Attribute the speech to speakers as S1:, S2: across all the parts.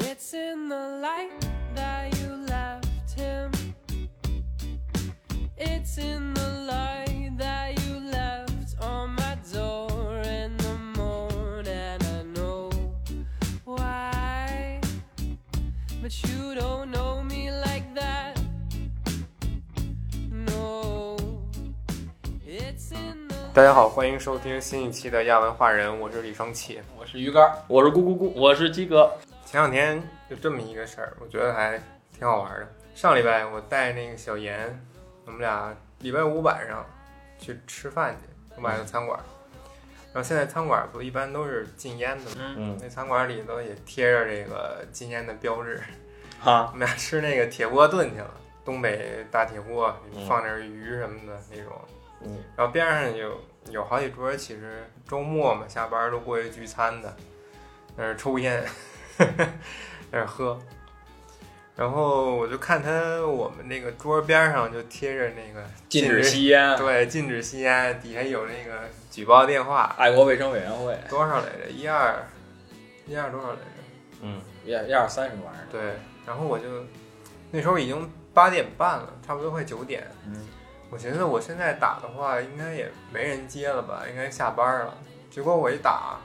S1: It's in the light that you left him. It's in the light that you left on my door in the morning. I know why, but you don't know me like that. No, it's in the
S2: 大家好，欢迎收听新一期的亚文化人，我是李双启。
S3: 我是鱼竿，
S4: 我是咕咕咕，我是鸡哥。
S2: 前两天有这么一个事儿，我觉得还挺好玩的。上礼拜我带那个小严，我们俩礼拜五晚上去吃饭去，我买的餐馆。然后现在餐馆不一般都是禁烟的吗？
S3: 嗯，
S4: 嗯，
S2: 那餐馆里头也贴着这个禁烟的标志。
S4: 哈，
S2: 我们俩吃那个铁锅炖去了，东北大铁锅，
S4: 嗯
S2: 放点鱼什么的那种。
S4: 嗯，
S2: 然后边上有有好几桌，其实周末嘛，下班都过去聚餐的，那儿抽烟， 那儿喝。然后我就看他我们那个桌边上就贴着那个
S3: 禁止吸烟，
S2: 对禁止吸烟，底下有那个举报电话，
S3: 爱国卫生委员会
S2: 多少来着？一二一二多少来着？
S4: 嗯，
S3: 一二一二三什么玩意儿？
S2: 对，然后我就那时候已经八点半了，差不多快九点。
S3: 嗯，
S2: 我寻思我现在打的话，应该也没人接了吧，应该下班了。结果我一打，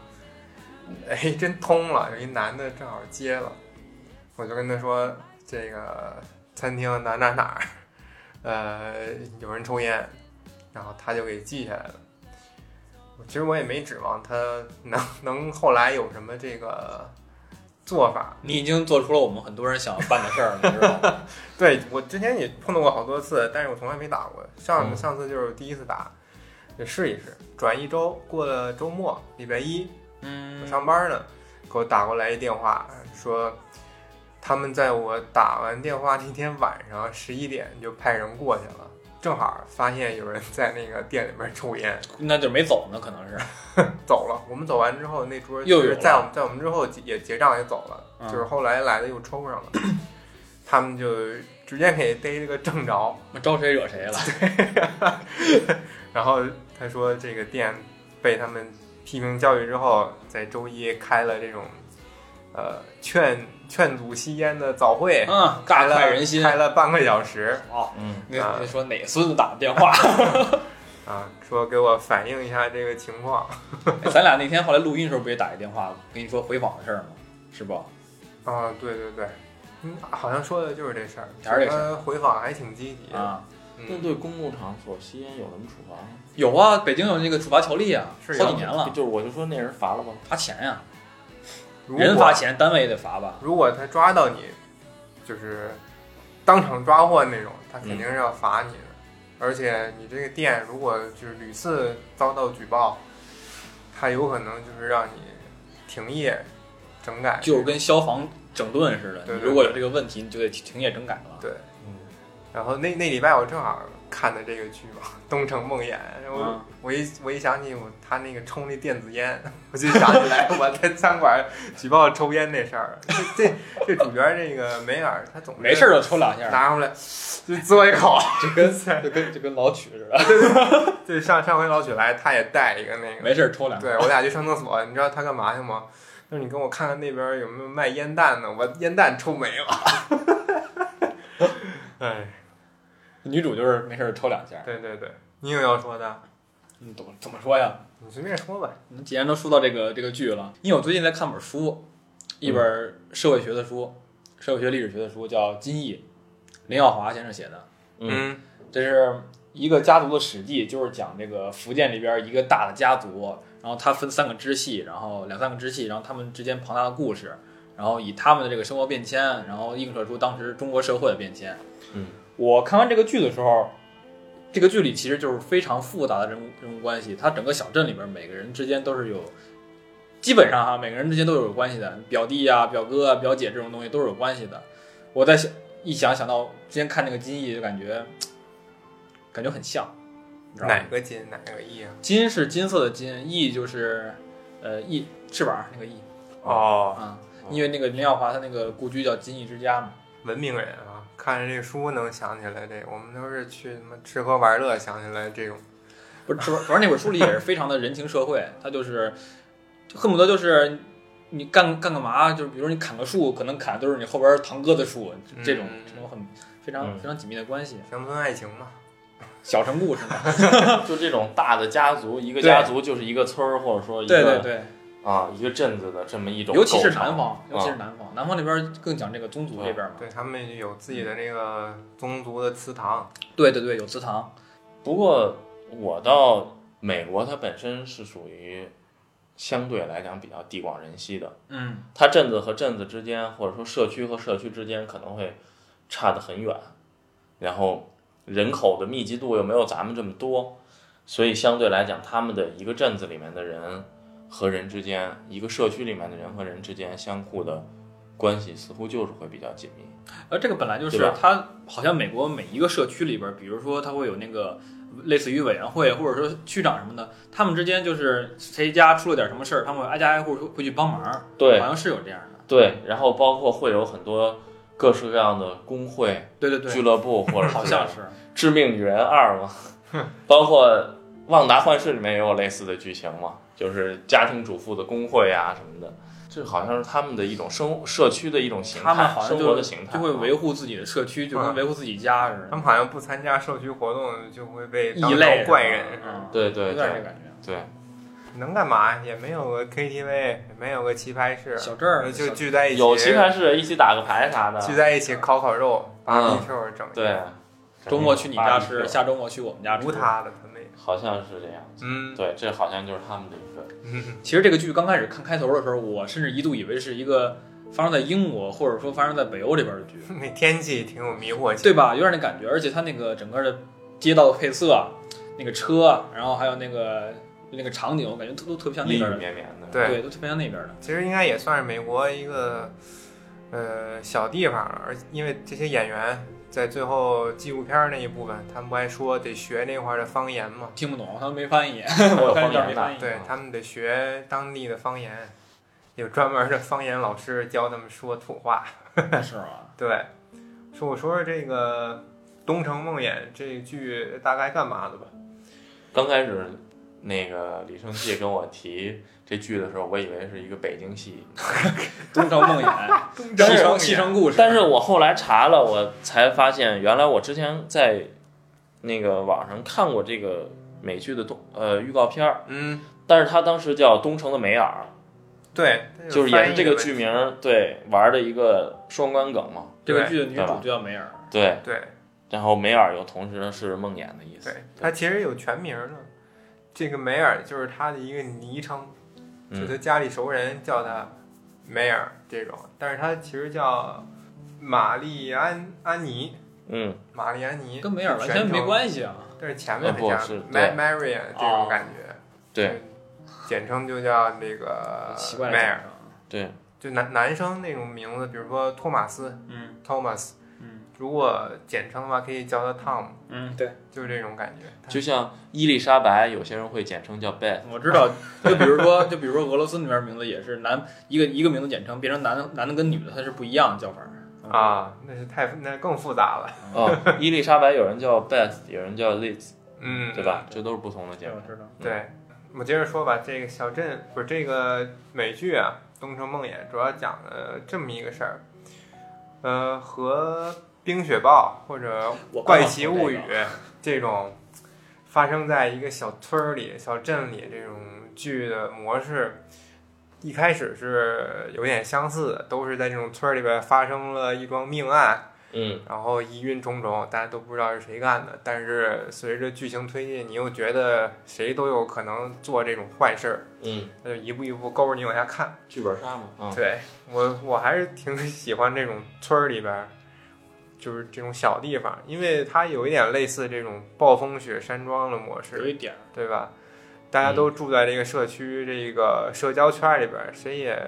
S2: 哎，真通了，有一男的正好接了，我就跟他说这个餐厅哪哪哪儿，呃，有人抽烟，然后他就给记下来了。我其实我也没指望他能能后来有什么这个做法，
S3: 你已经做出了我们很多人想要办的事儿，你知道吗？
S2: 对我之前也碰到过好多次，但是我从来没打过。上、
S4: 嗯
S2: 上次就是第一次打，就试一试。转一周，过了周末，礼拜一我
S3: 嗯，
S2: 上班呢，给我打过来一电话，说他们在我打完电话那天晚上十一点就派人过去了，正好发现有人在那个店里面抽烟，
S3: 那就没走呢，可能是。
S2: 走了。我们走完之后，那桌
S3: 又有
S2: 就是在
S3: 了
S2: 我们在我们之后结也结账也走了，
S3: 嗯
S2: 就是后来来的又抽 上了，他们就直接给逮这个正着。
S3: 那招谁惹谁了？
S2: 然后他说这个店被他们批评教育之后，在周一开了这种呃劝劝阻吸烟的早会，
S3: 嗯，
S2: 开
S3: 大
S2: 了
S3: 快人心。
S2: 开了半个小时
S3: 好，
S4: 嗯，
S3: 那那说哪孙子打的电话？
S2: 啊，说给我反映一下这个情况。
S3: 哎咱俩那天后来录音的时候不也打一电话跟你说回访的事儿吗？是不？
S2: 啊，对对对，嗯，好像说的就是这事儿，
S3: 还是这事
S2: 他回访还挺积极的，
S3: 啊，
S4: 那
S2: 嗯，
S4: 对公共场所吸烟有什么处罚吗？
S3: 有啊，北京有那个处罚条例啊，
S2: 是有
S3: 好几年了，
S4: 就是我就说那人罚了吗？
S3: 罚钱呀，
S2: 如果
S3: 人罚钱，单位也得罚吧？
S2: 如果他抓到你，就是当场抓获那种，他肯定是要罚你的。而且你这个店如果就是屡次遭到举报，他有可能就是让你停业、整改。
S3: 就是跟消防整顿似的，
S2: 对对
S3: 你如果有这个问题，你就得停业整改了。
S2: 对。
S4: 嗯，
S2: 然后那那礼拜我正好看的这个剧嘛，《东城梦魇》，我、
S3: 嗯
S2: 我一我一想起我他那个抽那电子烟， 我就想起来我在餐馆举报抽烟那事儿。这这这主角这个梅尔，他总是
S3: 没事儿就抽两下，
S2: 拿出来就嘬一 口。
S3: 就跟就跟就跟老曲似的，
S2: 对，上上回老许来，他也带一个那个，
S3: 没事儿抽两下。
S2: 对我俩去上厕所，你知道他干嘛去吗？就是你跟我看看那边有没有卖烟弹的，我烟弹抽没 了。哎，
S3: 女主就是没事儿抽两下，
S2: 对对对，你有要说的，
S3: 你怎么怎么说呀？
S2: 你随便说吧。
S3: 既然都说到这个这个剧了，因为我最近在看本书，一
S2: 嗯
S3: 本社会学的书，社会学历史学的书，叫《金翼》，林耀华先生写的。
S2: 嗯
S3: 这是一个家族的史记，就是讲这个福建里边一个大的家族，然后它分三个支系，然后两三个支系，然后他们之间庞大的故事，然后以他们的这个生活变迁，然后映射出当时中国社会的变迁。
S4: 嗯，
S3: 我看完这个剧的时候，这个剧里其实就是非常复杂的人物人物关系，它整个小镇里边每个人之间都是有。基本上哈，每个人之间都有关系的，表弟呀、表哥啊、表姐这种东西都是有关系的。我在想一想想到之前看那个金翼，就感觉嗯感觉很像，你知道吗
S2: 哪？个金哪个义啊？
S3: 金是金色的金，翼就是呃翼翅膀那个翼
S2: 哦，
S3: 啊
S4: 哦，
S3: 因为那个林耀华他那个故居叫金翼之家嘛。
S2: 文明人啊，看着这书能想起来这个，我们都是去什么吃喝玩乐想起来这种。
S3: 不是，主要主要那本书里也是非常的人情社会，他就是恨不得就是你干干个嘛，就是比如你砍个树，可能砍的都是你后边堂哥的树，这这种
S2: 嗯
S3: 这种很非常
S4: 嗯
S3: 非常紧密的关系，
S2: 乡村爱情嘛，
S3: 小城故事嘛。
S4: 就这种大的家族，一个
S3: 对
S4: 家族就是一个村儿，或者说 一
S3: 对对
S4: 个
S3: 对，
S4: 啊一个镇子的这么一种构成，
S3: 尤其是南方，尤其是南方，南方那边更讲这个宗族这边嘛。
S2: 对他们有自己的这个宗族的祠堂，
S3: 对对对，有祠堂。
S4: 不过我到美国，它本身是属于相对来讲比较地广人稀的，
S3: 嗯，
S4: 它镇子和镇子之间，或者说社区和社区之间可能会差得很远，然后人口的密集度又没有咱们这么多，所以相对来讲，他们的一个镇子里面的人和人之间，一个社区里面的人和人之间相互的关系似乎就是会比较紧密。
S3: 而这个本来就
S4: 对
S3: 是
S4: 吧
S3: 它，好像美国每一个社区里边，比如说它会有那个类似于委员会或者说区长什么的，他们之间就是谁家出了点什么事儿，他们会挨家挨户会会去帮忙，
S4: 对
S3: 好像是有这样的。
S4: 对，然后包括会有很多各式各样的工会、
S3: 对对对，
S4: 俱乐部，或者
S3: 好
S4: 之类
S3: 像
S4: 的
S3: 是。
S4: 致命女人二》嘛，包括《旺达幻视》里面也有类似的剧情嘛，就是家庭主妇的工会啊什么的，这好像是他们的一种生社区的一种形态，
S3: 他们好像
S4: 生活
S3: 就
S4: 的
S3: 是
S4: 形态啊
S3: 就会维
S4: 护。
S3: 护自己的社区，就跟维护自己家似
S2: 嗯他
S3: 的，
S2: 们好像不参加社区活动就会被当
S3: 异类
S2: 成
S3: 是吧
S2: 怪人，
S3: 嗯
S4: 对对
S3: 有点
S4: 对
S3: 这感觉。
S4: 对，
S2: 能干嘛？也没有个 KTV，也没有个棋牌室，呃
S3: 小镇儿
S2: 就
S3: 小
S2: 聚在一起，
S4: 有棋牌室一起打个牌啥的，
S2: 聚在一起烤烤肉、
S3: 啊
S4: 嗯
S2: BBQ 整一
S4: 对
S2: 下，。
S3: 周末去你家吃，
S4: BBQ
S3: 下周末去我们家吃
S2: 无。他的他没，
S4: 好像是这样。
S2: 嗯，
S4: 对，这好像就是他们的一个
S2: 嗯
S3: 其实这个剧刚开始看开头的时候，我甚至一度以为是一个发生在英国或者说发生在北欧这边的剧，
S2: 那天气挺有迷惑性，
S3: 对吧？有点那感觉，而且它那个整个的街道的配色啊，那个车啊，然后还有那个那个场景，我感觉都都特别像那
S4: 阴
S3: 边
S4: 雨
S3: 的，
S4: 绵绵的。
S2: 对
S3: 对，都特别像那边的。
S2: 其实应该也算是美国一个呃小地方了，而因为这些演员在最后纪录片那一部分，他们不还说得学那块儿的方言嘛？
S3: 听不懂，他们没翻译，
S4: 我有
S3: 我看
S4: 方
S3: 这儿没
S4: 言
S3: 翻译
S4: 的。。
S2: 对他们得学当地的方言，有专门的方言老师教他们说土话。
S3: 是吧？
S2: 对，说我说说这个《东城梦魇》这剧大概干嘛的吧？
S4: 刚开始那个李胜器跟我提这剧的时候，我以为是一个北京戏，
S3: 东城梦魇，
S2: 东
S3: 西城西城故事，
S4: 但是我后来查了，我才发现原来我之前在那个网上看过这个美剧的动呃预告片儿，
S2: 嗯，
S4: 但是它当时叫《东城的梅尔
S2: 对，》，
S4: 就是也
S2: 也
S4: 是这个剧名儿对玩的一个双关梗嘛。
S3: 这个
S2: 对
S3: 剧的女
S4: 对
S3: 主
S4: 吧
S3: 就叫梅尔，
S4: 对，
S2: 对
S4: 然后梅尔又同时是梦魇的意思
S2: 对。，它其实有全名的。这个梅尔就是他的一个昵称，就
S4: 嗯，
S2: 他家里熟人叫他梅尔这种，但是他其实叫玛丽安安妮，
S4: 嗯，
S2: 玛丽安妮
S3: 跟梅尔完
S2: 全
S3: 全没
S2: 称
S3: 关系啊。
S2: 但是前面
S4: 呃
S2: 很
S4: 不
S2: 像
S4: 是
S2: Ma- Marian 这
S3: 哦
S2: 种感觉，
S4: 对，
S2: 简称就叫那个
S3: 奇怪的啊
S2: m a r
S3: 感觉。
S4: 对，
S2: 就男男生那种名字，比如说托马斯
S3: 嗯
S2: Thomas，
S3: 嗯
S2: 如果简称的话，可以叫他 Tom，
S3: 嗯，对，
S2: 就是这种感觉。
S4: 就像伊丽莎白，有些人会简称叫 Beth。
S3: 我知道。就比如说， 就比如说俄罗斯那边名字也是男一个一个名字简称，变成男的男的跟女的它是不一样的叫法儿。
S2: 啊，那是太那更复杂了，
S4: 哦，伊丽莎白有人叫 Beth，有人叫 Liz，
S2: 嗯，
S4: 对吧？
S3: 对
S4: 这都是不同的
S3: 对，
S4: 简
S3: 我
S4: 称。
S3: 知道。
S2: 对，我接着说吧。这个小镇不是这个美剧啊，《东城梦魇》主要讲了这么一个事儿，呃，和冰雪暴或者
S3: 我
S2: 《
S3: 刚
S2: 怪
S3: 好
S2: 奇
S3: 说
S2: 物
S3: 哦这
S2: 语
S3: 个》
S2: 这种发生在一个小村儿里、小镇里这种剧的模式，一开始是有点相似的，都是在这种村儿里边发生了一桩命案，
S4: 嗯，
S2: 然后疑云重重，大家都不知道是谁干的。但是随着剧情推进，你又觉得谁都有可能做这种坏事儿，
S4: 嗯，
S2: 那就一步一步勾着你往下看。
S4: 剧本杀嘛，嗯，
S2: 对我，我还是挺喜欢这种村儿里边儿，就是这种小地方，因为它有一点类似这种暴风雪山庄的模
S3: 有
S2: 式，
S3: 一点儿，
S2: 对吧？大家都住在这个社区、这个社交圈儿里边儿，谁也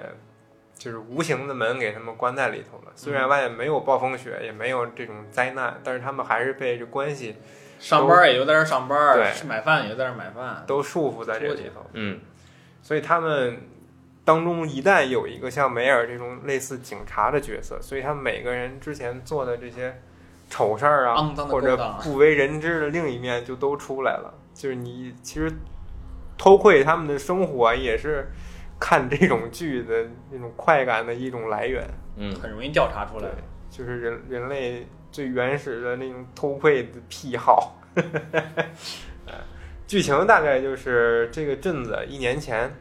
S2: 就是无形的门给他们关在里头了。虽然外面没有暴风雪，也没有这种灾难，但是他们还是被这关系
S3: 上班儿也就在这儿上班儿，
S2: 对
S3: 吃买饭也就在这儿买饭。
S2: 都束缚在这里头。
S4: 嗯，
S2: 所以他们当中一旦有一个像梅尔这种类似警察的角色，所以他们每个人之前做的这些丑事儿啊，
S3: 肮脏的
S2: 或者
S3: 勾当
S2: 不为人知的另一面就啊都出来了。就是你其实偷窥他们的生活也是看这种剧的那种快感的一种来源。
S4: 嗯，
S3: 很容易调查出来
S2: 对。，就是人人类最原始的那种偷窥的癖好。呃剧情大概就是这个镇子一年前，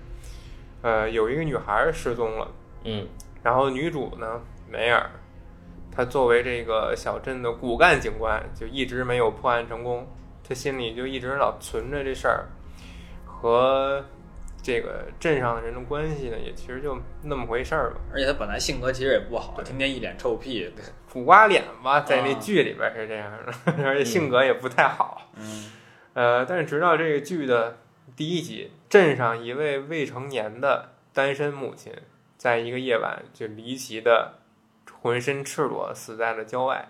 S2: 呃，有一个女孩失踪了，
S4: 嗯
S2: 然后女主呢梅尔，她作为这个小镇的骨干警官，就一直没有破案成功，她心里就一直老存着这事儿，和这个镇上的人的关系呢，也其实就那么回事儿吧。
S3: 而且他本来性格其实也不好，
S2: 对
S3: 天天一脸臭屁。
S2: 苦瓜脸吧，在那
S3: 啊
S2: 剧里边是这样 的，而且性格也不太好。
S3: 嗯，
S2: 呃，但是直到这个剧的第一集，镇上一位未成年的单身母亲，在一个夜晚就离奇的浑身赤裸死在了郊外。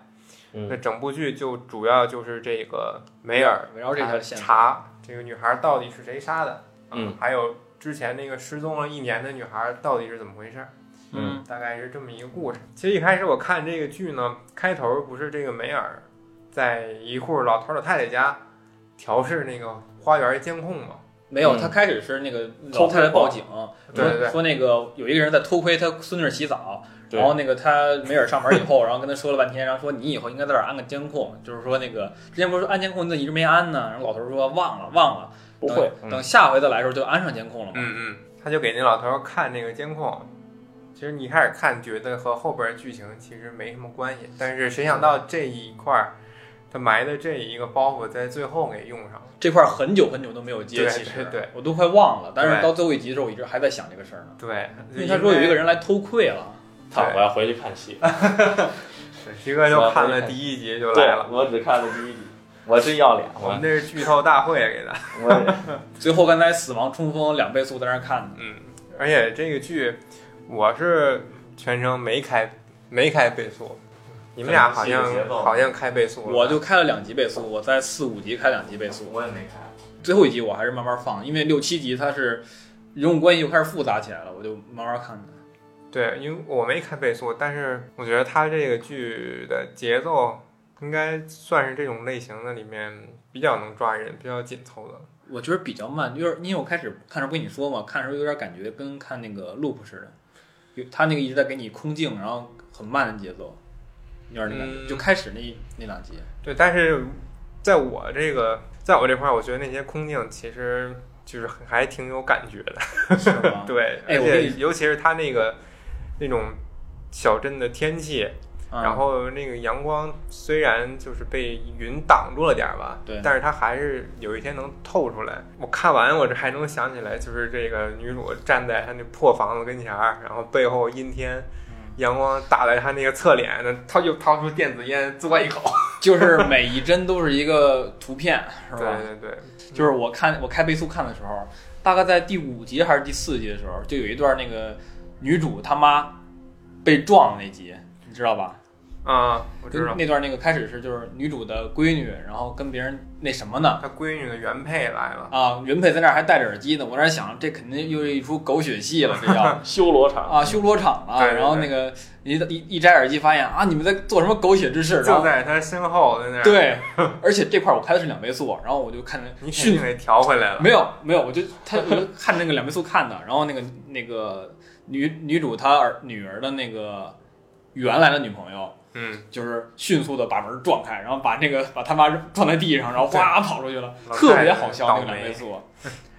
S2: 那
S4: 嗯
S2: 整部剧就主要就是这个梅尔
S3: 围绕这条
S2: 她
S3: 线索
S2: 查这个女孩到底是谁杀的，啊
S4: 嗯，
S2: 还有之前那个失踪了一年的女孩到底是怎么回事儿。
S4: 嗯，
S2: 大概是这么一个故事。其实一开始我看这个剧呢，开头不是这个梅尔在一户老头老太太家调试那个花园监控嘛？
S3: 没有，
S4: 嗯
S3: 他开始是那个
S4: 偷
S3: 老太太
S4: 窥
S3: 报警，
S2: 对对
S3: 说
S2: 对
S3: 说那个有一个人在偷窥他孙女洗澡，
S4: 对
S3: 然后那个他梅尔上门以后，然后跟他说了半天，然后说你以后应该在这儿安个监控，就是说那个之前不是说安监控，那一直没安呢，然后老头说忘了忘了，
S4: 不会，
S3: 等
S4: 嗯
S3: 等下回再来的时候就安上监控了嘛。
S2: 嗯嗯，他就给那老头看那个监控。其实你一开始看觉得和后边剧情其实没什么关系，但是谁想到这一块儿，他埋的这一个包袱在最后给用上了。
S3: 这块儿很久很久都没有接，
S2: 对
S3: 其实
S2: 对对
S3: 我都快忘了，但是
S2: 对
S3: 到最后一集的时候，我一直还在想这个事儿呢。
S2: 对，
S3: 因为他说有一个人来偷窥了，
S4: 操，我要回去 看戏。
S2: 徐哥就看了第一集就来
S4: 对
S2: 了，，
S4: 我只看了第一集，我真要脸，
S2: 我们
S4: 我
S2: 这是剧透大会给他。
S4: 我
S3: 最后刚才死亡冲锋两倍速在那儿看呢。
S2: 嗯，而且这个剧我是全程没开没开倍速，你们俩好像
S4: 可能是有节奏
S2: 好像开倍速了，
S3: 我就开了两集倍速，我在四五集开两集倍速，
S4: 我也没看，
S3: 最后一集我还是慢慢放，因为六七集它是人物关系又开始复杂起来了，我就慢慢看的。
S2: 对，因为我没开倍速，但是我觉得它这个剧的节奏应该算是这种类型的里面比较能抓人、比较紧凑的。
S3: 我觉得比较慢，就是因为我开始看时候不跟你说嘛，看时候有点感觉跟看那个 loop 似的，有他那个一直在给你空镜，然后很慢的节奏，有点那感觉。
S2: 嗯
S3: 就开始那那 两集，
S2: 对，但是在我这个在我这块儿，我觉得那些空镜其实就是还挺有感觉的。
S3: 是吗？
S2: 对，
S3: 哎
S2: 而
S3: 我跟
S2: 且
S3: 你
S2: 尤其是它那个那种小镇的天气，
S3: 嗯
S2: 然后那个阳光虽然就是被云挡住了点儿吧，
S3: 对
S2: 但是它还是有一天能透出来。我看完我这还能想起来，就是这个女主站在她那破房子跟前儿，然后背后阴天。阳光打在她那个侧脸，那她就掏出电子烟嘬一口。
S3: 就是每一帧都是一个图片，是
S2: 对
S3: 吧？
S2: 对对，
S3: 就是我看我开倍速看的时候，大概在第五集还是第四集的时候，就有一段那个女主她妈被撞的那集，你知道吧？
S2: 啊、我知
S3: 就
S2: 道。
S3: 那段那个开始是就是女主的闺女，然后跟别人那什么呢？
S2: 她闺女的原配来了，
S3: 啊，原配在那儿还戴着耳机呢，我在那儿想这肯定又是一出狗血戏了，这 叫
S4: 修罗场，
S3: 啊修罗场了。
S2: 对对对
S3: 然后那个一一一摘耳机发现啊，你们在做什么狗血之事？然
S2: 就
S3: 后
S2: 在她身后在那儿。，
S3: 对，而且这块儿我开的是两倍速，然后我就看
S2: 你肯
S3: 迅
S2: 定给调回来了。
S3: 没有没有，我就他我就看那个两倍速看的，然后那个那个女女主她儿女儿的那个原来的女朋友，
S2: 嗯，
S3: 就是迅速的把门撞开，然后把那个把他妈撞在地上，然后哗跑出去了，
S2: 老
S3: 特
S2: 太
S3: 别
S2: 太
S3: 好笑
S2: 倒
S3: 那个两倍
S2: 霉
S3: 速。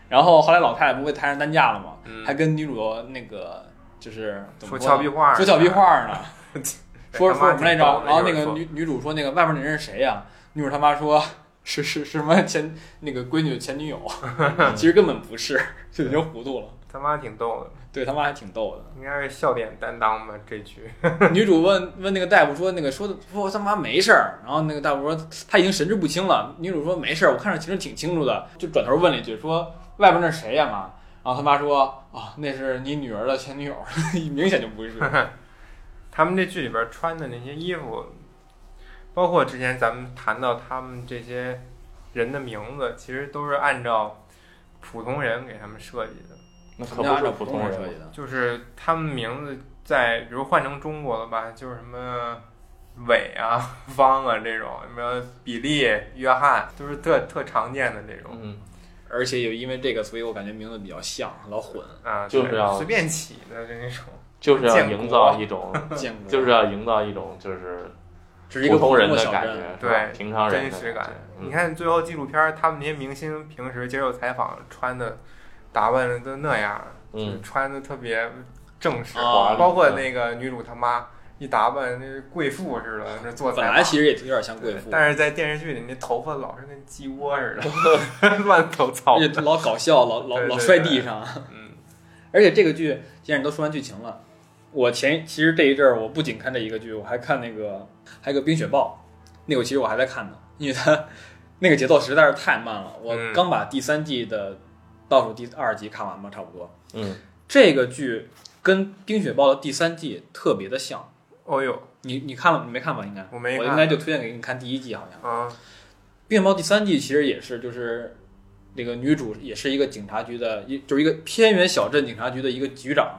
S3: 然后后来老太太不为抬上担架了吗？
S2: 嗯
S3: 还跟女主那个就是怎
S2: 说
S3: 么
S2: 俏
S3: 说
S2: 皮
S3: 呢
S2: 话儿，
S3: 说俏皮话儿呢，
S2: 对，
S3: 说
S2: 他
S3: 说
S2: 妈
S3: 什么来
S2: 挺逗
S3: 着？
S2: 的
S3: 然后
S2: 有
S3: 那
S2: 人
S3: 个
S2: 说
S3: 女女主说那个外边那人是谁呀、女主他妈说是是是什么前那个闺女的前女友，其实根本不是，就已经糊涂了。
S2: 他妈挺逗的，
S3: 对他妈还挺逗的。
S2: 应该是笑点担当吧这局。
S3: 女主问问那个大夫说那个说的说他妈没事儿，然后那个大夫说他已经神志不清了。女主说没事儿，我看着其实挺清楚的，就转头问了一句说外边那是谁呀、妈？然后他妈说啊、那是你女儿的 前女友，明显就不是。
S2: 他们这剧里边穿的那些衣服，包括之前咱们谈到他们这些人的名字，其实都是按照普通人给他们设计的，
S4: 那
S3: 人
S4: 可
S3: 家
S4: 不
S3: 按
S4: 是
S3: 照
S4: 普
S3: 普
S4: 通
S3: 通
S4: 人
S3: 人设计的，
S2: 就是他们名字在，比如换成中国的吧，就是什么。伟啊， 方啊，这种什么比利、约翰，都是特特常见的这种。
S4: 嗯，
S3: 而且也因为这个，所以我感觉名字比较像，老混。
S2: 啊，
S4: 嗯就是
S2: 对
S4: 要
S2: 随便起的那种。
S4: 就是要
S2: 建
S4: 营
S2: 国
S4: 造一种，
S3: 建国
S4: 就
S2: 嗯
S4: 是要营造一种就是
S3: 只是一
S4: 普
S3: 个
S4: 通人
S3: 的
S4: 的感觉，是吧
S2: 对
S4: 平常人
S2: 真
S4: 的
S2: 实
S4: 感
S2: 感
S4: 觉。。
S2: 你
S4: 嗯
S2: 看最后纪录片儿，他们那些明星平时接受采访穿的、打扮的都那样，就是
S4: 嗯，
S2: 穿的特别正式，
S3: 啊
S2: 包括那个女主她妈一打扮那贵妇似的，那做
S3: 本
S2: 采
S3: 来
S2: 访。
S3: 其实也有点像贵妇，
S2: 但是在电视剧里，那头发老是跟鸡窝似 的，乱头草
S3: 而。且老搞笑，老老
S2: 对对
S3: 老摔地上。
S2: 嗯，
S3: 而且这个剧，既然你都说完剧情了，我前其实这一阵儿我不仅看这一个剧，我还看那个还有个《冰雪暴》，那个其实我还在看呢，因为它那个节奏实在是太慢了。我
S2: 嗯
S3: 刚把第三季的倒数第二集看完吧，差不多。
S4: 嗯，
S3: 这个剧跟《冰雪暴》的第三季特别的像。
S2: 哦呦，
S3: 你你看了你没看吧？应该
S2: 我没
S3: 我
S2: 看
S3: 应该就推荐给你看第一季，好像《
S2: 啊，
S3: 冰雪暴》第三季其实也是就是。那个女主也是一个警察局的，一就是一个偏远小镇警察局的一个局长，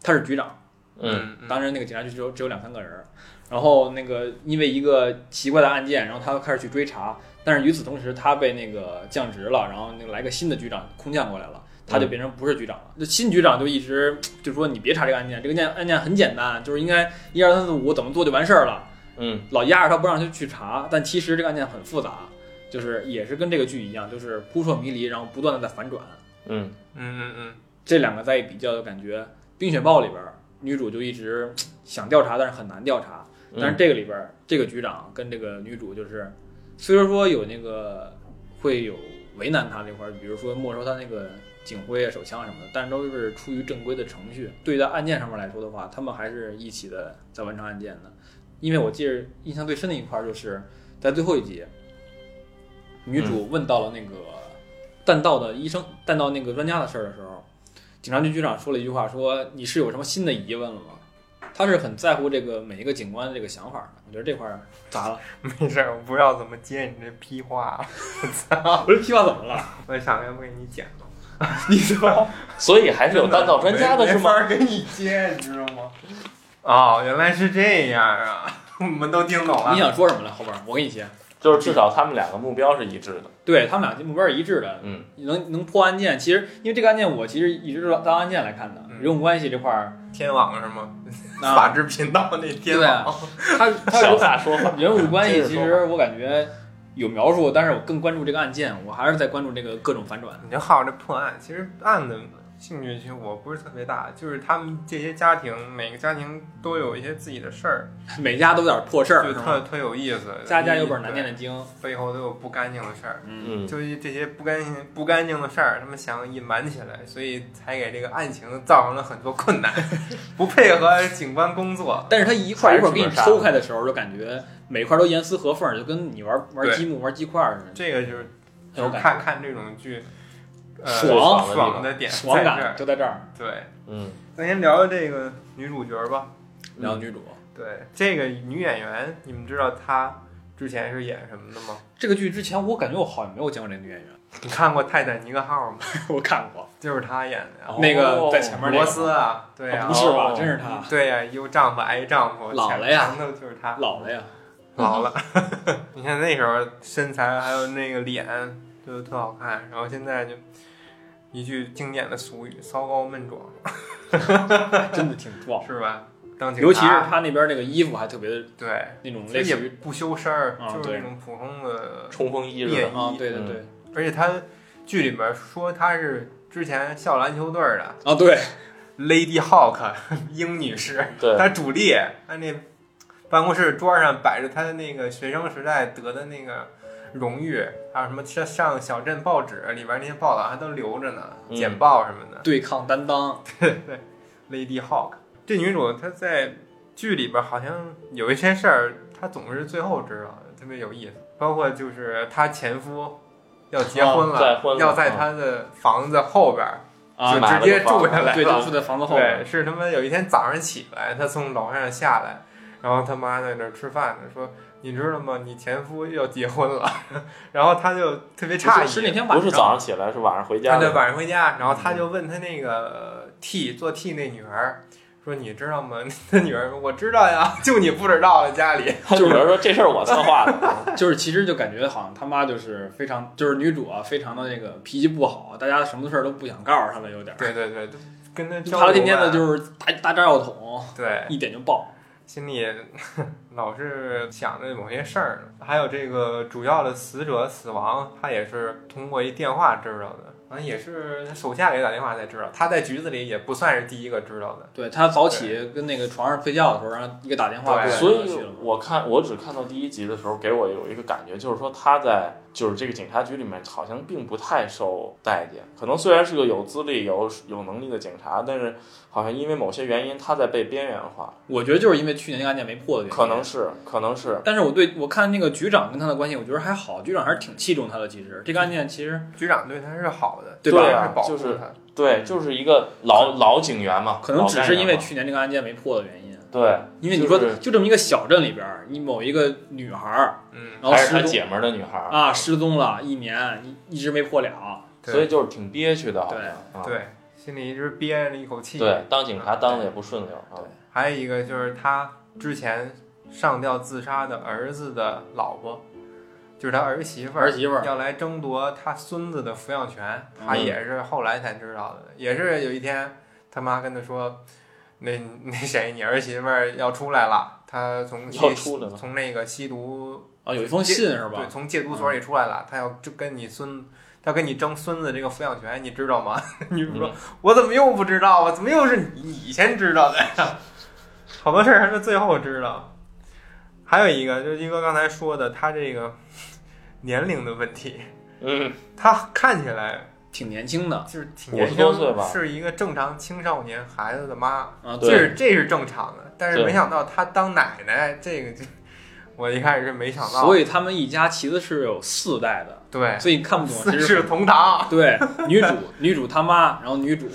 S3: 她是局长，
S4: 嗯，
S3: 当然那个警察局只有只有两三个人儿，然后那个因为一个奇怪的案件，然后他开始去追查，但是与此同时他被那个降职了，然后那个来个新的局长空降过来了，他就变成不是局长了。那、新局长就一直就说你别查这个案件，这个件案件很简单，就是应该一二三四五怎么做就完事儿了，
S4: 嗯，
S3: 老压着他不让他去查，但其实这个案件很复杂，就是也是跟这个剧一样，就是扑朔迷离，然后不断的在反转。
S4: 嗯，
S2: 嗯嗯嗯
S3: 这两个再一比较，就感觉《冰雪暴》里边儿女主就一直想调查，但是很难调查。
S4: 嗯
S3: 但是这个里边儿，这个局长跟这个女主就是，虽说说有那个会有为难她这块儿，比如说没收她那个警徽啊、手枪什么的，但是都是出于正规的程序。对于在案件上面来说的话，他们还是一起的在完成案件的。因为我记得印象最深的一块儿就是在最后一集，女主问到了那个弹道的医生、弹道那个专家的事儿的时候，警察局局长说了一句话说，你是有什么新的疑问了吗？他是很在乎这个每一个警官的这个想法的。我觉得这块儿咋了？
S2: 嗯，没事儿，我不知道怎么接你这屁话，啊
S3: 不是屁话怎么了？
S2: 我想要不给你讲。
S3: 你怎么？
S4: 所以还是有单道专家的是吗？
S2: 没法给你接，你知道吗？哦，原来是这样啊！ 我们都听懂了。
S3: 你想说什么了？后边儿我给你接。
S4: 就是至少他们两个目标是一致的。
S3: 对他们俩目标是一致的，
S4: 嗯，
S3: 能能破案件。其实因为这个案件，我其实一直是当案件来看的。
S2: 嗯
S3: 人物关系这块儿，
S2: 天网是吗？
S3: 那
S2: 法制频道那天
S3: 啊对啊
S2: 网。，
S3: 他他
S4: 小大说 话，
S3: 人物关系
S4: 接着
S3: 其
S4: 说
S3: 实我感觉有描述，但是我更关注这个案件，我还是在关注这个各种反转。
S2: 你就好这破案，其实案子兴趣其实我不是特别大，就是他们这些家庭，每个家庭都有一些自己的事儿，
S3: 每家都有点破事儿，
S2: 就是特
S3: 吧？
S2: 特有意思。
S3: 家家有本难念的经。
S2: 对，背后都有不干净的事儿，
S3: 嗯，
S4: 嗯，
S2: 就是这些不干净不干净的事儿，他们想隐瞒起来，所以才给这个案情造成了很多困 难，不配合警官工作。
S3: 但是他一块儿一块儿给你
S4: 还是
S3: 抽开的时候，就感觉每块儿都严丝合缝儿，就跟你玩玩
S2: 对
S3: 积木、玩鸡块儿似的，
S2: 这个就是
S3: 很
S2: 就
S3: 有
S2: 是
S3: 感
S2: 看看这种剧，呃、
S3: 爽
S2: 爽的点
S3: 爽
S2: 在这
S3: 感
S2: 儿。
S3: 就在这儿。
S2: 对，
S4: 嗯，
S2: 咱先聊聊这个女主角吧。
S3: 聊女
S2: 嗯
S3: 主，
S2: 对，这个女演员，你们知道她之前是演什么的吗？
S3: 这个剧之前我感觉我好像没有见过这个女演员，
S2: 你看过《泰坦尼克号》吗？
S3: 我看过
S2: 就是她演的呀
S4: 哦，
S3: 那个在前面那个
S2: 罗斯啊，对呀、
S3: 啊
S2: 啊
S3: 不是吧？
S4: 哦
S3: 真是她
S2: 对呀、有丈夫挨丈夫，
S3: 老了呀
S2: 强的就是她，
S3: 老了呀，
S2: 老了。你看那时候身材还有那个脸就特好看，然后现在就一句经典的俗语“骚高闷壮
S3: 真的挺”，壮，
S2: 是吧？当警察，
S3: 哦尤其是她那边那个衣服还特别的
S2: 对，
S3: 那种
S2: 这
S3: 类似
S2: 也
S3: 于
S2: 不修身儿，
S3: 啊
S2: 就是
S3: 对
S2: 那种普通的
S4: 冲锋衣似
S2: 便
S4: 的。
S2: 衣。
S3: 啊，对对对，
S2: 而且他剧里面说他是之前校篮球队的
S3: 啊对，
S2: Lady Hawk 英女士，
S4: 对，
S2: 她主力，她那办公室桌上摆着她的那个学生时代得的那个荣誉，还有什么上上小镇报纸里边那些报道还都留着呢，
S4: 嗯
S2: 简报什么的。
S3: 对抗担当，
S2: Lady Hawk 这女主她在剧里边好像有一些事儿，她总是最后知道的，特别有意思。包括就是她前夫要结婚
S4: 啊再
S2: 了，
S4: 婚了
S2: 要在
S4: 啊
S2: 她的房子后边。
S3: 啊
S2: 就
S4: 买
S2: 直
S4: 了
S2: 接
S4: 个房
S2: 住下来
S3: 对，就
S2: 了。
S3: 住在房子后面，
S2: 对，是他妈有一天早上起来，他从楼上下来，然后他妈在那儿吃饭呢，说你知道吗？你前夫要结婚了。 然后他就特别诧
S3: 是是那
S2: 异，
S3: 天晚
S4: 不
S3: 上，
S4: 是早上起来，是晚上回家
S2: 他就
S4: 的。
S2: 晚上回家，然后他就问他那个 T 做 T 那女孩儿，说你知道吗？ 他女儿说我知道呀， 就你不知道了家里。
S4: 他女儿说这事儿我策划的，
S3: 就是其实就感觉好像他妈就是非常，就是女主啊，非常的那个脾气不好，大家什么事儿都不想告诉他们，有点儿。
S2: 对对对，就跟他
S3: 就怕他天天的
S2: 是
S3: 就是大大炸药桶，
S2: 对，
S3: 一点就爆。
S2: 心里 老是想着某些事儿呢。还有这个主要的死者死亡，他也是通过一电话知道的，好像也是他手下给打电话才知道。他在局子里也不算是第一个知道的。
S3: 对他早起跟那个床上睡觉的时候，然后一个打电话
S2: 对
S3: 过来
S4: 所
S3: 就
S4: 以
S3: 去了嘛。
S4: 我看我只看到第一集的时候，给我有一个感觉，就是说他在就是这个警察局里面好像并不太受待见，可能虽然是个有资历、有有能力的警察，但是好像因为某些原因，他在被边缘化，
S3: 我觉得就是因为去年那个案件没破的原因。
S4: 可能是，可能
S2: 嗯
S4: 是。
S3: 但是我对我看那个局长跟他的关系，我觉得还好，局长还是挺器重他的。其实这个案件其实
S2: 局长对他是好的，
S3: 对吧
S2: 也是保护
S4: 就
S2: 他。
S4: 是对，就是一个老老警员嘛，
S3: 可能只是因为
S4: 老干
S3: 去年这个案件没破的原因。
S4: 员嘛对，
S3: 因为你说
S4: 就是
S3: 就这么一个小镇里边儿，你某一个女孩儿，
S2: 嗯，
S3: 然后
S4: 还是
S3: 失
S4: 他
S3: 踪
S4: 姐们儿的女孩儿，
S3: 啊失踪了一年，一一直没破了。
S2: 对
S4: 所以就是挺憋屈的，好像啊
S2: 对，心里一直憋着一口气。
S4: 对，当警察当的也不顺溜啊
S3: 对，
S2: 还有一个就是他之前上吊自杀的儿子的老婆，就是他儿媳妇
S3: 儿
S2: 儿，
S3: 媳妇儿
S2: 要来争夺他孙子的抚养权，
S3: 嗯
S2: 他也是后来才知道的，也是有一天他妈跟他说，那 那谁，你儿媳妇儿要出来了，她从
S4: 要
S2: 吸
S4: 出来了，
S2: 从那个吸毒，
S3: 啊，有一封信是
S2: 对，
S3: 吧？嗯
S2: 从戒毒所里出来了，她要就跟你孙。她跟你争孙子这个抚养权，你知道 吗？女主说：“
S3: 嗯
S2: 我怎么又不知道啊？怎么又是你你先知道的 呀？好多事儿还是最后知道。还有一个就是一哥刚才说的，他这个 年龄的问题，
S4: 嗯，
S2: 他看起来
S3: 挺年轻的
S2: 就是挺年轻
S4: 52岁吧
S2: 是一个正常青少年孩子的妈，
S3: 啊，
S2: 这
S4: 对
S2: 是这是正常的。但是
S4: 对
S2: 没想到他当奶奶，这个就我一开始是没想到，
S3: 所以他们一家其实是有四代的，
S2: 对
S3: 所以你看不懂。其
S2: 四
S3: 实
S2: 世同堂，
S3: 对女主女主他妈，然后女主，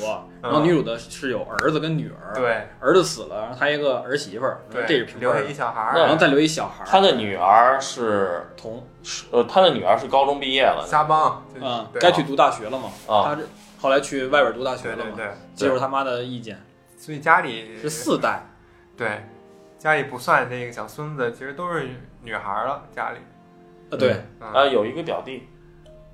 S3: 然后女主的是有儿子跟女儿，
S2: 嗯对
S3: 儿子死了，然后她一个儿媳妇儿，
S2: 对，
S3: 这是平分
S2: 留下
S3: 儿
S2: 一
S3: 的，
S2: 小孩
S4: 那
S3: 然后
S2: 儿，
S3: 再留一小孩
S4: 他
S3: 儿，
S4: 的女儿是
S3: 童
S4: 是呃，他的女儿是高中毕业了
S2: 撒帮，就
S3: 啊，
S2: 对
S3: 该去读大学了嘛，
S4: 啊，
S3: 他这后来去外边读大学
S2: 对
S3: 了
S2: 对
S3: 嘛，
S2: 对，
S3: 接受他妈的意见，
S2: 所以家里
S3: 是四代，
S2: 对，家里不算这个小孙子，其实都是女孩儿了。家里，
S3: 呃，对，
S2: 嗯、
S4: 啊，有一个表弟，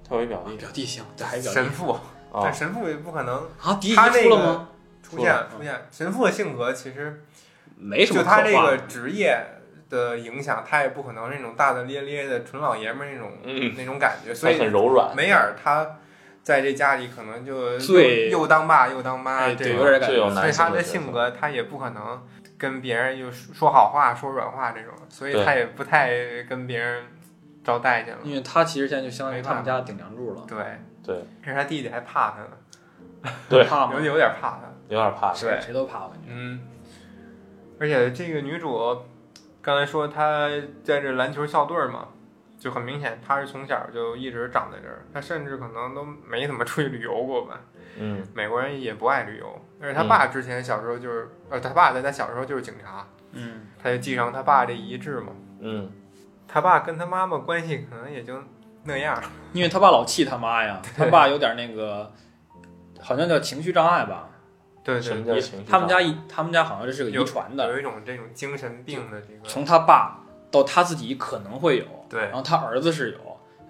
S4: 他有一表弟
S3: 表弟行，这还表弟
S2: 神父，
S4: 啊
S2: 但，神父也不可能
S3: 啊，第一
S2: 他
S3: 集
S2: 那
S3: 出
S2: 个
S3: 了吗？
S2: 出现
S3: 出了
S2: 出现。神父的性格其实
S3: 没什么
S2: 就
S3: 可画
S2: 他这
S3: 的，
S2: 个职业的影响，他也不可能是那种大大咧咧的纯老爷们儿那种、
S4: 嗯，
S2: 那种感觉。
S4: 他
S2: 所以
S4: 很柔软，
S2: 梅尔他在这家里可能就
S3: 最
S2: 又又当爸又当妈，
S3: 哎
S2: 这
S3: 对
S2: 种
S3: 有点感觉
S4: 最有
S2: 所以
S4: 男
S2: 他
S4: 的
S2: 的性格，他也不可能跟别人就说说好话、说软话这种，所以
S4: 对
S2: 他也不太跟别人招待见了。
S3: 因为他其实现在就相当于他们家的顶梁柱了，
S2: 对
S4: 对，
S2: 这是他弟弟还怕他呢，
S4: 对
S3: 怕
S2: 有
S3: 吗？
S2: 有点怕他。
S4: 有点怕，
S2: 对，
S3: 谁都怕，我感觉。
S2: 嗯，而且这个女主刚才说她在这篮球校队儿嘛，就很明显她是从小就一直长在这儿，她甚至可能都没怎么出去旅游过吧。
S4: 嗯，
S2: 美国人也不爱旅游，而且她爸之前小时候就是，呃，她爸在她小时候就是警察，
S3: 嗯，
S2: 她就继承她爸这遗志嘛。
S4: 嗯，
S2: 她爸跟她妈妈关系可能也就那样儿，
S3: 因为他爸老气他 妈呀，他爸有点那个，好像叫情绪障碍吧。
S2: 对
S4: 什
S2: 对
S4: 么叫嗯
S2: 对，
S4: 情绪化？
S3: 他们家一，他们家好像这是个遗传的，
S2: 有一种这种精神病的这个，
S3: 从他爸到他自己可能会有，
S2: 对
S3: 然后他儿子是有，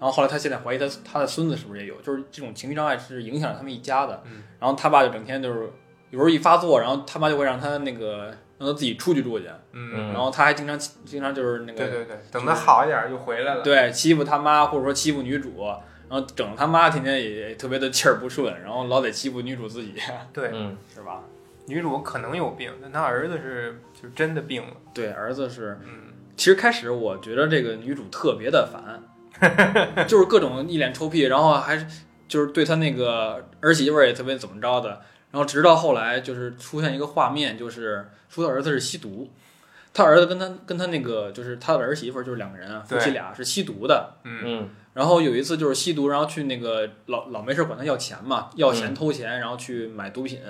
S3: 然后后来他现在怀疑他他的孙子是不是也有，就是这种情绪障碍是影响着他们一家的。
S2: 嗯
S3: 然后他爸就整天就是有时候一发作，然后他妈就会让他那个让他自己出去住去，
S2: 嗯，
S3: 然后他还经常经常就是那个
S2: 对对对，等他好一点儿又回来了。
S3: 对，欺负他妈，或者说欺负女主，然后整得他妈天天也也特别的气儿不顺，然后老得欺负女主自己，
S2: 对，
S4: 嗯，
S3: 是吧？
S2: 女主可能有病，但她儿子是就真的病了。
S3: 对，儿子是，
S2: 嗯，
S3: 其实开始我觉得这个女主特别的烦， 就是各种一脸臭屁，然后还是就是对她那个儿媳妇儿也特别怎么着的，然后直到后来就是出现一个画面，就是说她儿子是吸毒。他儿子跟他跟他那个就是他的儿媳妇儿，就是两个人啊，夫妻
S2: 对
S3: 俩是吸毒的，
S2: 嗯，
S4: 嗯，
S3: 然后有一次就是吸毒，然后去那个老老没事管他要钱嘛，要
S2: 嗯
S3: 钱偷钱，然后去买毒品。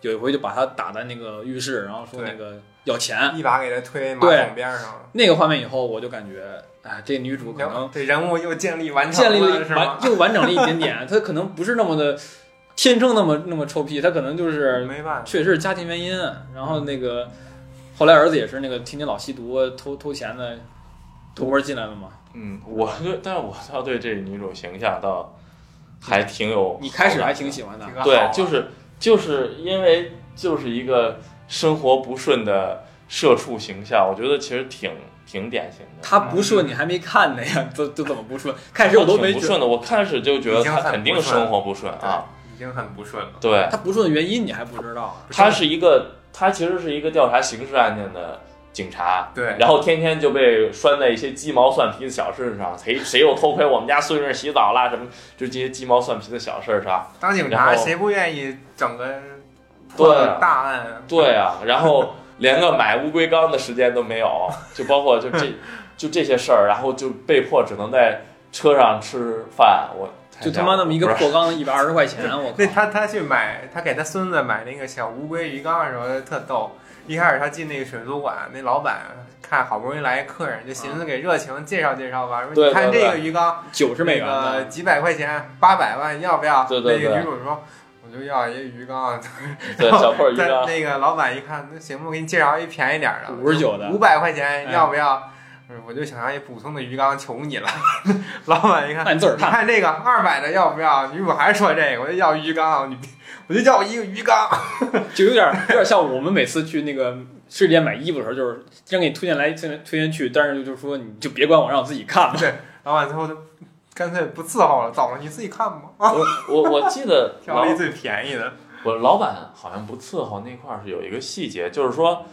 S3: 有一回就把他打在那个浴室，然后说那个要钱。
S4: 嗯
S2: 一把给他推马
S3: 对
S2: 桶边儿上了。
S3: 那个画面以后，我就感觉，哎，这女主可能
S2: 对人物又建立完成
S3: 建立了
S2: 了，
S3: 一
S2: 是
S3: 完
S2: 吗？
S3: 又完整了一点点，她可能不是那么的天生那么那么臭屁，他可能就是
S2: 没办法，
S3: 确实是家庭原因。然后那个后来儿子也是那个天天老吸毒、偷偷钱的，偷摸进来了嘛。
S4: 嗯，我对，但是我倒对这女主形象倒还挺有，
S3: 你嗯开始还挺喜欢的
S2: 挺，好
S4: 对
S2: 啊，
S4: 就是就是因为就是一个生活不顺的社畜形象，我觉得其实挺挺典型的。
S3: 他不顺你还没看呢呀，都都怎么不顺？开始我都
S4: 嗯挺
S3: 没觉
S4: 不
S3: 得
S4: 顺的，我开始就觉得
S2: 已经
S4: 他
S2: 很
S4: 肯定
S2: 不顺
S4: 生活不顺啊，
S2: 已经很不顺了。
S4: 对，
S3: 他不顺的原因你还不知道啊，
S4: 他是一个，他其实是一个调查刑事案件的警察，
S2: 对，
S4: 然后天天就被拴在一些鸡毛蒜皮的小事上，谁谁又偷窥我们家孙女洗澡啦，什么就这些鸡毛蒜皮的小事上。
S2: 当警
S4: 然
S2: 察
S4: 后
S2: 谁不愿意整个
S4: 对
S2: 破个大案？
S4: 对啊，然后连个买乌龟缸的时间都没有，就包括就这就这些事儿，然后就被迫只能在车上吃饭。我太
S3: 就他
S4: 想
S3: 妈那么一个
S4: 不是
S3: 破缸一百二十块钱，我
S2: 那
S3: 靠！
S2: 他他去买，他给他孙子买那个小乌龟鱼缸的时候特逗。一开始他进那个水族馆，那老板看好不容易来一客人，就寻思给热情介绍介绍吧，说
S4: 啊对
S2: 你看这
S4: 对
S2: 个
S4: 对
S2: 鱼缸
S3: 九十美元
S2: 那个
S3: 的，
S2: 几百块钱，八百万要不要？
S4: 对对
S2: 那个
S4: 对
S2: 女主说。我就要一个鱼缸，
S4: 对小 破鱼啊
S2: 但
S4: 缸，
S2: 那个老板一看，那行吧，我给你介绍一便宜点儿的，
S3: 59的
S2: 五百块钱
S3: 哎
S2: 要不要？我就想要一普通的鱼缸，求你了。 老板一看，
S4: 哎
S3: 那你自个儿
S2: 你
S3: 看。
S2: 看这个二百的要不要？女主还是说这个，我就要鱼缸，你我就要一个鱼缸。
S3: 就有点儿有点像我们每次去那个饰店买衣服的时候，就是先给你推荐来，推荐推荐去，但是就说你就别管我，让我自己看吧。
S2: 老板最后就干脆不伺候了，走了，你自己看吧。啊，
S4: 我我我记得
S2: 挑
S4: 老
S2: 了一最便宜的，
S4: 我老板好像不伺候那块儿是有一个细节，就是说，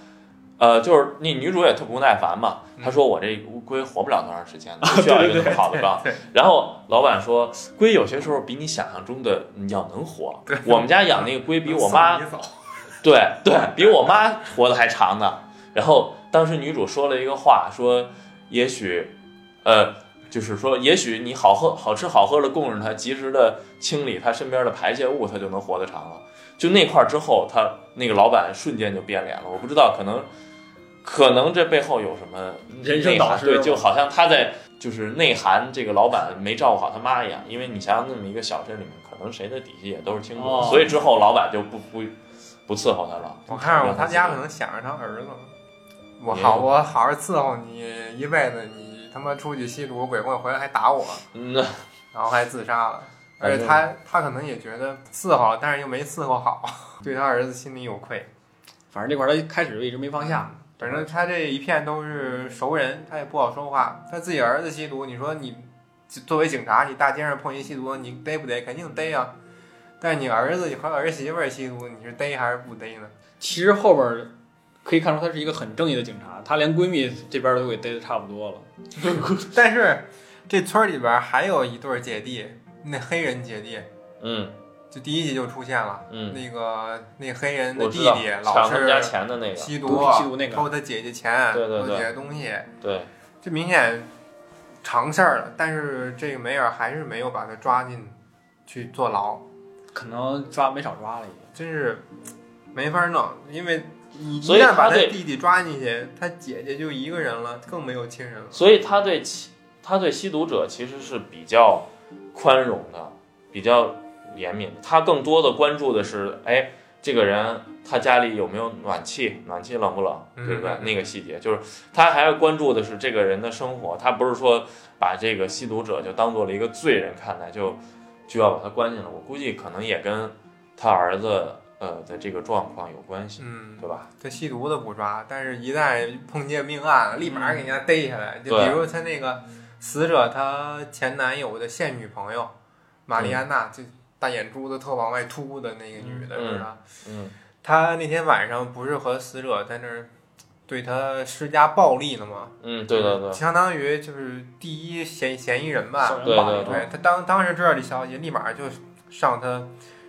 S4: 呃，就是那女主也特不耐烦嘛，她说我这乌龟活不了多长时 间，不需要一个那么好的缸。
S2: 嗯对对
S4: 然后老板说，龟有些时候比你想象中的要能活。 我们家养那个龟比我妈
S2: 送你走
S4: 对对比我妈活得还长呢。然后当时女主说了一个话，说也许，呃，就是说也许你好喝好吃好喝的供着它，及时的清理它身边的排泄物，它就能活得长了。就那块儿之后，他那个老板瞬间就变脸了。我不知道，可能可能这背后有什么
S3: 人生
S4: 内
S3: 导
S4: 涵
S3: 师
S4: 对，
S3: 吗
S4: 就好像他在就是内涵这个老板没照顾好他妈一样。因为你想想，那么一个小镇里面，可能谁的底细也都是清楚的，
S3: 哦
S4: 所以之后老板就不不不伺候他了。
S2: 我看着我他家可能想着他儿子，我
S4: 嗯也
S2: 好
S4: 有
S2: 我好好伺候你一辈子，你他妈出去吸毒鬼混回来还打我，
S4: 嗯，那
S2: 然后还自杀了。
S4: 反
S2: 而且
S4: 正
S2: 他他可能也觉得伺候，但是又没伺候好， 对他儿子心里有愧。
S3: 反正这块儿他开始就一直没放下，
S2: 反正他这一片都是熟人，他也不好说话。他自己儿子吸毒，你说你作为警察，你大街上碰一吸毒，你逮不逮？肯定逮啊。但是你儿子和儿媳妇儿吸毒，你是逮还是不逮呢？
S3: 其实后边儿可以看出他是一个很正义的警察，他连闺蜜这边儿都给逮的差不多了。
S2: 但是这村儿里边儿还有一对儿姐弟，那黑人姐弟，
S4: 嗯
S2: 就第一集就出现了。
S4: 嗯，
S2: 那个那黑人的
S4: 我
S2: 弟
S4: 知道，
S2: 弟
S4: 抢
S2: 老
S4: 他们家
S2: 是
S4: 钱的那个，
S2: 吸毒，
S3: 毒吸毒那个
S2: 偷他姐姐钱，
S4: 对对
S2: 偷
S4: 对
S2: 姐姐东西，
S4: 对，
S2: 这明显常事儿了，但是这个梅尔还是没有把他抓进去坐牢，
S3: 可能抓没少抓了已经。
S2: 真是没法弄，因为你一
S4: 所以
S2: 旦把
S4: 他这
S2: 弟弟抓进去，他姐姐就一个人了，更没有亲人了。
S4: 所以他对吸他对吸毒者其实是比较宽容的，比较怜悯的。他更多的关注的是，哎，这个人他家里有没有暖气，暖气冷不冷，
S2: 嗯
S4: 对不对？
S2: 嗯嗯
S4: 那个细节就是他还要关注的是这个人的生活，他不是说把这个吸毒者就当做了一个罪人看待，就就要把他关进来。我估计可能也跟他儿子呃的这个状况有关系，
S2: 嗯，
S4: 对吧？
S2: 他吸毒的不抓，但是一旦碰见命案，立马给人家逮下来。就
S4: 对
S2: 比如他那个死者，他前男友的现女朋友玛丽安娜，就大眼珠子特往外凸的那个女的，
S4: 嗯
S2: 是吧？
S4: 嗯，
S2: 他那天晚上不是和死者在那儿对他施加暴力了吗？
S4: 嗯，对对对，
S2: 相当于就是第一嫌嫌疑人
S3: 小
S2: 吧。
S3: 人
S4: 对
S3: 绑
S4: 对
S3: 一
S4: 对
S3: 通
S2: 对他当当时知道这消息，立马就上他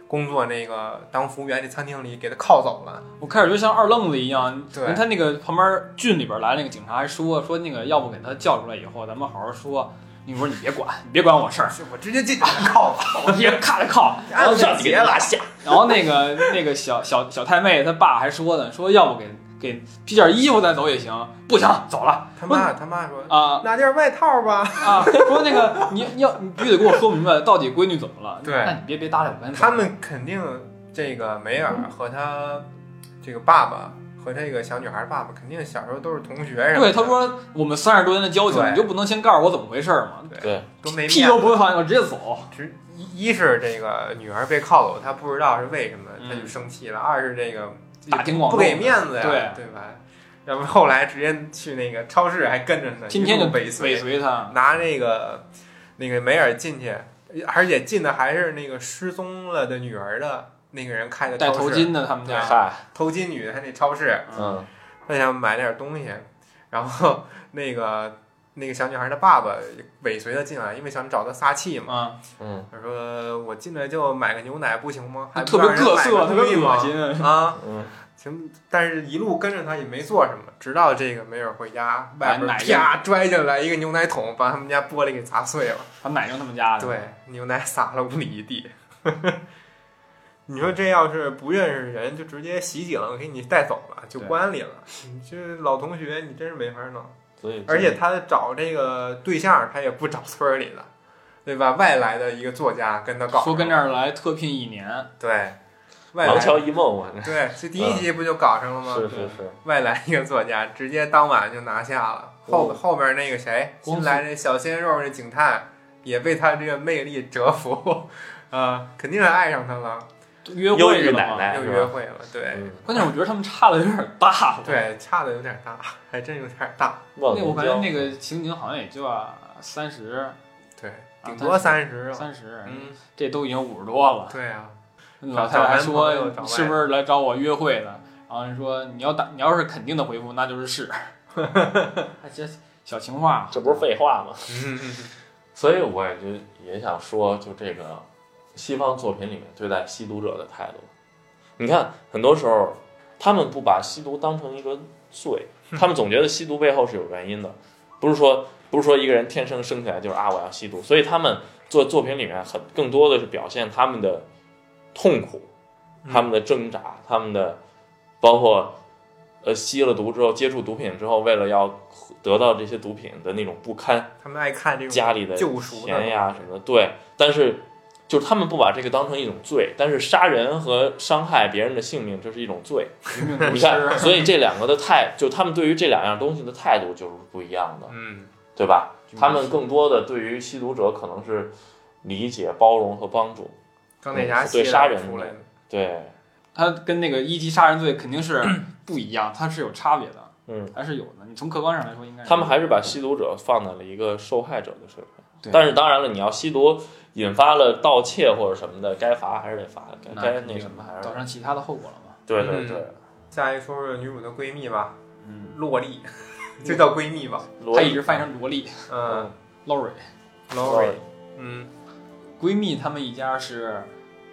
S2: 工作那个当服务员那餐厅里给他铐走了。
S3: 我开始就像二愣子一样，
S2: 对
S3: 他那个旁边郡里边来那个警察还说说那个，要不给他叫出来以后，咱们好好说。你说你别管，你别管我 事儿，
S2: 是我直接进去给他铐了。
S3: 我别看着靠，然后
S2: 按上级
S4: 拉下。
S3: 然后那个那个小小小太妹她爸还说呢，说要不给给披件衣服再走也行，不行，走了
S2: 他妈他妈说
S3: 啊
S2: 拿件外套 吧。
S3: 啊！说那个你你要你必须得跟我说明白到底闺女怎么了，
S2: 对
S3: 那你别别搭理我，赶紧走
S2: 他们肯定这个梅尔和他这个爸爸和这个小女孩爸爸肯定小时候都是同学什么的
S3: 对，他说我们三十多年的交情，
S2: 对
S3: 你就不能先告诉我怎么回事儿吗？
S4: 对，
S2: 都没
S3: 屁
S2: 面
S3: 都不
S2: 子。
S3: 会放，我直接走。
S2: 只一一是这个女孩被铐走，他不知道是为什么，
S3: 嗯
S2: 他就生气了；二是这个
S3: 大庭广众
S2: 不给面子呀，
S3: 对
S2: 对吧？要不后来直接去那个超市还跟着呢，
S3: 天天
S2: 呃一
S3: 就
S2: 路尾
S3: 尾随他，
S2: 拿那个那个梅尔进去，而且进的还是那个失踪了的女儿的那个人开的
S3: 戴
S2: 超
S3: 头
S2: 市，
S3: 巾的他们家。
S4: 嗨，
S2: 头巾女的她那超市，
S3: 嗯，
S4: 嗯，
S2: 她想买点东西，然后 那个那个小女孩的爸爸尾随她进来，因为想找她撒气嘛。
S3: 啊，
S4: 嗯
S2: 他说：“我进来就买个牛奶不行吗？还
S3: 特别各色，特
S2: 特
S3: 别
S2: 别
S3: 恶心。
S2: 啊！
S4: 嗯，
S2: 行，但是一路跟着他也没做什么，直到这个梅尔回家，外边
S3: 买奶
S2: 啪拽进来一个牛奶桶，把他们家玻璃给砸碎了。
S3: 把奶扔他们家的。
S2: 对，牛奶洒了屋里一地。 你说这要是不认识人，就直接袭警给你带走了，就
S3: 对
S2: 关里了。你这老同学，你真是没法弄。
S4: 所以
S2: 而且他找这个对象，他也不找村儿里的，对吧？外来的一个作家跟他搞上了，
S3: 说跟这儿来特聘一年，
S2: 对，外
S4: 廊
S2: 来
S4: 桥遗梦 嘛，
S2: 对，这第一集
S3: 嗯
S2: 不就搞上了吗？
S4: 是是是，
S2: 外来一个作家，直接当晚就拿下了。后
S4: 哦
S2: 后边那个谁，
S3: 光
S2: 新来那小鲜肉那警探，也被他这个魅力折服， 啊，肯定是爱上他了，
S3: 约
S4: 忧
S3: 会
S4: 郁
S3: 了嘛
S4: 奶奶
S2: 又
S4: 是
S2: 约
S4: 吧？
S2: 会了。对
S4: 嗯，
S3: 关键我觉得他们差的有点大。，
S2: 对，差的有点大， 还真有点大。
S4: 忘
S3: 那我
S4: 年
S3: 感觉
S4: 交，
S3: 那个情景好像也就啊三十、
S2: 对，
S3: 啊
S2: 顶多三十了。
S3: 三十，
S2: 嗯，
S3: 这都已经五十多了。
S2: 对啊，
S3: 老太太还
S2: 找男朋友找
S3: 说
S2: 外
S3: 是不是来找我约会的？然后人说你要打，你要是肯定的回复，那就 是是。还这小情话，
S4: 这不是废话吗？
S2: 嗯，
S4: 啊 所以我也就也想说，就这个西方作品里面对待吸毒者的态度，你看很多时候他们不把吸毒当成一个罪，他们总觉得吸毒背后是有原因的，不是说不是说一个人天生生起来就是啊我要吸毒，所以他们做作品里面很更多的是表现他们的痛苦，他们的挣扎，他们的包括呃吸了毒之后接触毒品之后，为了要得到这些毒品的那种不堪。
S2: 他们爱看这种
S4: 家里的
S2: 救赎的
S4: 钱呀什么的，对，但是就是他们不把这个当成一种罪，但是杀人和伤害别人的性命这是一种罪，
S3: 明明不
S4: 你
S3: 是。
S4: 看，所以这两个的态，就他们对于这两样东西的态度就是不一样的，
S2: 嗯，
S4: 对吧？他们更多的对于吸毒者可能是理解、包容和帮助，
S2: 钢铁侠
S4: 嗯
S2: 系
S4: 对杀人
S2: 列出来的，
S4: 对，
S3: 它跟那个一级杀人罪肯定是 不一样，它是有差别的，
S4: 嗯，
S3: 还是有的。你从客观上来说，应该是
S4: 他们还是把吸毒者放在了一个受害者的身份。
S3: 对
S4: 但是当然了，你要吸毒引发了盗窃或者什么的，该罚还是得罚，该
S3: 那
S4: 该
S3: 肯
S4: 那
S3: 定
S4: 什么还是
S3: 导上其他的后果了嘛？
S4: 对对
S2: 嗯
S4: 对，
S2: 下一说说女主的闺蜜吧，
S3: 嗯，
S2: 洛丽， 就叫闺蜜吧，
S4: 罗啊
S3: 她
S4: 伊
S3: 嗯一直翻译成萝莉
S2: 嗯
S3: （Lori）。
S2: ，Lori，嗯，
S3: 啊闺蜜她们一家是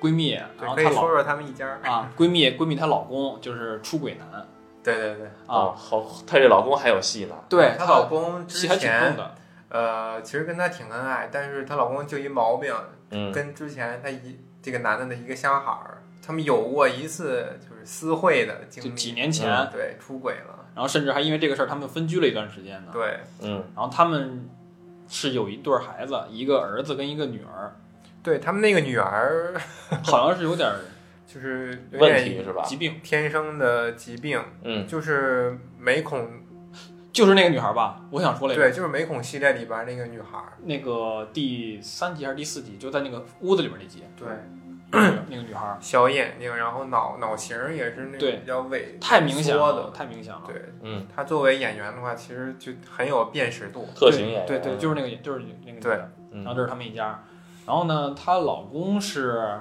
S3: 闺蜜，然
S2: 对，
S3: 后
S2: 可
S3: 她
S2: 以说
S3: 老
S2: 说他们一家儿。
S3: 啊，闺蜜闺蜜她老公就是出轨男
S2: 对对对，
S4: 哦，
S3: 啊，
S4: 好，她这老公还有戏呢。
S3: 对
S2: 她老公之
S3: 戏还挺重
S2: 前
S3: 的，
S2: 呃，其实跟她挺恩爱，但是她老公就一毛病，
S4: 嗯，
S2: 跟之前她一这个男的的一个相好儿，他们有过一次就是私会的
S3: 就
S2: 经
S3: 几
S2: 历，
S3: 年前，
S4: 嗯
S2: 对，出轨了，
S3: 然后甚至还因为这个事儿他们分居了一段时间呢。
S2: 对
S4: 嗯，
S3: 然后他们是有一对儿孩子，一个儿子跟一个女儿，
S2: 对，他们那个女儿
S3: 好像是有点儿
S2: 就是有
S4: 问题
S2: 点
S4: 是吧？
S3: 疾病，
S2: 天生的疾病，
S4: 嗯，
S2: 就是美恐，
S3: 就是那个女孩吧？我想说来着。
S2: 对，就是美恐系列里边儿那个女孩儿，
S3: 那个第三集还是第四集，就在那个屋子里面那集，
S2: 对，
S3: 那个女孩儿
S2: 小眼睛，然后脑脑型儿也是那
S3: 对
S2: 种比较萎
S3: 太明显
S2: 缩
S3: 了，
S2: 的，
S3: 太明显了。
S2: 对，
S4: 嗯，
S2: 她作为演员的话，其实就很有辨识度，
S4: 特型演员，
S3: 对对，就是那个，就是那个女
S2: 对
S3: 的。然后
S4: 嗯，
S3: 这是他们一家，然后呢，她老公是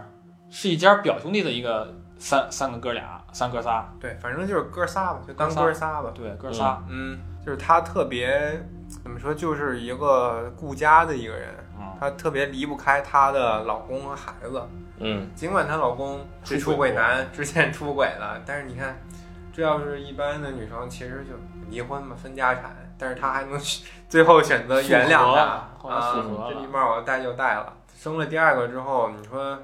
S3: 是一家表兄弟的一个三三个哥俩，三哥仨，
S2: 对，反正就是哥仨吧，就当
S3: 哥仨
S2: 哥仨吧。
S3: 对哥仨，
S2: 嗯，就是他特别怎么说，就是一个顾家的一个人，
S3: 嗯，
S2: 她特别离不开她的老公和孩子。
S4: 嗯，
S2: 尽管她老公是
S3: 出
S2: 出轨
S3: 轨
S2: 男，之前出轨了，但是你看，这要是一般的女生，其实就离婚嘛，分家产，但是她还能最后选择原谅
S3: 复
S2: 他
S3: 合后来复合
S2: 啊，
S3: 了
S2: 这地方我带就带了。生了第二个之后，你说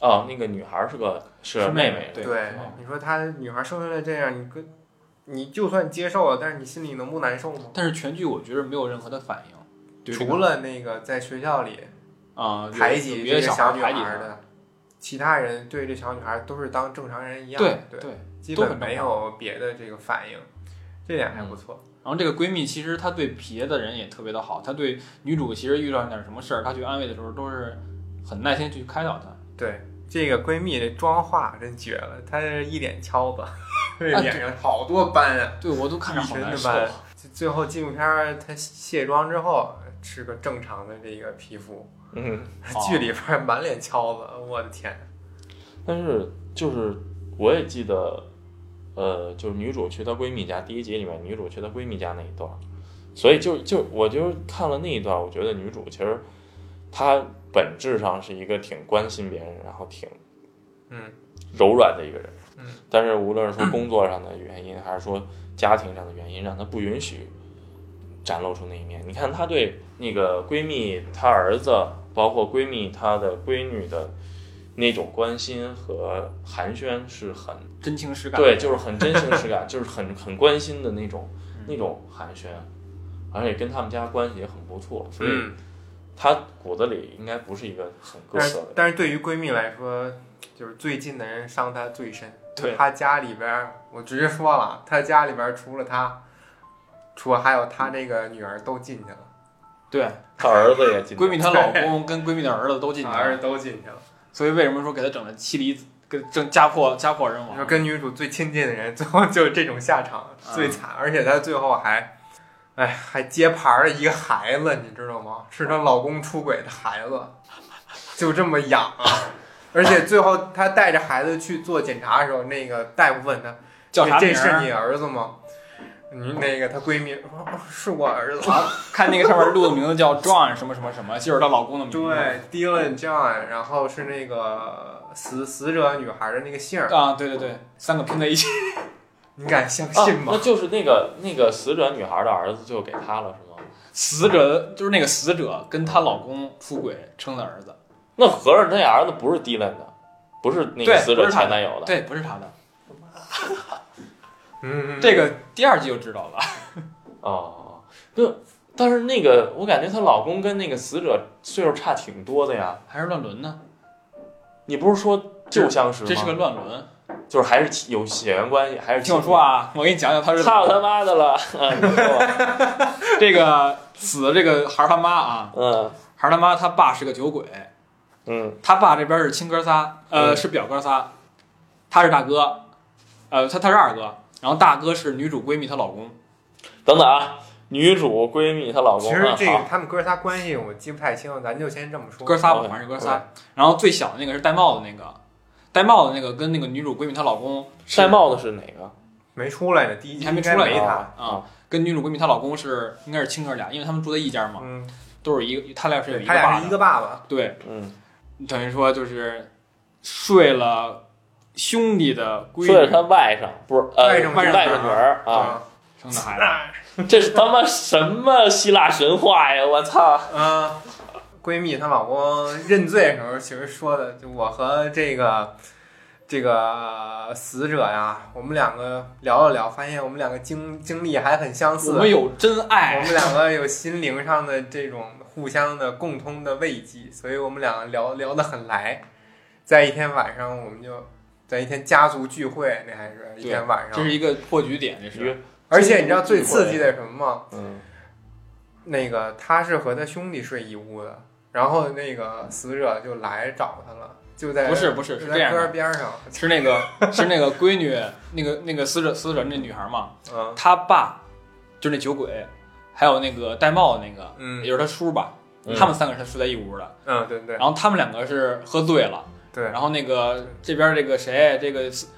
S4: 哦，那个女孩是个是
S3: 是妹
S4: 妹，
S3: 对
S2: 对，你说她女孩生下来这样，你跟你就算接受了，但是你心里能不难受吗？
S3: 但是全剧我觉得没有任何的反应，对这个
S2: 除了那个在学校里
S3: 啊有
S2: 排
S3: 有
S2: 挤
S3: 别
S2: 这
S3: 的
S2: 个
S3: 小孩
S2: 女
S3: 排挤
S2: 孩
S3: 他
S2: 的，其他人对这小女孩都是当正常人一样，
S3: 对
S2: 对，
S3: 对。
S2: 基
S3: 都很
S2: 本
S3: 正
S2: 没
S3: 常嗯
S2: 有别的这个反应，这点还不错。
S3: 然后这个闺蜜其实她对别的人也特别的好，她对女主其实遇到点什么事儿，她去安慰的时候都是很耐心去开导她。
S2: 对，这个闺蜜这妆化真绝了，她这一脸敲子， 这
S3: 啊
S2: 脸上好多斑啊，
S3: 对我都看着
S2: 一
S3: 好
S2: 身
S3: 难
S2: 的
S3: 受。
S2: 斑。最最后纪录片儿她卸妆之后是个正常的这个皮肤，
S4: 嗯，
S2: 剧里边儿满脸敲子，我的天！
S4: 但是就是我也记得，呃，就是女主去她闺蜜家第一集里面，女主去她闺蜜家那一段儿，所以就就我就看了那一段儿，我觉得女主其实她本质上是一个挺关心别人，然后挺
S2: 嗯
S4: 柔软的一个人。
S2: 嗯
S4: 但是无论是说工作上的原因，还是说家庭上的原因，让她不允许展露出那一面。你看她对那个闺蜜、她儿子，包括闺蜜她的闺女的那种关心和寒暄，是很
S3: 真情实感。
S4: 对，就是很真情实感，就是很很关心的那种
S3: 嗯
S4: 那种寒暄，而且跟他们家关系也很不错，所以
S2: 嗯，
S4: 她骨子里应该不是一个很各
S2: 但是
S4: 色的人。
S2: 但是对于闺蜜来说，就是最近的人伤她最深。
S3: 对
S2: 她家里边儿，我直接说了，她家里边儿除了她，除了还有她这个女儿都进去了，
S3: 对，
S4: 她儿子也进
S3: 闺蜜她老公跟闺蜜的儿子都进去
S2: 她啊儿
S3: 了，
S2: 子都进去了。
S3: 所以为什么说给她整的妻离子跟整家破家破人
S2: 你
S3: 亡
S2: 说？跟女主最亲近的人， 最后就这种下场，
S3: 啊
S2: 最惨。而且她最后还，哎，还接盘儿一个孩子，你知道吗？是她老公出轨的孩子，就这么养啊。而且最后她带着孩子去做检查的时候，那个大夫问她。哎
S3: 叫啥
S2: 这
S3: 名
S2: 是
S3: 儿？
S2: 你儿子吗？你那个她闺蜜说哦是我儿子。
S3: 啊，看那个上面录的名字叫 John 什么什么什么，就是她老公的名字。
S2: 对，Dylan John，然后是那个死死者女孩的那个姓儿，
S3: 啊，对对对，三个拼在一起。
S2: 你敢相
S4: 啊
S2: 信，吗
S4: 那？就是那个那个死者女孩的儿子就给她了，是吗？
S3: 死者就是那个死者跟她老公出轨生的儿子，
S4: 那合着那儿子不是 Dylan 的，不是那
S3: 对
S4: 个死
S3: 不
S4: 者
S3: 是他
S4: 前男友的。
S3: 对，不是她的。
S2: 嗯，嗯
S3: 这个第二季就知道了。
S4: 哦，不，但是那个我感觉她老公跟那个死者岁数差挺多的呀。
S3: 还是乱伦呢？
S4: 你不是说旧相识吗？
S3: 这是个乱伦。
S4: 就是还是亲有血缘关系，还是
S3: 听我说
S4: 啊！
S3: 啊，我给你讲讲她是
S4: 操他妈的了！ 啊你说吧
S3: 这个死的这个孩儿他妈啊，
S4: 嗯
S3: 孩儿他妈他爸是个酒鬼，
S4: 嗯
S3: 他爸这边是亲哥仨，呃，
S4: 嗯
S3: 是表哥仨，他是大哥，呃，他他是二哥，然后大哥是女主闺蜜她老公，
S4: 等等啊，女主闺蜜她老公
S2: 其实
S4: 啊，
S2: 这个
S4: 好
S2: 他们哥仨关系我记不太清了，咱就先这么说。
S3: 哥仨吧，反正是哥仨，然后最小的那个是戴帽子那个，戴帽子那个跟那个女主闺蜜她老公
S4: 戴帽子是哪个？
S2: 没出来呢，第一
S3: 你
S2: 季
S3: 还没
S2: 应
S3: 出
S2: 该
S3: 来
S2: 没他。
S3: 啊、跟女主闺蜜她老公是应该是亲哥俩，因为他们住在一家嘛，
S2: 嗯，
S3: 都是一个，他俩是有一个
S2: 他
S3: 爸
S2: 俩是
S3: 的
S2: 一，个爸爸。
S3: 对，
S4: 嗯，
S3: 等于说就是睡了兄弟的闺
S4: 说的
S3: 女
S4: 是她外甥，不是呃
S2: 外甥女
S4: 外
S2: 儿
S4: 甥女儿啊。
S3: 生的孩子。
S2: 啊
S4: 这是他妈什么希腊神话呀！我操！
S2: 啊，闺蜜她老公认罪的时候，其实说的就我和这个这个死者呀，我们两个聊了聊，发现我们两个经经历还很相似，
S3: 我们有真
S2: 我
S3: 爱，
S2: 们两个有心灵上的这种互相的共通的慰藉，所以我们两个聊聊得很来。在一天晚上，我们就在一天家族聚会，那还是一天晚
S3: 这
S2: 上
S3: 是。一个破局点，这是。
S2: 而且你知道最刺激的是什么吗？
S4: 嗯，
S2: 那个他是和他兄弟睡一屋的，然后那个死者就来找他了，就在
S3: 不是不是
S2: 就是
S3: 这
S2: 在
S3: 样
S2: 歌
S3: 的，
S2: 边上，
S3: 是那个是那个闺女，那个那个死者死者那女孩嘛，
S2: 嗯
S3: 她爸就是那酒鬼，还有那个戴帽的那个，也
S2: 嗯
S3: 就是她叔吧，
S4: 嗯
S3: 他们三个是睡在一屋的，
S2: 嗯，对对
S3: 然后他们两个是喝醉了，
S2: 对，
S3: 然后那个这边这个谁这个死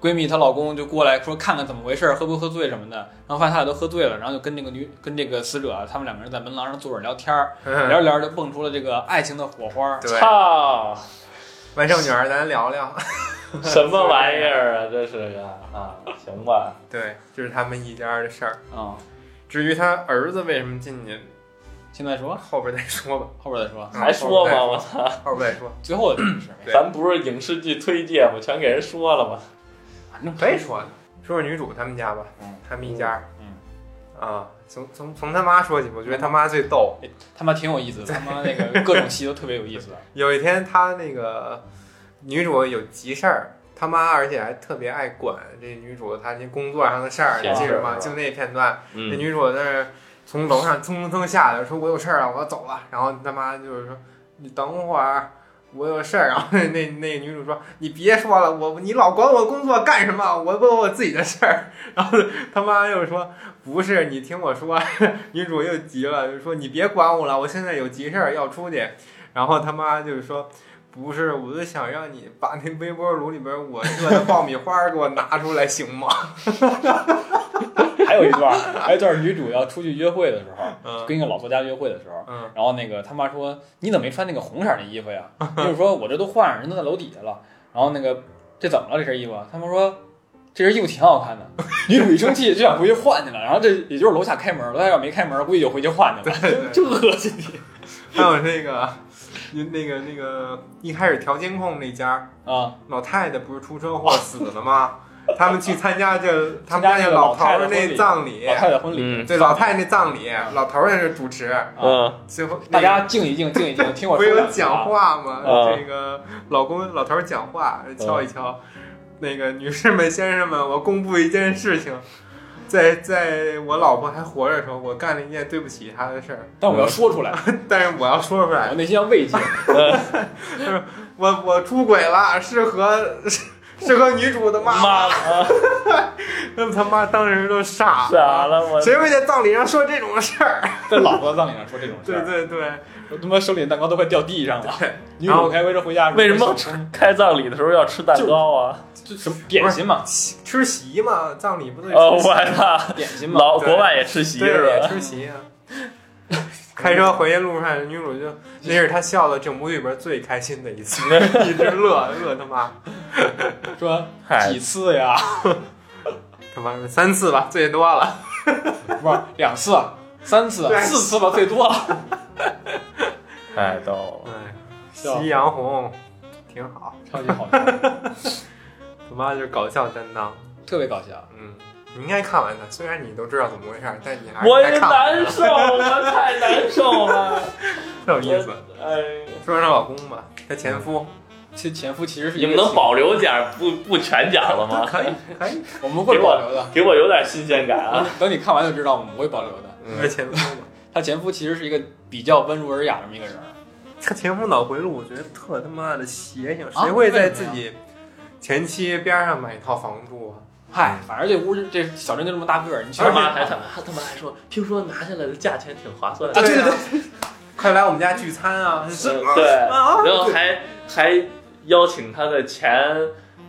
S3: 闺蜜她老公就过来说看看怎么回事，喝不喝醉什么的，然后发现他俩都喝醉了，然后就跟那个女跟这个死者他们两个人在门廊上坐着聊天儿，聊
S2: 嗯
S3: 着聊着就蹦出了这个爱情的火花儿。
S2: 对，
S4: 操！
S2: 万圣女儿咱聊聊，
S4: 什么玩意儿啊！这是个啊，行吧。
S2: 对，这是他们一家的事儿。
S3: 啊、
S2: 至于他儿子为什么进去，
S3: 现在说
S2: 后边再说 吧，
S3: 后边再说，
S4: 还说吗？我
S2: 吗？
S4: 操！
S2: 后边再说，
S3: 最后的这个事儿没
S2: 嗯
S3: 事，
S2: 对
S4: 咱不是影视剧推荐吗？全给人说了吗？
S3: 反正
S2: 可以说的。说说女主他们家吧，
S3: 嗯
S2: 他们一家，
S3: 嗯，
S2: 啊，从从从他妈说起，我觉得他妈最逗。
S3: 他妈挺有意思的，他妈那个各种戏都特别有意思。
S2: 有一天，他那个女主有急事儿，他妈而且还特别爱管这女主她那工作上的事
S3: 啊
S2: 儿，你
S4: 闲
S2: 记
S4: 事
S2: 着
S4: 儿
S2: 吗？
S4: 是吧
S2: 就那片段，那
S4: 嗯，
S2: 女主在那儿从楼上蹭蹭蹭下来，说我有事儿啊，我要走了。然后他妈就是说你等会儿，我有事儿。然后那那那女主说你别说了，我你老管我工作干什么？我问我自己的事儿。然后他妈又说不是，你听我说。女主又急了，就说你别管我了，我现在有急事儿要出去。然后他妈就是说。不是，我就想让你把那微波炉里边我热的爆米花儿给我拿出来，行吗？
S3: 还有一段儿， 还有一段儿女主要出去约会的时候，
S2: 嗯
S3: 跟一个老作家约会的时候，
S2: 嗯
S3: 然后那个他妈说：“你怎么没穿那个红色儿的衣服呀？”就是说我这都换上，人都在楼底下了。然后那个这怎么了？这身衣服？啊他妈说这身衣服挺好看的。女主一生气就想回去换去了。然后这也就是楼下开门，楼下要没开门，估计就回去换去了。
S2: 对对
S3: 这恶心你
S2: 还有那个，那个那个一开始调监控那家
S3: 啊！
S2: 老太太不是出车祸死了 吗？他们去参加这他
S3: 参
S2: 们家
S3: 加那个
S2: 那
S3: 老
S2: 头
S3: 太太
S2: 儿
S3: 婚礼
S2: 那葬礼
S3: 老，太太婚礼，
S4: 嗯
S2: 对老太太那葬礼，老头儿在这主持，
S4: 嗯，
S2: 最后
S3: 啊大家静一静，静一静，听我
S2: 不
S3: 说
S2: 是有
S3: 两句
S2: 讲
S3: 啊。
S2: 话吗？
S4: 啊
S2: 这个老公老头儿讲话，敲一敲。那个女士们、先生们，我公布一件事情，在在我老婆还活着的时候，我干了一件对不起她的事儿，
S3: 但我要说出来，
S2: 但是我要说出来
S3: 我，内心要慰藉。
S2: 我我出轨了，是和 是和女主的妈，
S4: 妈妈
S2: 那他妈当时都傻
S4: 咋了我？
S2: 谁会在葬礼上说这种事儿？
S3: 在老婆葬礼上说这种事
S4: 啊
S2: 对对
S3: 儿，
S2: 对，
S3: 我他妈手里的蛋糕都快掉地上了。女
S2: 然后
S3: 主开回这回家
S4: 为什么开葬礼的时候要吃蛋糕啊？
S3: 这什么点心嘛？
S2: 喜吃席嘛，葬礼不都得
S4: 哦，
S2: 吃
S4: 我
S2: 席？
S4: 操！
S3: 点心嘛？
S4: 老
S2: 对
S4: 国外也吃席是
S2: 对，也
S4: 吧？
S2: 吃席啊。 开车回去路上，女主就那是她笑的整部剧里边最开心的一 次，一直乐乐他妈
S3: 说
S4: 嗨
S3: 几，次呀？
S2: 他妈三次吧，最多了。
S3: 不是两次、三次、
S2: 对
S3: 四次吧，最多了。
S4: 太逗了。
S2: 哎，
S3: 笑
S2: 夕阳红挺好，
S3: 超级好笑，
S2: 他妈就是搞笑担当。
S3: 特别搞笑。
S2: 嗯，你应该看完的，虽然你都知道怎么回事儿，但你还是
S4: 我
S2: 该
S4: 也
S2: 看完
S4: 难受，我太难 受了。
S2: 特有意思。
S4: 哎，
S2: 说说她老公吧，她前夫，
S3: 其前夫其实是一
S4: 你
S3: 个
S4: 们能
S3: 挺
S4: 保留点儿不不全讲了吗？
S2: 可以 可以，
S3: 我们会保留的。
S4: 给我有点新鲜感
S3: 等
S4: 啊
S3: 你！等你看完就知道，我们不会保留的。
S2: 她前夫吧，
S3: 她前夫其实是一个比较温儒尔雅这么一个人，
S2: 她前夫脑回路我觉得特他妈的邪性，
S3: 啊
S2: 谁会在自己前妻边上买一套房住啊？
S3: 嗨，反正这屋这小镇就这么大个儿，你去
S4: 他
S3: 干
S4: 妈
S3: 嘛
S4: 还他妈他妈还说，听说拿下来的价钱挺划算的
S3: 啊，对对
S2: 啊，快来我们家聚餐啊！是
S4: 嗯
S2: 啊
S4: 对，
S2: 啊
S4: 然后还还邀请他的前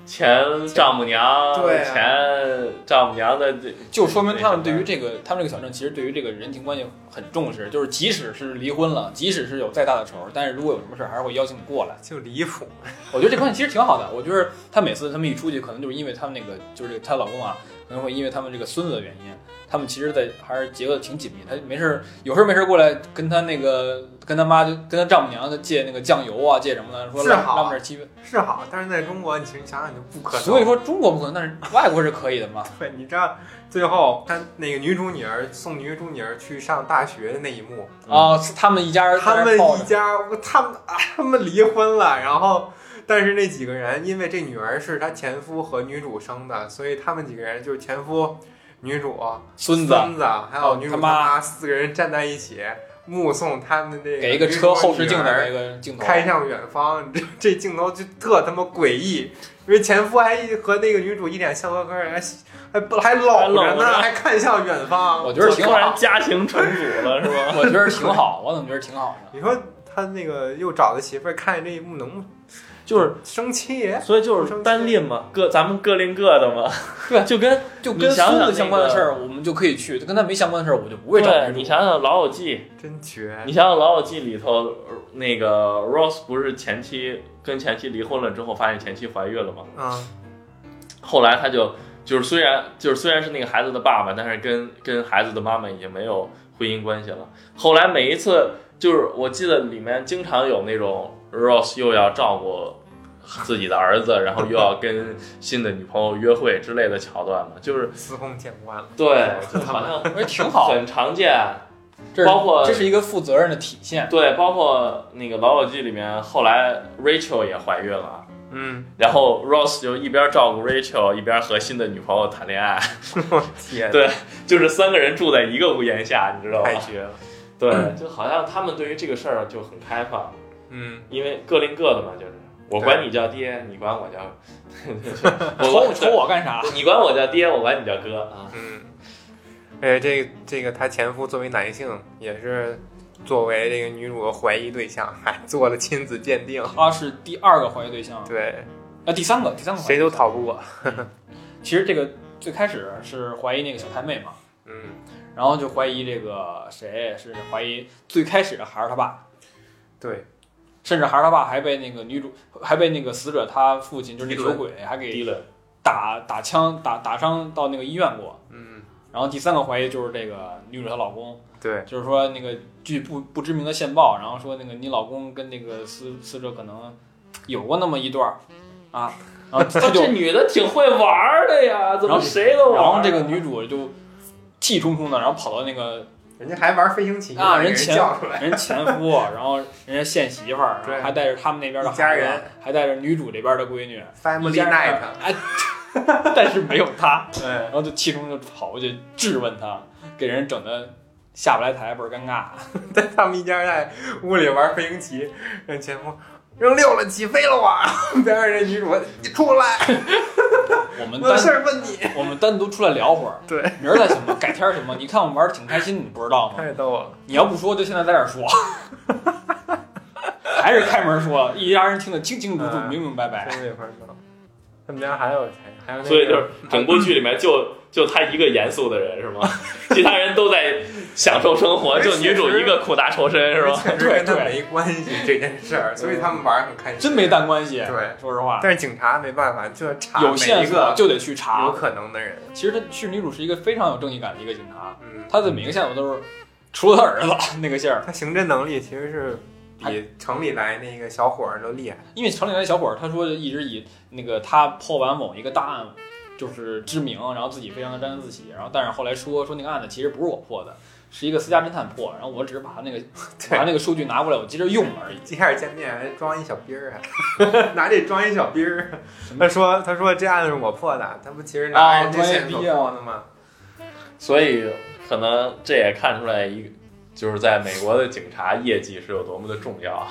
S4: 前丈母娘，
S2: 对啊
S4: 前丈母娘的这
S3: 就说明他们对于这个他们这个小镇其实对于这个人情关系很重视，就是即使是离婚了，即使是有再大的仇，但是如果有什么事儿还是会邀请你过来。
S2: 就离谱，
S3: 我觉得这关系其实挺好的。我觉得她每次他们一出去，可能就是因为他们那个，就是她老公啊，可能会因为他们这个孙子的原因，他们其实在还是结合的挺紧密。她没事儿有事儿没事儿过来跟她那个跟她妈就跟她丈母娘借那个酱油啊，借什么的，说
S2: 是
S3: 让
S2: 好
S3: 让我们这儿欺负。
S2: 是好，但是在中国，你其实想想就不可能。
S3: 所以说中国不可能，但是外国是可以的 嘛。
S2: 对，你知道最后他那个女主女儿送女主女儿去上大学的那一幕，
S4: 嗯
S3: 啊，是他们一家人在那
S2: 他
S3: 儿
S2: 们
S3: 抱
S2: 一
S3: 着
S2: 家，我他们啊，他们离婚了，然后。但是那几个人，因为这女儿是她前夫和女主生的，所以他们几个人就是前夫、女主、
S3: 孙子哦
S2: 孙子还有女主
S3: 他妈
S2: 妈四个人站在一起，目送他们那个
S3: 给一个
S2: 女主
S3: 车后视镜
S2: 女
S3: 的那
S2: 儿
S3: 个镜头，
S2: 开向远方，这这镜头就特他妈诡异。因为前夫还和那个女主一脸笑呵呵，还还不还
S4: 还
S2: 搂
S4: 搂
S2: 着呢，
S4: 着
S2: 还看向远方。
S3: 我觉得挺
S4: 突然
S3: 好，
S4: 家庭重组了是吧？
S3: 我觉得挺好，我怎么觉得挺好呢？
S2: 你说他那个又找的媳妇儿看这一幕，能不
S4: 就是
S2: 生气？
S4: 所以就是单拎嘛，各咱们各拎各的嘛，
S3: 对
S4: 就跟
S3: 就
S4: 你
S3: 跟
S4: 想
S3: 孙
S4: 想
S3: 子相
S4: 那
S3: 关的
S4: 个
S3: 事儿，我们就可以去；就跟他没相关的事儿，我就不会找
S4: 对
S3: 女主
S4: 你想想《老友记
S2: 真》，绝！
S4: 你想想《老友记》里头呃那个 Rose 不是前妻跟前妻离婚了之后，发现前妻怀孕了吗？
S2: 啊，
S4: 后来他就就是虽然就是虽然是那个孩子的爸爸，但是跟跟孩子的妈妈已经没有婚姻关系了。后来每一次就是我记得里面经常有那种 Rose 又要照顾自己的儿子，然后又要跟新的女朋友约会之类的桥段嘛，就是
S2: 司空见惯了。
S4: 对，就好像
S3: 我觉得挺 好，
S4: 很常见。啊
S3: 这
S4: 包括
S3: 这是一个负责任的体现。
S4: 对，包括那个《老友记》里面，后来 Rachel 也怀孕了，
S2: 嗯，
S4: 然后 Ross 就一边照顾 Rachel，一边和新的女朋友谈恋爱，
S2: 天，
S4: 对就是三个人住在一个屋檐下，你知道吗
S2: 太？绝了。
S4: 对，就好像他们对于这个事儿就很开放，
S2: 嗯，
S4: 因为各拎各的嘛，就是我管你叫爹，你管我叫，
S3: 瞅
S4: 我
S3: 瞅我干啥？
S4: 你管我叫爹，我管你叫哥啊，
S2: 嗯，而且这个这个她前夫作为男性，也是作为这个女主的怀疑对象，还做了亲子鉴定。
S3: 他啊是第二个怀疑对象，
S2: 对，
S3: 啊，第三个，第三个怀疑
S2: 谁都逃不过。
S3: 其实这个最开始是怀疑那个小太妹嘛，
S2: 嗯，
S3: 然后就怀疑这个谁是怀疑最开始还是他爸，
S2: 对，
S3: 甚至还是他爸还被那个女主还被那个死者他父亲就是那酒鬼还给
S4: 低了，
S3: 打打枪打打伤到那个医院过。
S2: 嗯，
S3: 然后第三个怀疑就是这个女主她老公，
S2: 对，
S3: 就是说那个据不不知名的线报，然后说那个你老公跟那个死死者可能有过那么一段儿啊，然后他
S4: 啊
S3: 就
S4: 这女的挺会玩儿的呀，怎
S3: 然后
S4: 么谁都玩儿
S3: 然
S4: 啊？
S3: 后这个女主就气冲冲的，然后跑到那个
S2: 人家还玩飞行棋呢
S3: 啊
S2: 给
S3: 人
S2: 人
S3: 前
S2: 叫出来。
S3: 人前夫， 然后人家现媳妇儿，然
S2: 对
S3: 后还带着他们那边的
S2: 一家
S3: 孩子
S2: 人，
S3: 还带着女主这边的闺女，一
S2: Family
S3: 家
S2: Night，
S3: 人哎， 但是没有他，
S2: 对
S3: 然，后就气冲冲就跑过去质问他，给人整的下不来台，倍儿尴尬。
S2: 但他们一家人在屋里玩飞行棋，人前夫扔六了，起飞了我， 边上人女主你出来，
S3: 我们
S2: 我有
S3: 单
S2: 事儿问你，
S3: 我们单独出来聊会儿，
S2: 对，
S3: 明儿再行吧，改天儿行吧。你看我们玩的挺开心，你不知道吗？
S2: 太逗了，
S3: 你要不说，就现在在这儿说，还是开门说，一家人听得清清楚楚、
S2: 嗯
S3: 明明白白。
S2: 真没法弄。他们家还有谁？还有那个，
S4: 所以就是整部剧里面 就就他一个严肃的人是吗？ 其他人都在享受生活，就女主一个苦大仇深是吧？
S2: 确实跟他没关系这件事儿，所以他们玩儿很开心，
S3: 真没淡关系。
S2: 对。
S3: 说实话，
S2: 但是警察没办法，就要查
S3: 有
S2: 每
S3: 线
S2: 一
S3: 索
S2: 个啊
S3: 就得去
S2: 有
S3: 查。
S2: 可能的人。
S3: 其实她是女主是一个非常有正义感的一个警察，
S2: 嗯，
S3: 她的每个线索都是，除了她儿子那个线儿，
S2: 他刑侦能力其实是比城里来那个小伙儿都厉害。
S3: 因为城里来小伙儿，他说一直以那个他破完某一个大案就是知名，然后自己非常的沾沾自喜，然后但是后来说说那个案子其实不是我破的，是一个私家侦探破，然后我只是把那个啊把
S2: 对，
S3: 那个数据拿过来，我接着用而已。
S2: 一开始见面还装一小兵 儿，还拿这装一小兵儿
S3: 什。么
S2: 他说：“他说这案子是我破的，他不其实
S3: 啊
S2: 拿人家
S3: 装一
S2: 线索
S3: 逼啊
S2: 破的吗？
S4: 所以可能这也看出来一个，就是在美国的警察业绩是有多么的重要啊！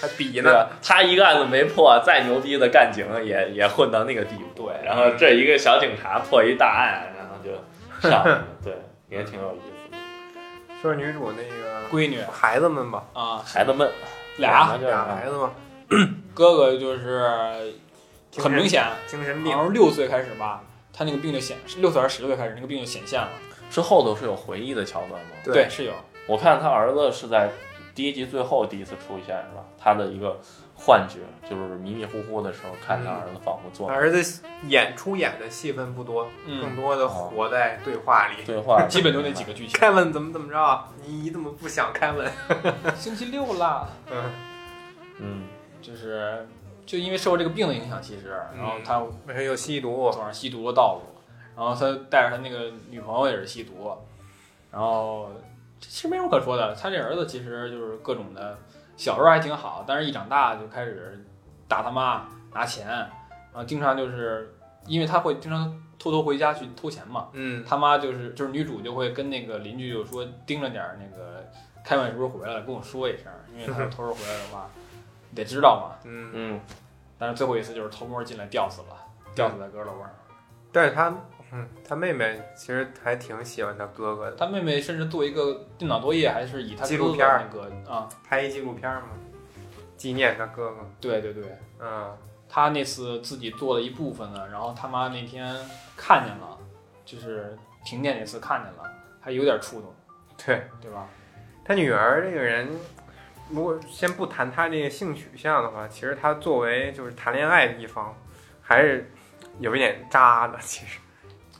S2: 还比
S4: 对
S2: 呢？
S4: 吧？他一个案子没破，再牛逼的干警也也混到那个地步。
S3: 对
S4: 然后这一个小警察破一大案，然后就上去 了，对，也挺有意思的。
S2: 说女主那个
S3: 闺女
S2: 孩子们吧，
S3: 啊，
S4: 孩子们
S3: 俩
S4: 就是
S2: 俩孩子嘛，
S3: 哥哥就是啊
S2: 精神
S3: 很明显，
S2: 精神病
S3: 好。像六岁开始吧，他那个病就显，六岁还是十岁开始，那个病就显现了。
S4: 是后头是有回忆的桥段吗？
S2: 对
S3: 对，是有。
S4: 我看他儿子是在第一集最后第一次出现是吧？他的一个幻觉，就是迷迷糊糊的时候看
S2: 嗯
S4: 他儿子仿佛做
S2: 儿子演出演的戏份不多，更
S3: 嗯，
S2: 多的活在对话里。
S4: 对 话，
S3: 基本就那几个剧情。
S2: 凯文怎么怎么着？啊你你怎么不想凯文？
S3: 星期六啦，
S2: 嗯，
S4: 嗯，
S3: 就是就因为受这个病的影响，其实，然后他
S2: 没事，又吸毒，
S3: 走上吸毒的道路，然后他带着他那个女朋友也是吸毒，然后其实没什么可说的，他这儿子其实就是各种的，小时候还挺好，但是一长大就开始打他妈拿钱，然后经常就是因为他会经常偷偷回家去偷钱嘛，
S2: 嗯，
S3: 他妈就是就是女主就会跟那个邻居就说盯着点儿那个开门是不是回来了，跟我说一声，因为他要偷偷回来的话，你得知道嘛。
S2: 嗯，
S4: 嗯，
S3: 但是最后一次就是偷摸进来吊死了，吊死在阁楼上。
S2: 但是他，嗯，他妹妹其实还挺喜欢他哥哥的，
S3: 他妹妹甚至做一个电脑作业，还是以他
S2: 纪
S3: 哥
S2: 录
S3: 哥
S2: 片儿
S3: 那个啊，
S2: 拍一纪录片嘛，纪念他哥哥。
S3: 对对对，
S2: 嗯，
S3: 他那次自己做了一部分呢，然后他妈那天看见了，就是停电那次看见了，还有点触动，
S2: 对
S3: 对吧？
S2: 他女儿这个人，如果先不谈他这个性取向的话，其实他作为就是谈恋爱的一方，还是有一点渣的，其实。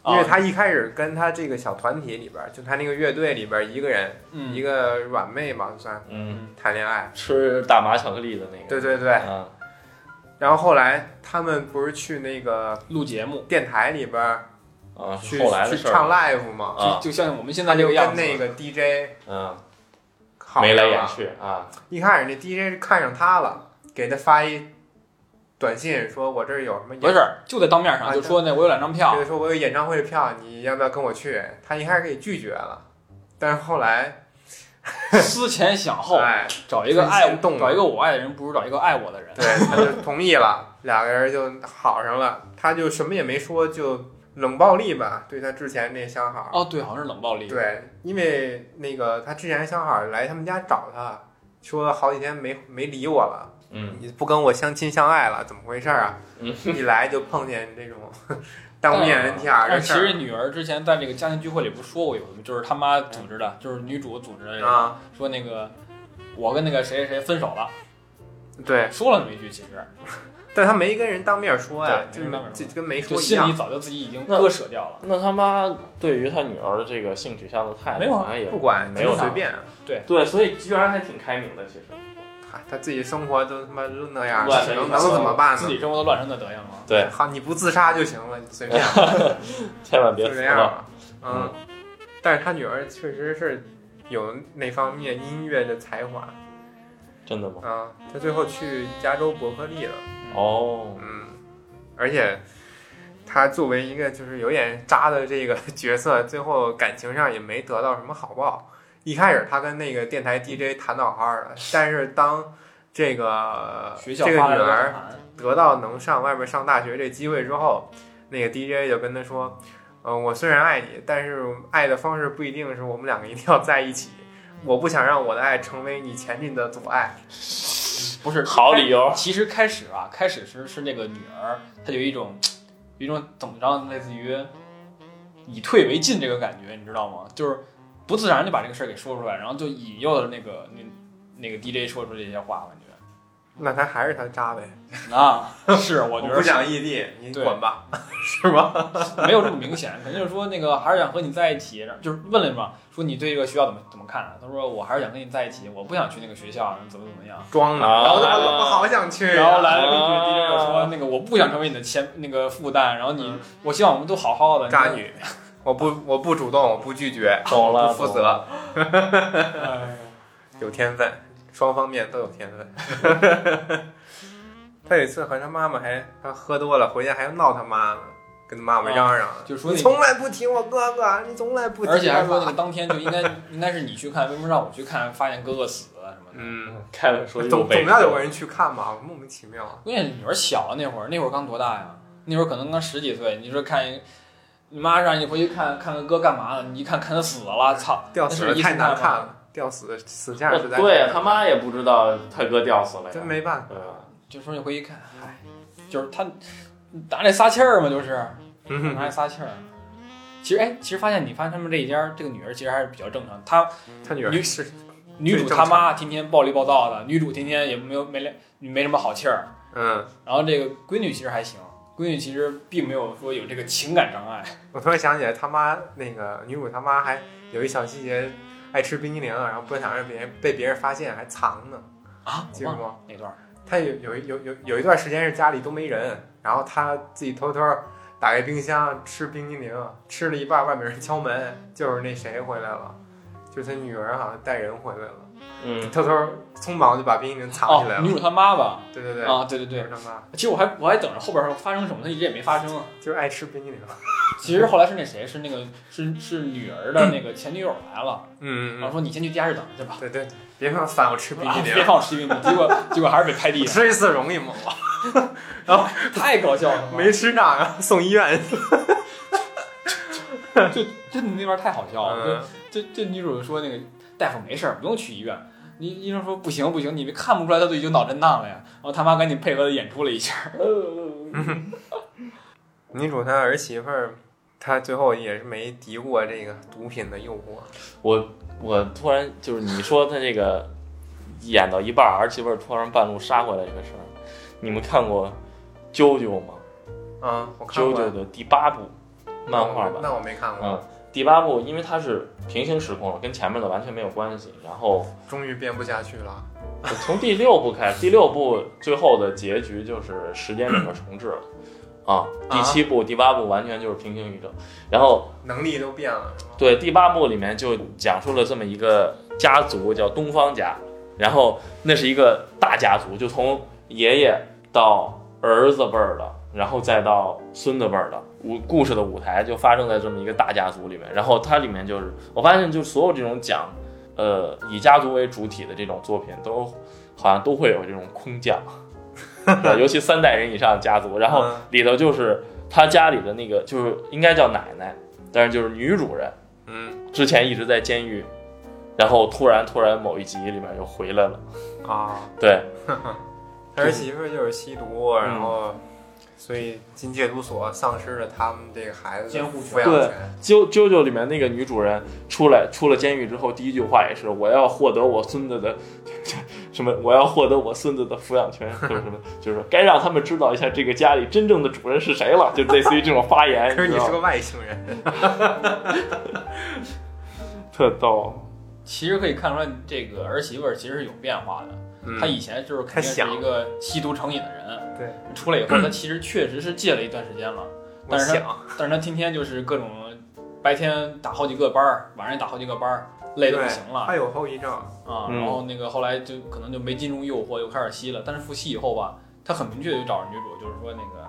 S2: 因为
S3: 啊
S2: 他一开始跟他这个小团体里边儿，就他那个乐队里边儿一个人，
S3: 嗯
S2: 一个软妹吧算
S4: 嗯，
S2: 谈恋爱。
S4: 吃大麻巧克力的那个，
S2: 对对对，
S4: 嗯，
S2: 然后后来他们不是去那个
S3: 录节目，
S2: 电台里边儿
S4: 啊，
S2: 去
S4: 是后来的
S2: 去
S4: 事儿
S2: 唱
S4: 了
S2: live 嘛，
S4: 啊，
S3: 就像我们现
S2: 他
S3: 在这
S2: 就
S3: 个样
S2: 跟
S3: 子。
S2: 那个 DJ
S4: 嗯，
S2: 好
S4: 眉来眼
S2: 了
S4: 去啊，
S2: 一开始那 DJ 是看上他了，给他发一短信说：“我这儿有什么演
S3: 不是，就在当面
S2: 啊
S3: 上就说那我有两张票
S2: 这，个说我有演唱会的票，你要不要跟我去？”他一开始给拒绝了，但是后来，
S3: 思前想后，
S2: 哎，
S3: 找一个爱
S2: 先动了
S3: 找一个我爱的人，不如找一个爱我的人。
S2: 对，他就同意了，两个人就好上了。他就什么也没说，就冷暴力吧，对他之前那相好。
S3: 哦，对，好像是冷暴力。
S2: 对，因为那个他之前相好来他们家找他，说好几天没没理我了。
S4: 嗯，
S2: 你不跟我相亲相爱了，怎么回事儿啊？
S4: 嗯
S2: 一来就碰见这种 当面人天儿
S3: 嗯哦但
S2: 的
S3: 是其
S2: 事
S3: 实
S2: 儿
S3: 女儿之前在这个家庭聚会里不是说过有什么，就是他妈组织的，就是女主组织的这个，
S2: 啊，
S3: 说那个我跟那个谁谁谁分手了，
S2: 对，
S3: 说了那么一句，其实
S2: 但他没跟人当面说呀，
S3: 对
S2: 就
S3: 没跟当面说
S2: 就跟没
S3: 就
S2: 说一
S3: 心里
S2: 样，
S3: 早就自己已经
S4: 那
S3: 割舍掉了。
S4: 那他妈对于他女儿的这个性取向的态度，
S3: 没有啊
S4: 好像也
S2: 不管
S4: 没有
S2: 随
S4: 他
S2: 便，
S4: 对，所以居然还挺开明的，其实
S2: 嗨他自己生活都他妈都那样
S4: 乱
S2: 了，
S4: 成
S2: 啊能
S4: 一
S2: 能
S4: 团
S2: 怎么办
S3: 自
S2: 呢？
S3: 己生活都乱成那德行了。
S4: 对，
S2: 哎好，你不自杀就行了，你随便
S4: 千万
S2: 就
S4: 别服
S2: 这样
S4: 了。
S2: 了，嗯。但是他女儿确实是有那方面音乐的才华
S4: 真的吗？
S2: 啊，他最后去加州伯克利了。
S4: 哦，
S2: 嗯，而且他作为一个就是有点渣的这个 角色，最后感情上也没得到什么好报。一开始他跟那个电台 DJ 谈到好好的，但是当这个
S3: 学校
S2: 这个
S3: 发啊
S2: 女
S3: 了个
S2: 儿
S3: 函，
S2: 得到能上外边上大学这机会之后，那个 DJ 就跟他说：“嗯、我虽然爱你，但是爱的方式不一定是我们两个一定要在一起。我不想让我的爱成为你前进的阻碍。
S3: 不是
S4: 好理由
S3: 其实开始啊，开始是是那个女儿，她有一种有一种怎么着，类似于以退为进这个感觉，你知道吗？就是不自然就把这个事儿给说出来，然后就引诱了那个那那个 DJ 说出这些话，我感”
S2: 那他还是他渣呗，
S3: 觉啊，是我觉
S2: 不
S3: 得
S2: 想异地，你
S3: 对
S2: 滚吧。
S3: 没有这么明显，肯定是说那个还是想和你在一起，然后就是问了嘛，说你对这个学校怎么怎么看、啊？他说我还是想跟你在一起，我不想去那个学校，怎么怎么样。
S2: 装的，
S4: 啊
S2: 然后他说我好想去，
S3: 然后来了个女
S4: 啊
S3: DJ 就说：“那个我不想成为你的前那个负担，然后你，
S2: 嗯
S3: 我希望我们都好好的。”
S2: 渣，女，我不我不主动，我不拒绝，
S4: 懂
S2: 不
S4: 了，
S2: 负
S4: 懂了。
S2: 责，
S3: 呃
S2: 有天分，双方面都有天分。 他有一次和他妈妈还他喝多了回家还要闹他妈呢，跟他妈妈嚷嚷，
S3: 哦就说
S2: 你
S3: 那
S2: 从
S3: 个，
S2: 来不提我哥哥，你从来不提，
S3: 而且还说那个，当天就应该应该是你去看，为什么让我去看？发现哥哥死了什么的。
S2: 嗯，
S4: 凯文
S2: 总
S4: 说又
S2: 总
S4: 被
S2: 要有个人去看吧，莫名其妙。
S3: 关键是女儿小啊，那会儿那会儿刚多大呀？那会儿可能刚十几岁。你说看一个，你妈让你回去看看看哥干嘛呢？你一看看他死了，操！
S2: 吊嗯死
S3: 那
S2: 了
S3: 是一
S2: 太
S3: 次
S2: 难
S3: 看
S2: 看
S3: 吗哦啊
S2: 了，吊死死相实在
S4: 呃对呀，他妈也不知道他哥吊死了呀，嗯
S2: 真没办法。
S4: 对吧？
S3: 就说你回去看，唉，就是他拿这撒气儿嘛，就是。
S2: 嗯
S3: 拿来撒气儿。其实哎，其实发现你发现他们这一家这个女儿其实还是比较正常，她
S2: 他女儿
S3: 女
S2: 是，
S3: 女主他妈天天暴力暴躁的，女主天天也没有没没没什么好气儿，
S2: 嗯，
S3: 然后这个闺女其实还行，闺女其实并没有说有这个情感障碍，
S2: 我突然想起来，他妈那个女主他妈还有一小细节，爱吃冰激凌，啊然后不想让别人被别人发现，还藏呢，
S3: 啊
S2: 记
S3: 我
S2: 住
S3: 忘了
S2: 吗？
S3: 那段儿，
S2: 她有有有有有一段时间是家里都没人，然后她自己偷偷打开冰箱吃冰激凌，吃了一半，外面人敲门，就是那谁回来了，就是她女儿好像带人回来了，
S4: 嗯，
S2: 偷偷匆忙就把冰激凌藏起来了。
S3: 哦，女主她妈吧，
S2: 对哦对对，
S3: 啊对对
S2: 女
S3: 对
S2: 主，他妈
S3: 其实我还我还等着后边儿发生什么，她一直也没发生啊。
S2: 就是爱吃冰激凌。
S3: 其实后来是那谁是那个是是女儿的那个前女友来了，
S2: 嗯
S3: 然
S2: 嗯哦
S3: 后
S2: 嗯，
S3: 说你先去地下室等着去吧，
S2: 对对，别让反我吃冰激
S3: 啊
S2: 凌
S3: 别，看我吃冰激凌，结果结果还是被拍地上，
S2: 吃一次容易吗？
S3: 太搞笑了，
S2: 没吃上，然后送医院。
S3: 真的那边太好笑了
S2: 嗯。
S3: 这这这女主说那个大夫没事儿，不用去医院。医医生说不行不行，你们看不出来他都已经脑震荡了呀。然后他妈赶紧配合的演出了一下。
S2: 女主她儿媳妇儿，她最后也是没敌过这个毒品的诱惑。
S4: 我我突然就是你说他这个演到一半儿，儿媳妇儿突然半路杀回来这个事儿，你们看过《啾啾》吗？
S2: 啊，我
S4: 《
S2: 看
S4: 啾
S2: 过
S4: 啾》的第八部漫画
S2: 那我
S4: 版，
S2: 那我没看过。
S4: 嗯，第八部因为它是平行时空了，跟前面的完全没有关系。然后
S2: 终于编不下去了。
S4: 从第六部开始，第六部最后的结局就是时间整个重置了。啊，第七部、第八部完全就是平行宇宙，然后
S2: 能力都变了，是吗？
S4: 对，第八部里面就讲述了这么一个家族，叫东方家，然后那是一个大家族，就从爷爷到儿子辈儿的，然后再到孙子辈儿的，舞故事的舞台就发生在这么一个大家族里面。然后它里面就是，我发现就所有这种讲，呃，以家族为主体的这种作品都，好像都会有这种空降，对，尤其三代人以上的家族，然后
S2: 嗯
S4: 里头就是他家里的那个，就是应该叫奶奶，但是就是女主人。
S2: 嗯
S4: 之前一直在监狱，然后突然突然某一集里面又回来了。
S2: 啊，
S4: 对，
S2: 他儿媳妇儿就是吸毒，
S4: 嗯
S2: 然后所以金戒毒所丧失了他们这个孩子的
S3: 监护权
S2: 抚养
S4: 对
S2: 权。
S4: 啾啾啾里面那个女主人出来出了监狱之后，第一句话也是我要获得我孙子的 什么，我要获得我孙子的抚养权，就是什么， 就是该让他们知道一下这个家里真正的主人是谁了，就类似于这种发 言。
S2: 可是你
S4: 知道
S2: 是
S4: 吗
S2: 个外星人，
S4: 特逗，
S3: 其实可以看出来，这个儿媳妇儿其实是有变化的。
S2: 嗯
S3: 她以前就是肯定是一个吸毒成瘾的人，
S2: 对，
S3: 出来以后，她其实确实是戒了一段时间了，
S2: 嗯我
S3: 但是
S2: 想
S3: 但是她天天就是各种白天打好几个班儿，晚上也打好几个班儿，累得不行了
S2: 他有后遗症，
S3: 啊。
S4: 嗯
S3: 然后那个后来就可能就没禁住诱惑，又开始吸了。但是复吸以后吧，她很明确地就找着女主，就是说那个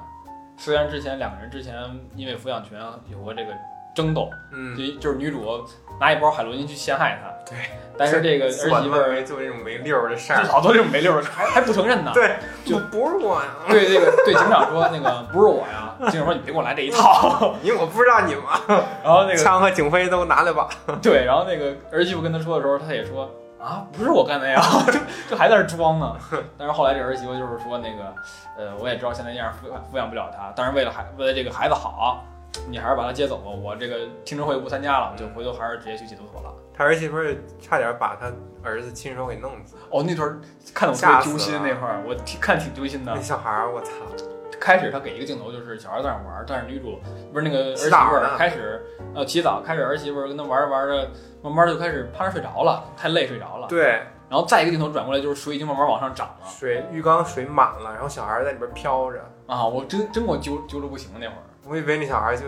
S3: 虽然之前两个人之前因为抚养权有过这个争斗，
S2: 嗯，
S3: 就就是女主拿一包海洛因去陷害他，
S2: 对，
S3: 但是这个儿
S2: 管
S3: 媳
S2: 他
S3: 妇
S2: 们
S3: 儿
S2: 没做这种没溜儿的事
S3: 这
S2: 儿，
S3: 老多这种没溜儿的，还还不承认呢。
S2: 对，
S3: 就
S2: 我不是我呀，
S3: 对，这个对警长说那个不是我呀，警长说你别给我来这一 套。
S2: 因为我不知道你们啊，
S3: 然后那个
S2: 枪和警徽都拿来吧，
S3: 对，然后那个儿媳妇跟他说的时候，他也说啊不是我干的呀， 就就还在那儿装呢。但是后来这儿媳妇就是说那个呃我也知道现在这样抚养抚养不了他，但是为了孩为了这个孩子好，你还是把他接走吧。我这个听证会不参加了，就回头还是直接去缉毒所了。
S2: 他儿媳妇儿差点把他儿子亲手给弄死，
S3: 哦，那段儿看得我特
S2: 吓
S3: 别
S2: 死
S3: 揪心
S2: 了
S3: 那块儿，我挺看挺揪心的
S2: 那。小孩儿，我操，
S3: 啊开始他给一个镜头，就是小孩在那玩儿，但是女主不是那个儿媳
S2: 洗
S3: 妇
S2: 澡呢
S3: 儿开始呃洗澡，开始儿媳妇儿跟他玩着玩着，慢慢就开始趴着睡着了，太累睡着了。
S2: 对，
S3: 然后再一个镜头转过来，就是水已经慢慢往上涨了
S2: 水浴缸水满了，然后小孩儿在里边飘着，
S3: 啊！我真真给我揪揪着不行那会儿
S2: 我以为那小孩儿就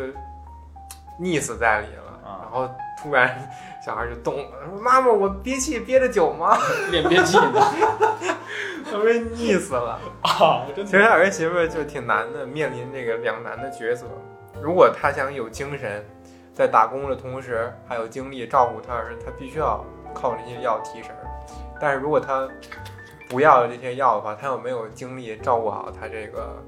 S2: 溺死在里了，
S3: 啊
S2: 然后突然 小孩儿就动了，说妈妈，我憋气憋的久吗？
S3: 练憋气呢
S2: 我被溺死了。
S3: 啊！我真
S2: 其实他儿媳妇儿就挺难的，面临这个两难的抉择。如果他想有精神，在打工的同时还有精力照顾他儿子，他必须要靠这些药提神儿。但是如果他不要这些药的话，他又没有精力照顾好他这个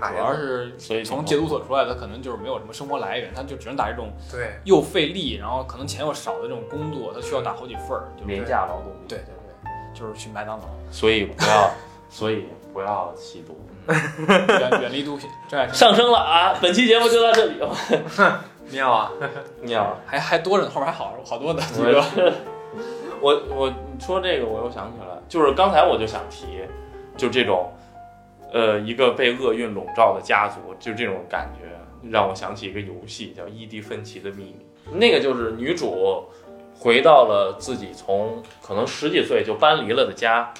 S2: 孩
S3: 主要
S2: 子。
S3: 是
S4: 所以
S3: 从戒毒所出来的，可能就是没有什么生活来源，他就只能打这种
S2: 对，
S3: 又费力，然后可能钱又少的这种工作，他需要打好几份儿，就是
S4: 廉价劳动力，
S3: 对对对，就是去麦当劳，
S4: 所以不 要，所以不要吸毒。
S3: 远远离毒品，珍爱生
S4: 上升了啊！本期节目就到这里，哦
S2: 妙啊！
S4: 妙了。
S3: 还还多着呢，后面还好好多的几个。
S4: 我我我你说这个我又想起来，就是刚才我就想提，就这种，呃，一个被厄运笼罩的家族，就这种感觉，让我想起一个游戏叫《E 伊迪芬奇的秘密》，那个就是女主回到了自己从可能十几岁就搬离了的家，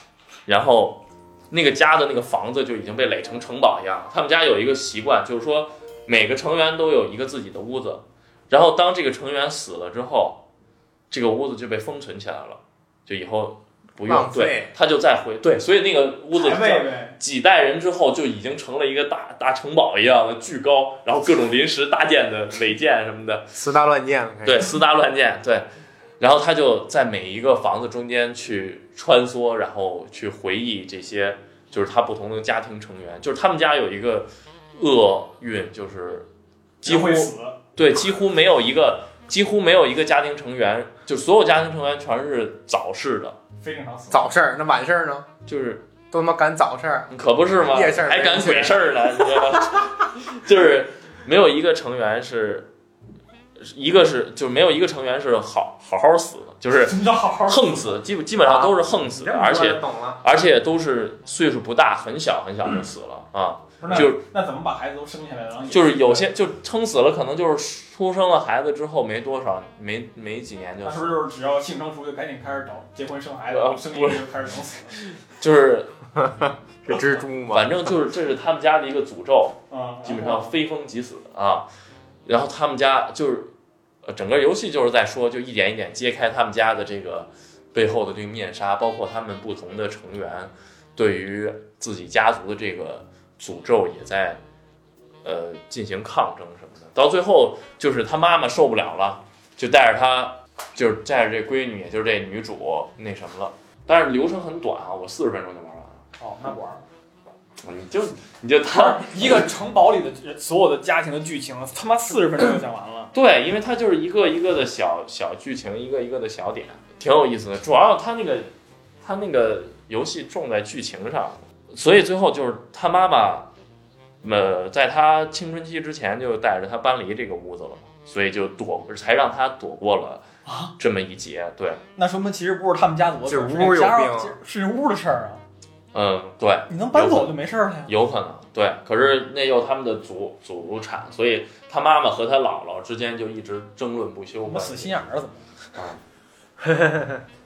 S4: 然后那个家的那个房子就已经被垒成城堡一样了。他们家有一个习惯，就是说每个成员都有一个自己的屋子，然后当这个成员死了之后。这个屋子就被封存起来了，就以后不用
S2: 浪费
S4: 对，他就再回对，所以那个屋子
S3: 排位呗，
S4: 几代人之后就已经成了一个大大城堡一样的巨高，然后各种临时搭建的违建什么的，
S2: 四大乱箭了，开始
S4: 对，私搭乱建，对。然后他就在每一个房子中间去穿梭，然后去回忆这些，就是他不同的家庭成员，就是他们家有一个厄运，就是几乎
S3: 死。
S4: 对，几乎没有一个，几乎没有一个家庭成员，就所有家庭成员全是早逝的，
S3: 非正常死
S2: 早事儿，那晚事儿呢？
S4: 就是
S2: 都他妈赶早事儿，
S4: 可不是吗？
S2: 夜事儿
S4: 还
S2: 没
S4: 赶
S2: 人
S4: 鬼
S2: 管
S4: 事儿呢，你知道吗？就是没有一个成员是一个是就是没有一个成员是好好好死的， 就是
S3: 你要好好
S4: 横死，基本基本上都是横死
S2: 啊你
S4: 的，
S2: 这么
S4: 而
S2: 说
S4: 且
S2: 就懂了，
S4: 而且都是岁数不大，很小很小就死了啊。
S3: 不是那
S4: 就
S3: 那怎么把孩子都生下来，然
S2: 嗯
S3: 后也
S4: 就是有些就撑死了，可能就是出生了孩子之后没多少，没没几年就
S3: 那是不
S4: 死，
S3: 是就是只要性成熟就赶紧开始找结婚生孩子，
S4: 呃
S3: 生一个就开始整 死？
S4: 就是
S2: 这蜘蛛嘛，
S4: 反正就是这是他们家的一个诅咒，
S3: 嗯，
S4: 基本上非疯即死啊。然后他们家就是，呃，整个游戏就是在说，就一点一点揭开他们家的这个背后的这个面纱，包括他们不同的成员对于自己家族的这个诅咒也在呃进行抗争什么的。到最后就是他妈妈受不了了，就带着他，就是带着这闺女，也就是这女主那什么了。但是流程很短啊，我四十分钟就玩完了，
S3: 哦，那不玩了。
S4: 你就你就
S3: 不
S4: 他
S3: 是一个城堡里的所有的家庭的剧情，他妈四十分钟就讲完了。
S4: 对，因为它就是一个一个的小小剧情，一个一个的小点，挺有意思的。主要它那个它那个游戏重在剧情上，所以最后就是他妈妈，呃，在他青春期之前就带着他搬离这个屋子了嘛，所以就躲，才让他躲过了
S3: 啊
S4: 这么一劫。对，
S3: 那说明其实不是他们家族的事
S2: 这
S3: 儿，是
S2: 屋有
S3: 这家
S2: 病
S3: 是这屋的事儿啊。
S4: 嗯，对，
S3: 你能搬走就没事儿了呀。
S4: 有可能，对。可是那又他们的祖祖产，所以他妈妈和他姥姥之间就一直争论不休
S3: 我
S4: 吧。
S3: 们死心眼儿了怎么？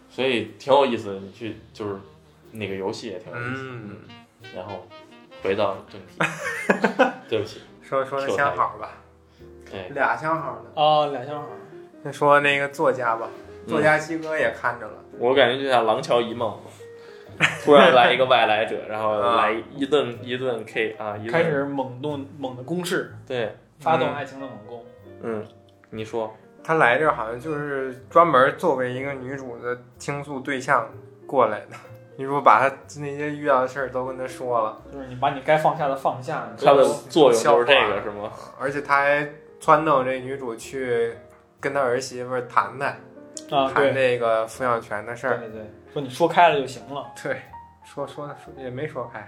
S4: 所以挺有意思的，你去就是那个游戏也挺有意思。
S2: 嗯，
S4: 然后回到正 题，对不起，
S2: 说说那相好吧，
S4: 哎，
S2: 俩相好呢。
S3: 哦，两相好。
S2: 那说那个作家吧，
S4: 嗯
S2: 作家西哥也看着了，
S4: 我感觉就像廊桥遗梦，突然来一个外来者，然后
S2: 啊
S4: 来一顿一顿 K 啊，一顿
S3: 开始猛动猛的攻势，
S4: 对，
S3: 发动爱情的猛攻。
S4: 嗯，你说
S2: 他来这儿好像就是专门作为一个女主的倾诉对象过来的。 女主把她那些遇到的事儿都跟他说了，
S3: 就是你把你该放下的放下，你
S4: 它的
S3: 都
S4: 作用就是这个是吗？
S2: 而且他还撺掇这女主去跟他儿媳妇儿谈谈，
S3: 啊，
S2: 谈
S3: 对
S2: 这个抚养权的事
S3: 对
S2: 儿。
S3: 对对，说你说开了就行了，
S2: 对，说说说也没说开，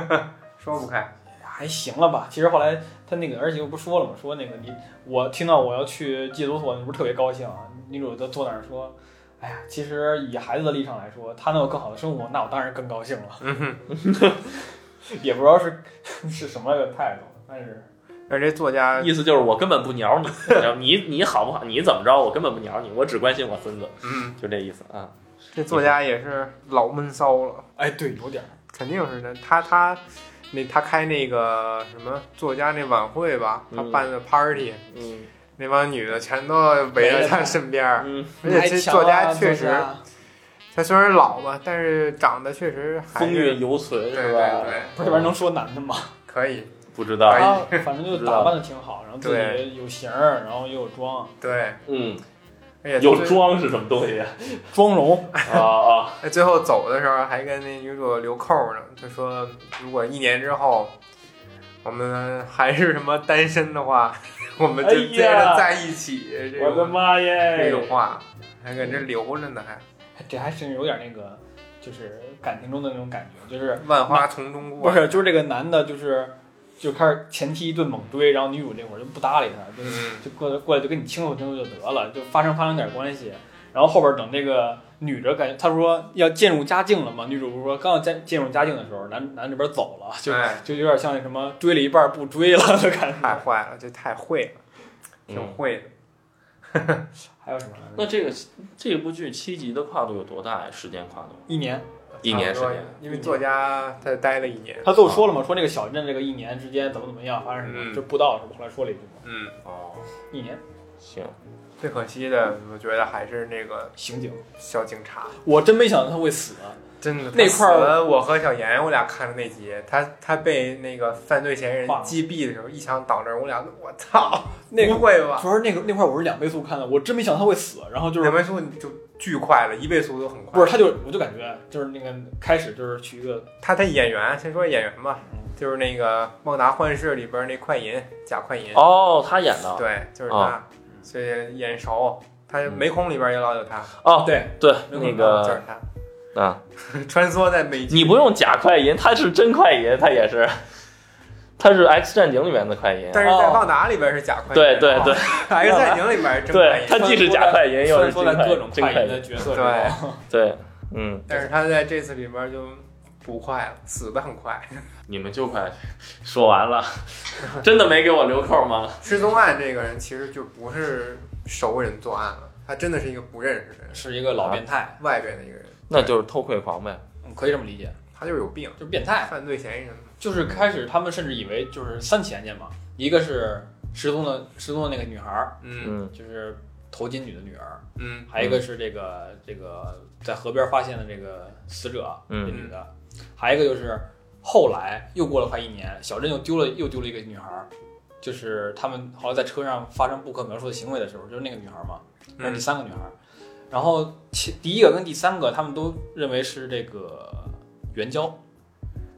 S2: 说不开。
S3: 还行了吧？其实后来他那个儿媳妇不说了吗？说那个你我听到我要去戒毒所，你不是特别高兴啊？女主就坐那儿说。哎呀，其实以孩子的立场来说，他能有更好的生活，那我当然更高兴了。
S2: 嗯哼。
S3: 也不知道是 是什么个态度，但是
S2: 而这作家，
S4: 意思就是我根本不鸟你，然后你 你好不好，你怎么着，我根本不鸟你，我只关心我孙子，
S2: 嗯，
S4: 就这意思啊。
S2: 这作家也是老闷骚了，
S3: 哎，对，有点儿
S2: 肯定是的。他他那他开那个什么作家那晚会吧，他
S4: 嗯
S2: 办的 party，、
S4: 嗯
S2: 那帮女的全都围着他身边儿。
S4: 嗯，
S2: 而且
S3: 还
S2: 这
S3: 强
S2: 作
S3: 啊
S2: 家确实，
S3: 作家
S2: 他虽然老吧，但是长得确实还
S4: 风
S2: 是
S4: 韵犹存
S2: 对
S4: 是
S2: 对
S4: 吧？
S2: 对，
S3: 不是这玩意儿能说男的吗？
S2: 可以
S4: 不知道
S2: 哎，
S3: 他反正就打扮的挺好，然后自
S2: 对
S3: 己有型儿，然后又有妆，
S2: 对。
S4: 嗯，
S2: 而且他
S4: 有
S2: 最
S4: 妆是什么东西啊？
S3: 妆容
S4: 啊，
S2: 哎，最后走的时候还跟那女主留扣呢，他说如果一年之后我们还是什么单身的话， 我们就
S4: 哎呀
S2: 接着在一起。
S3: 哎
S2: 这
S4: 哎我的
S2: 种
S4: 妈
S2: 这
S4: 耶！
S2: 种话还搁这留着呢，还
S3: 这还是有点那个，就是感情中的那种感觉，就是
S2: 万花丛中
S3: 不
S2: 过。
S3: 是就是这个男的，就是就开始前踢一顿猛追，然后女主这会儿就不搭理他，就
S2: 嗯，
S3: 就过来过来就跟你清楚清楚就得了，就发生发生点关系。然后后边等这个女的感觉，她说要渐入佳境了嘛，女主不是说刚要渐渐入佳境的时候，男男这边走了，就
S2: 哎，
S3: 就有点像那什么追了一半不追了的感
S2: 太
S3: 觉。
S2: 坏了，这太会了，挺
S4: 嗯
S2: 会的。
S3: 还有什么来着？
S4: 那这个这部剧七集的跨度有多大呀？时间跨度？
S3: 一年，
S4: 一年时
S2: 差不多
S4: 间，
S2: 因为作家他待了一年。
S3: 他最后说了嘛，说那个小镇这个一年之间怎么怎么样发生什么，
S2: 嗯
S3: 就布道是吧？后来说了一句嘛，
S2: 嗯，
S4: 哦，
S3: 一年
S4: 行，
S2: 最可惜的，我觉得还是那个
S3: 刑警，
S2: 小警察。
S3: 我真没想到他会死，
S2: 真的
S3: 那
S2: 他死
S3: 块儿
S2: 了我和小严我俩看的那集，他他被那个犯罪嫌疑人
S3: 晃了
S2: 击毙的时候，一枪挡这儿，我俩都我操，
S3: 那
S2: 不会吧？
S3: 主要是那个那块我是两倍速看的，我真没想到他会死，然后就是
S2: 两倍速就巨快了，一倍速都很快。
S3: 不是，他就我就感觉就是那个开始就是去一个
S2: 他他演员，先说演员吧
S3: 嗯，
S2: 就是那个《旺达幻视》里边那快银贾快银，
S4: 哦，他演的，
S2: 对，就是
S4: 哦
S2: 他，所以眼熟。他
S4: 嗯
S2: 美恐里边也老有他，
S4: 哦，
S3: 对
S4: 对，
S3: 嗯
S4: 那
S2: 就
S4: 个
S2: 是他，
S4: 啊，
S2: 穿梭在美剧。
S4: 你不用假快银，他是真快银，他也是。它是《X 战警》里面的快银，
S2: 但是
S3: 哦
S2: 在旺达里边是假快银，
S4: 对对 对
S2: X 战警里边是真快
S4: 对，它
S2: 银，
S4: 既是假快银又
S3: 穿
S4: 是
S3: 梭
S4: 金
S3: 在
S4: 快
S3: 各种
S4: 金
S3: 快
S4: 快
S3: 银
S4: 银，
S3: 的角色之
S2: 对
S3: 中，
S4: 对，嗯，
S2: 但是他在这次里边就不快了，死的很快。
S4: 你们就快说完了，真的没给我留扣吗？
S2: 失踪案这个人其实就不是熟人作案了，他真的是一个不认识的人，
S3: 是一个老变
S4: 啊
S3: 态，
S2: 外边的一个人，
S4: 那就是偷窥狂呗。
S3: 嗯可以这么理解，
S2: 他就是有病，
S3: 就是变态。
S2: 犯罪嫌疑人。
S3: 就是开始他们甚至以为就是三起案件嘛，一个是失踪的失踪的那个女孩儿，
S2: 嗯
S4: 嗯
S3: 就是头巾女的女儿，
S2: 嗯
S3: 还有一个是这个这个在河边发现的这个死者，这
S4: 嗯
S3: 女的，还有一个就是后来又过了快一年，小镇又丢了又丢了一个女孩儿，就是他们后来在车上发生不可描述的行为的时候，就是那个女孩儿嘛，那是第
S2: 嗯
S3: 三个女孩儿，然后其第一个跟第三个他们都认为是这个援交，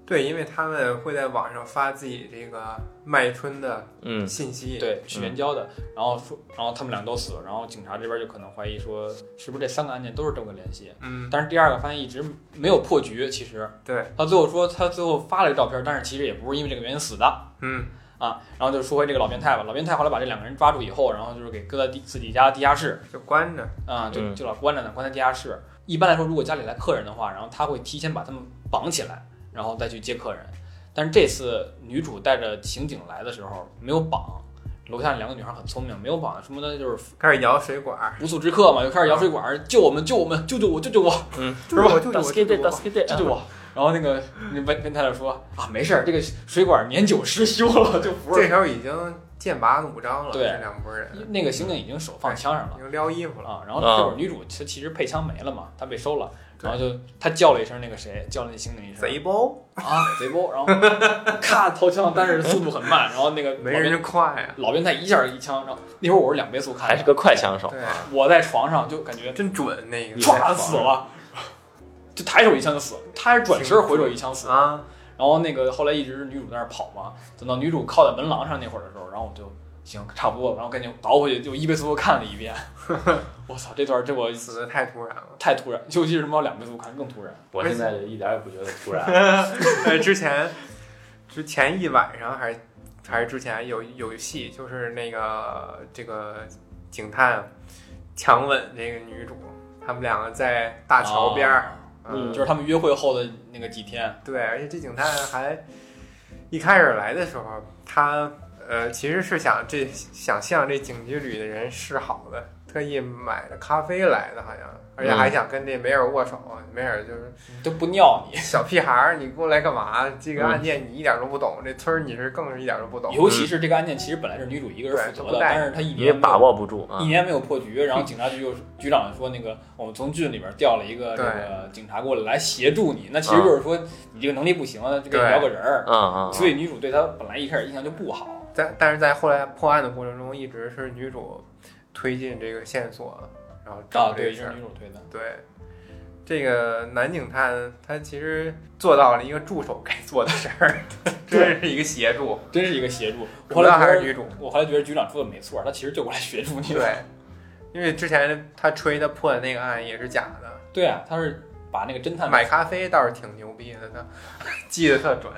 S2: 对，因为他们会在网上发自己这个卖春的
S4: 嗯
S2: 信息，
S3: 对，是援交的，然后说，然后他们俩都死了，然后警察这边就可能怀疑说，是不是这三个案件都是这么个联系？
S2: 嗯，
S3: 但是第二个发现一直没有破局，其实
S2: 对，
S3: 他最后说他最后发了一个照片，但是其实也不是因为这个原因死的
S2: 嗯
S3: 啊。然后就说回这个老变态吧，老变态后来把这两个人抓住以后，然后就是给搁在地自己家地下室
S2: 就关着，
S3: 啊，就
S4: 嗯
S3: 就老关着呢，关在地下室。一般来说，如果家里来客人的话，然后他会提前把他们绑起来，然后再去接客人。但是这次女主带着刑警来的时候没有绑，楼下两个女孩很聪明，没有绑什么的，就是
S2: 开始摇水管，
S3: 不速之客嘛，就开始摇水管儿，救我们，救我们，救救我，救救我，
S4: 嗯，
S2: 是吧？就我
S4: 助助
S3: 救救我。然后那个那变变态就说啊，没事儿，这个水管年久失修了，就不
S2: 这
S3: 是
S2: 时候已经剑拔弩张了，
S3: 对
S2: 这两拨人
S3: 那个刑警已经手放枪上了
S2: 已。经撩衣服了，
S3: 啊，然后这会儿女主其其实配枪没了嘛，她被收了，然后就她叫了一声那个谁，叫了那刑警一声
S2: 贼包
S3: 啊贼波，然后咔掏枪，但是速度很慢，然后那个
S2: 没
S3: 老
S2: 人
S3: 变
S2: 家快啊呀，
S3: 老变态一下一枪，然后那会儿我是两倍速看的，
S4: 还是个快枪手。
S2: 对，
S3: 我在床上就感觉
S2: 真准那个，
S3: 唰死了，就抬手一枪就死了，他是转身回手一枪死，
S2: 啊！
S3: 然后那个后来一直是女主在那儿跑嘛，等到女主靠在门廊上那会儿的时候，然后我就行差不多了，然后赶紧倒回去就一倍速又看了 一遍，我操这段儿这我
S2: 死的太突然了。
S3: 太突然，尤其是猫两倍速看更突然。
S4: 我现在一点也不觉得突 然。
S2: 呃，之前之前一晚上还是还是之前有有一戏，就是那个这个警探强吻这个女主，他们两个在大桥边儿，
S4: 嗯
S3: 啊就是他们约会后的那个几天，
S2: 对，而且这警探还一开始来的时候，他呃其实是想这想向这警局里的人示好的，特意买的咖啡来的，好像，而且还
S3: 嗯
S2: 想跟这梅尔握手，梅尔就是。
S3: 都不尿你，
S2: 小屁孩儿，你过来干嘛？这个案件你一点都不懂，这村儿你是更是一点都不懂。
S3: 尤其是这个案件，其实本来是女主一个人负责
S2: 嗯对都不
S3: 的，
S2: 带
S3: 但是她一
S4: 你也
S3: 年
S4: 把握不住
S2: 嗯
S3: 一
S4: 啊。
S3: 年没有破局，然后警察局又局长说那个哦我们从郡里边调了一个这个警察过来来协助你，那其实就是说你这个能力不行啊，就给你
S2: 对
S3: 聊个人儿，
S4: 嗯
S2: 啊
S4: 嗯，
S3: 所以女主对她本来一开始印象就不好，
S2: 但但是在后来破案的过程中，一直是女主推进这个线索，然后
S3: 啊
S2: 找，这
S3: 对，
S2: 个
S3: 就
S2: 事
S3: 是
S2: 儿
S3: 女。主推的，
S2: 对，这个男警探他其实做到了一个助手该做的事 儿，真是一个协助，
S3: 真是一个协助。我后
S2: 主要
S3: 来
S2: 还是
S3: 觉得，
S2: 女主。
S3: 我后来觉得局长说的没错，他其实就过来协助你的。
S2: 对，因为之前他吹他破的那个案也是假的，
S3: 对啊，他是把那个侦探
S2: 买咖啡倒是挺牛逼的，他 记得特准。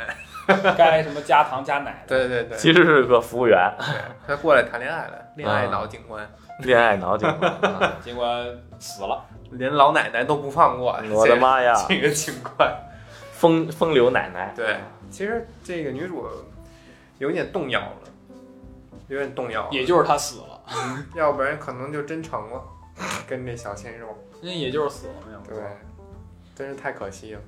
S3: 该什么加糖加奶的，
S2: 对对对，
S4: 其实是个服务员，
S2: 他过来谈恋爱了，恋爱脑警官，
S4: 恋爱脑警官。 啊
S3: 结果死了。
S2: 连老奶奶都不放过。
S4: 我的妈呀，
S2: 这个！这个情况，
S4: 风风流奶奶。
S2: 对，其实这个女主有点动摇了，有点动摇了，
S3: 也就是他死了，
S2: 要不然可能就真成了，跟这小鲜肉。
S3: 那也就是死了，没有
S2: 对，真是太可 惜了。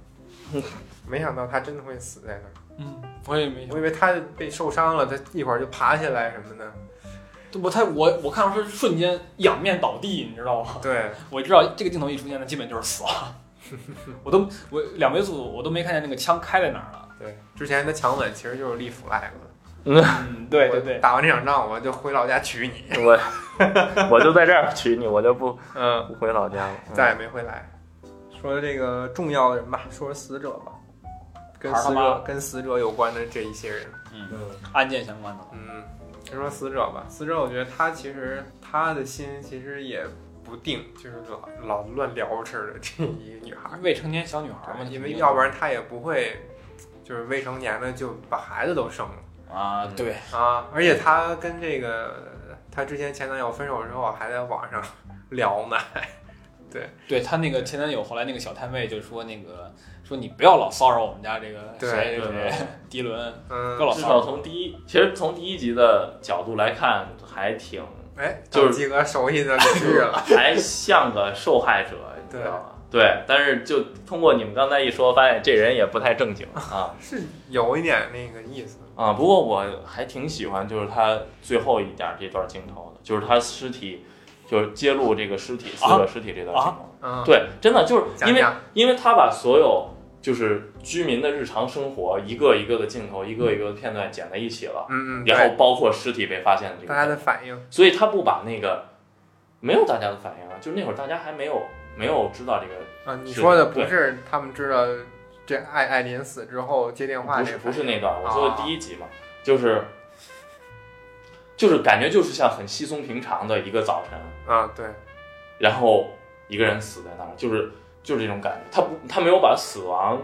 S2: 没想到她真的会死在那儿，
S3: 嗯，我也没想，
S2: 我以为她被受伤了，她一会儿就爬起来什么的。
S3: 我他我我看到是瞬间仰面倒地，你知道吗？
S2: 对，
S3: 我知道这个镜头一出现，那基本就是死了。 我都我两倍速我都没看见那个枪开在哪 儿了。
S2: 对，之前的强吻其实就是立 flag 了。
S3: 嗯，对对
S2: 我
S3: 对，
S2: 打完这场仗我就回老家娶你。
S4: 我我就在这儿娶你，我就不
S2: 嗯。
S4: 不回老家了。嗯
S2: 再也没回来。说这个重要的人吧，说死者吧，跟
S3: 孩儿他
S2: 死
S3: 妈
S2: 者跟死者有关的这一些人，
S3: 案件相关的了。
S2: 嗯，先说死者吧。死者，我觉得他其实他的心其实也不定，就是老老乱聊似的这一个女 孩儿，
S3: 未成年小女孩嘛，
S2: 因
S3: 肯
S2: 为
S3: 定
S2: 要不然他也不会就是未成年的就把孩子都生了，
S3: 啊，对，
S2: 啊，而且她跟这个她之前前男友分手之后，还在网上聊呢。
S3: 对她那个前男友后来那个小太妹就说那个说你不要老骚扰我们家这个
S2: 对
S3: 谁谁
S4: 对
S3: 谁迪伦，
S2: 嗯
S3: 高，老
S4: 至
S3: 师
S4: 少从第一，其实从第一集的角度来看，还挺
S2: 哎，
S4: 就是
S2: 几个熟悉的领域了。
S4: 还像个受害者，你知道吗？对，但是就通过你们刚才一说，发现这人也不太正经啊
S2: 是有一点那个意思。
S4: 啊！不过我还挺喜欢，就是他最后一点这段镜头的，就是他尸体，就是揭露这个尸体四个尸体这段镜头。
S2: 嗯，
S4: 对，真的就是
S2: 讲
S4: 因为
S2: 讲
S4: 因为他把所有就是居民的日常生活一个一个的镜头，一个一个的片段剪在一起了，
S2: 嗯嗯，
S4: 然后
S2: 对，
S4: 包括尸体被发现的这个
S2: 大
S4: 片
S2: 家
S4: 段
S2: 的反应，
S4: 所以他不把那个没有大家的反应啊，就是那会儿大家还没有没有知道这个，
S2: 啊，你
S4: 是
S2: 说的不
S4: 对
S2: 是他们知道这艾艾琳死之后接电话
S4: 不
S2: 那
S4: 是
S2: 个
S4: 不是
S2: 反应
S4: 那段，我说的
S2: 啊
S4: 第一集嘛，就是就是感觉就是像很稀松平常的一个早晨，
S2: 啊，对，
S4: 然后一个人死在那儿，就是就是这种感觉，他不他没有把死亡。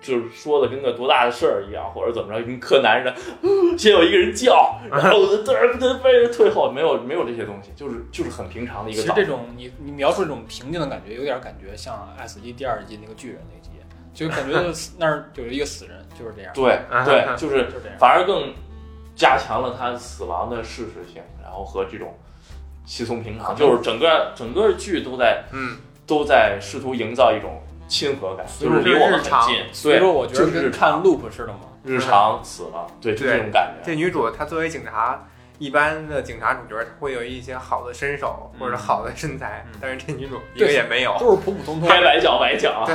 S4: 就是说的跟个多大的事儿一样，或者怎么着，跟柯南似的， 先有一个人叫，然后我就嘚儿嘚儿被人退后，没有没有这些东西，就是就是很平常的一
S3: 其
S4: 个
S3: 实
S4: 早
S3: 这
S4: 晨。
S3: 种你你描述这种平静的感觉，有点感觉像《爱死机》第二季那个巨人那集，就 感觉那儿有一个死人，就是这样，
S4: 对
S2: 啊
S4: 对，就是
S3: 就是这样。
S4: 反而更加强了他死亡的事实性，然后和这种稀松平常，就是整个整个剧都在
S2: 嗯，
S4: 都在试图营造一种亲和感，
S3: 所以
S4: 就是离我们
S2: 日
S4: 很
S2: 常
S4: 近，
S3: 所以
S4: 对，
S3: 说，我觉得
S4: 就是
S3: 跟看 loop 似的嘛。
S4: 日常死了，对，就
S2: 对
S4: 这种感觉
S2: 这。女主她作为警察，一般的警察主角她会有一些好的身手
S3: 嗯
S2: 或者好的身材
S3: 嗯，
S2: 但是这女主一
S3: 对
S2: 个也没有。
S3: 都是普普通通，
S4: 该崴脚崴脚，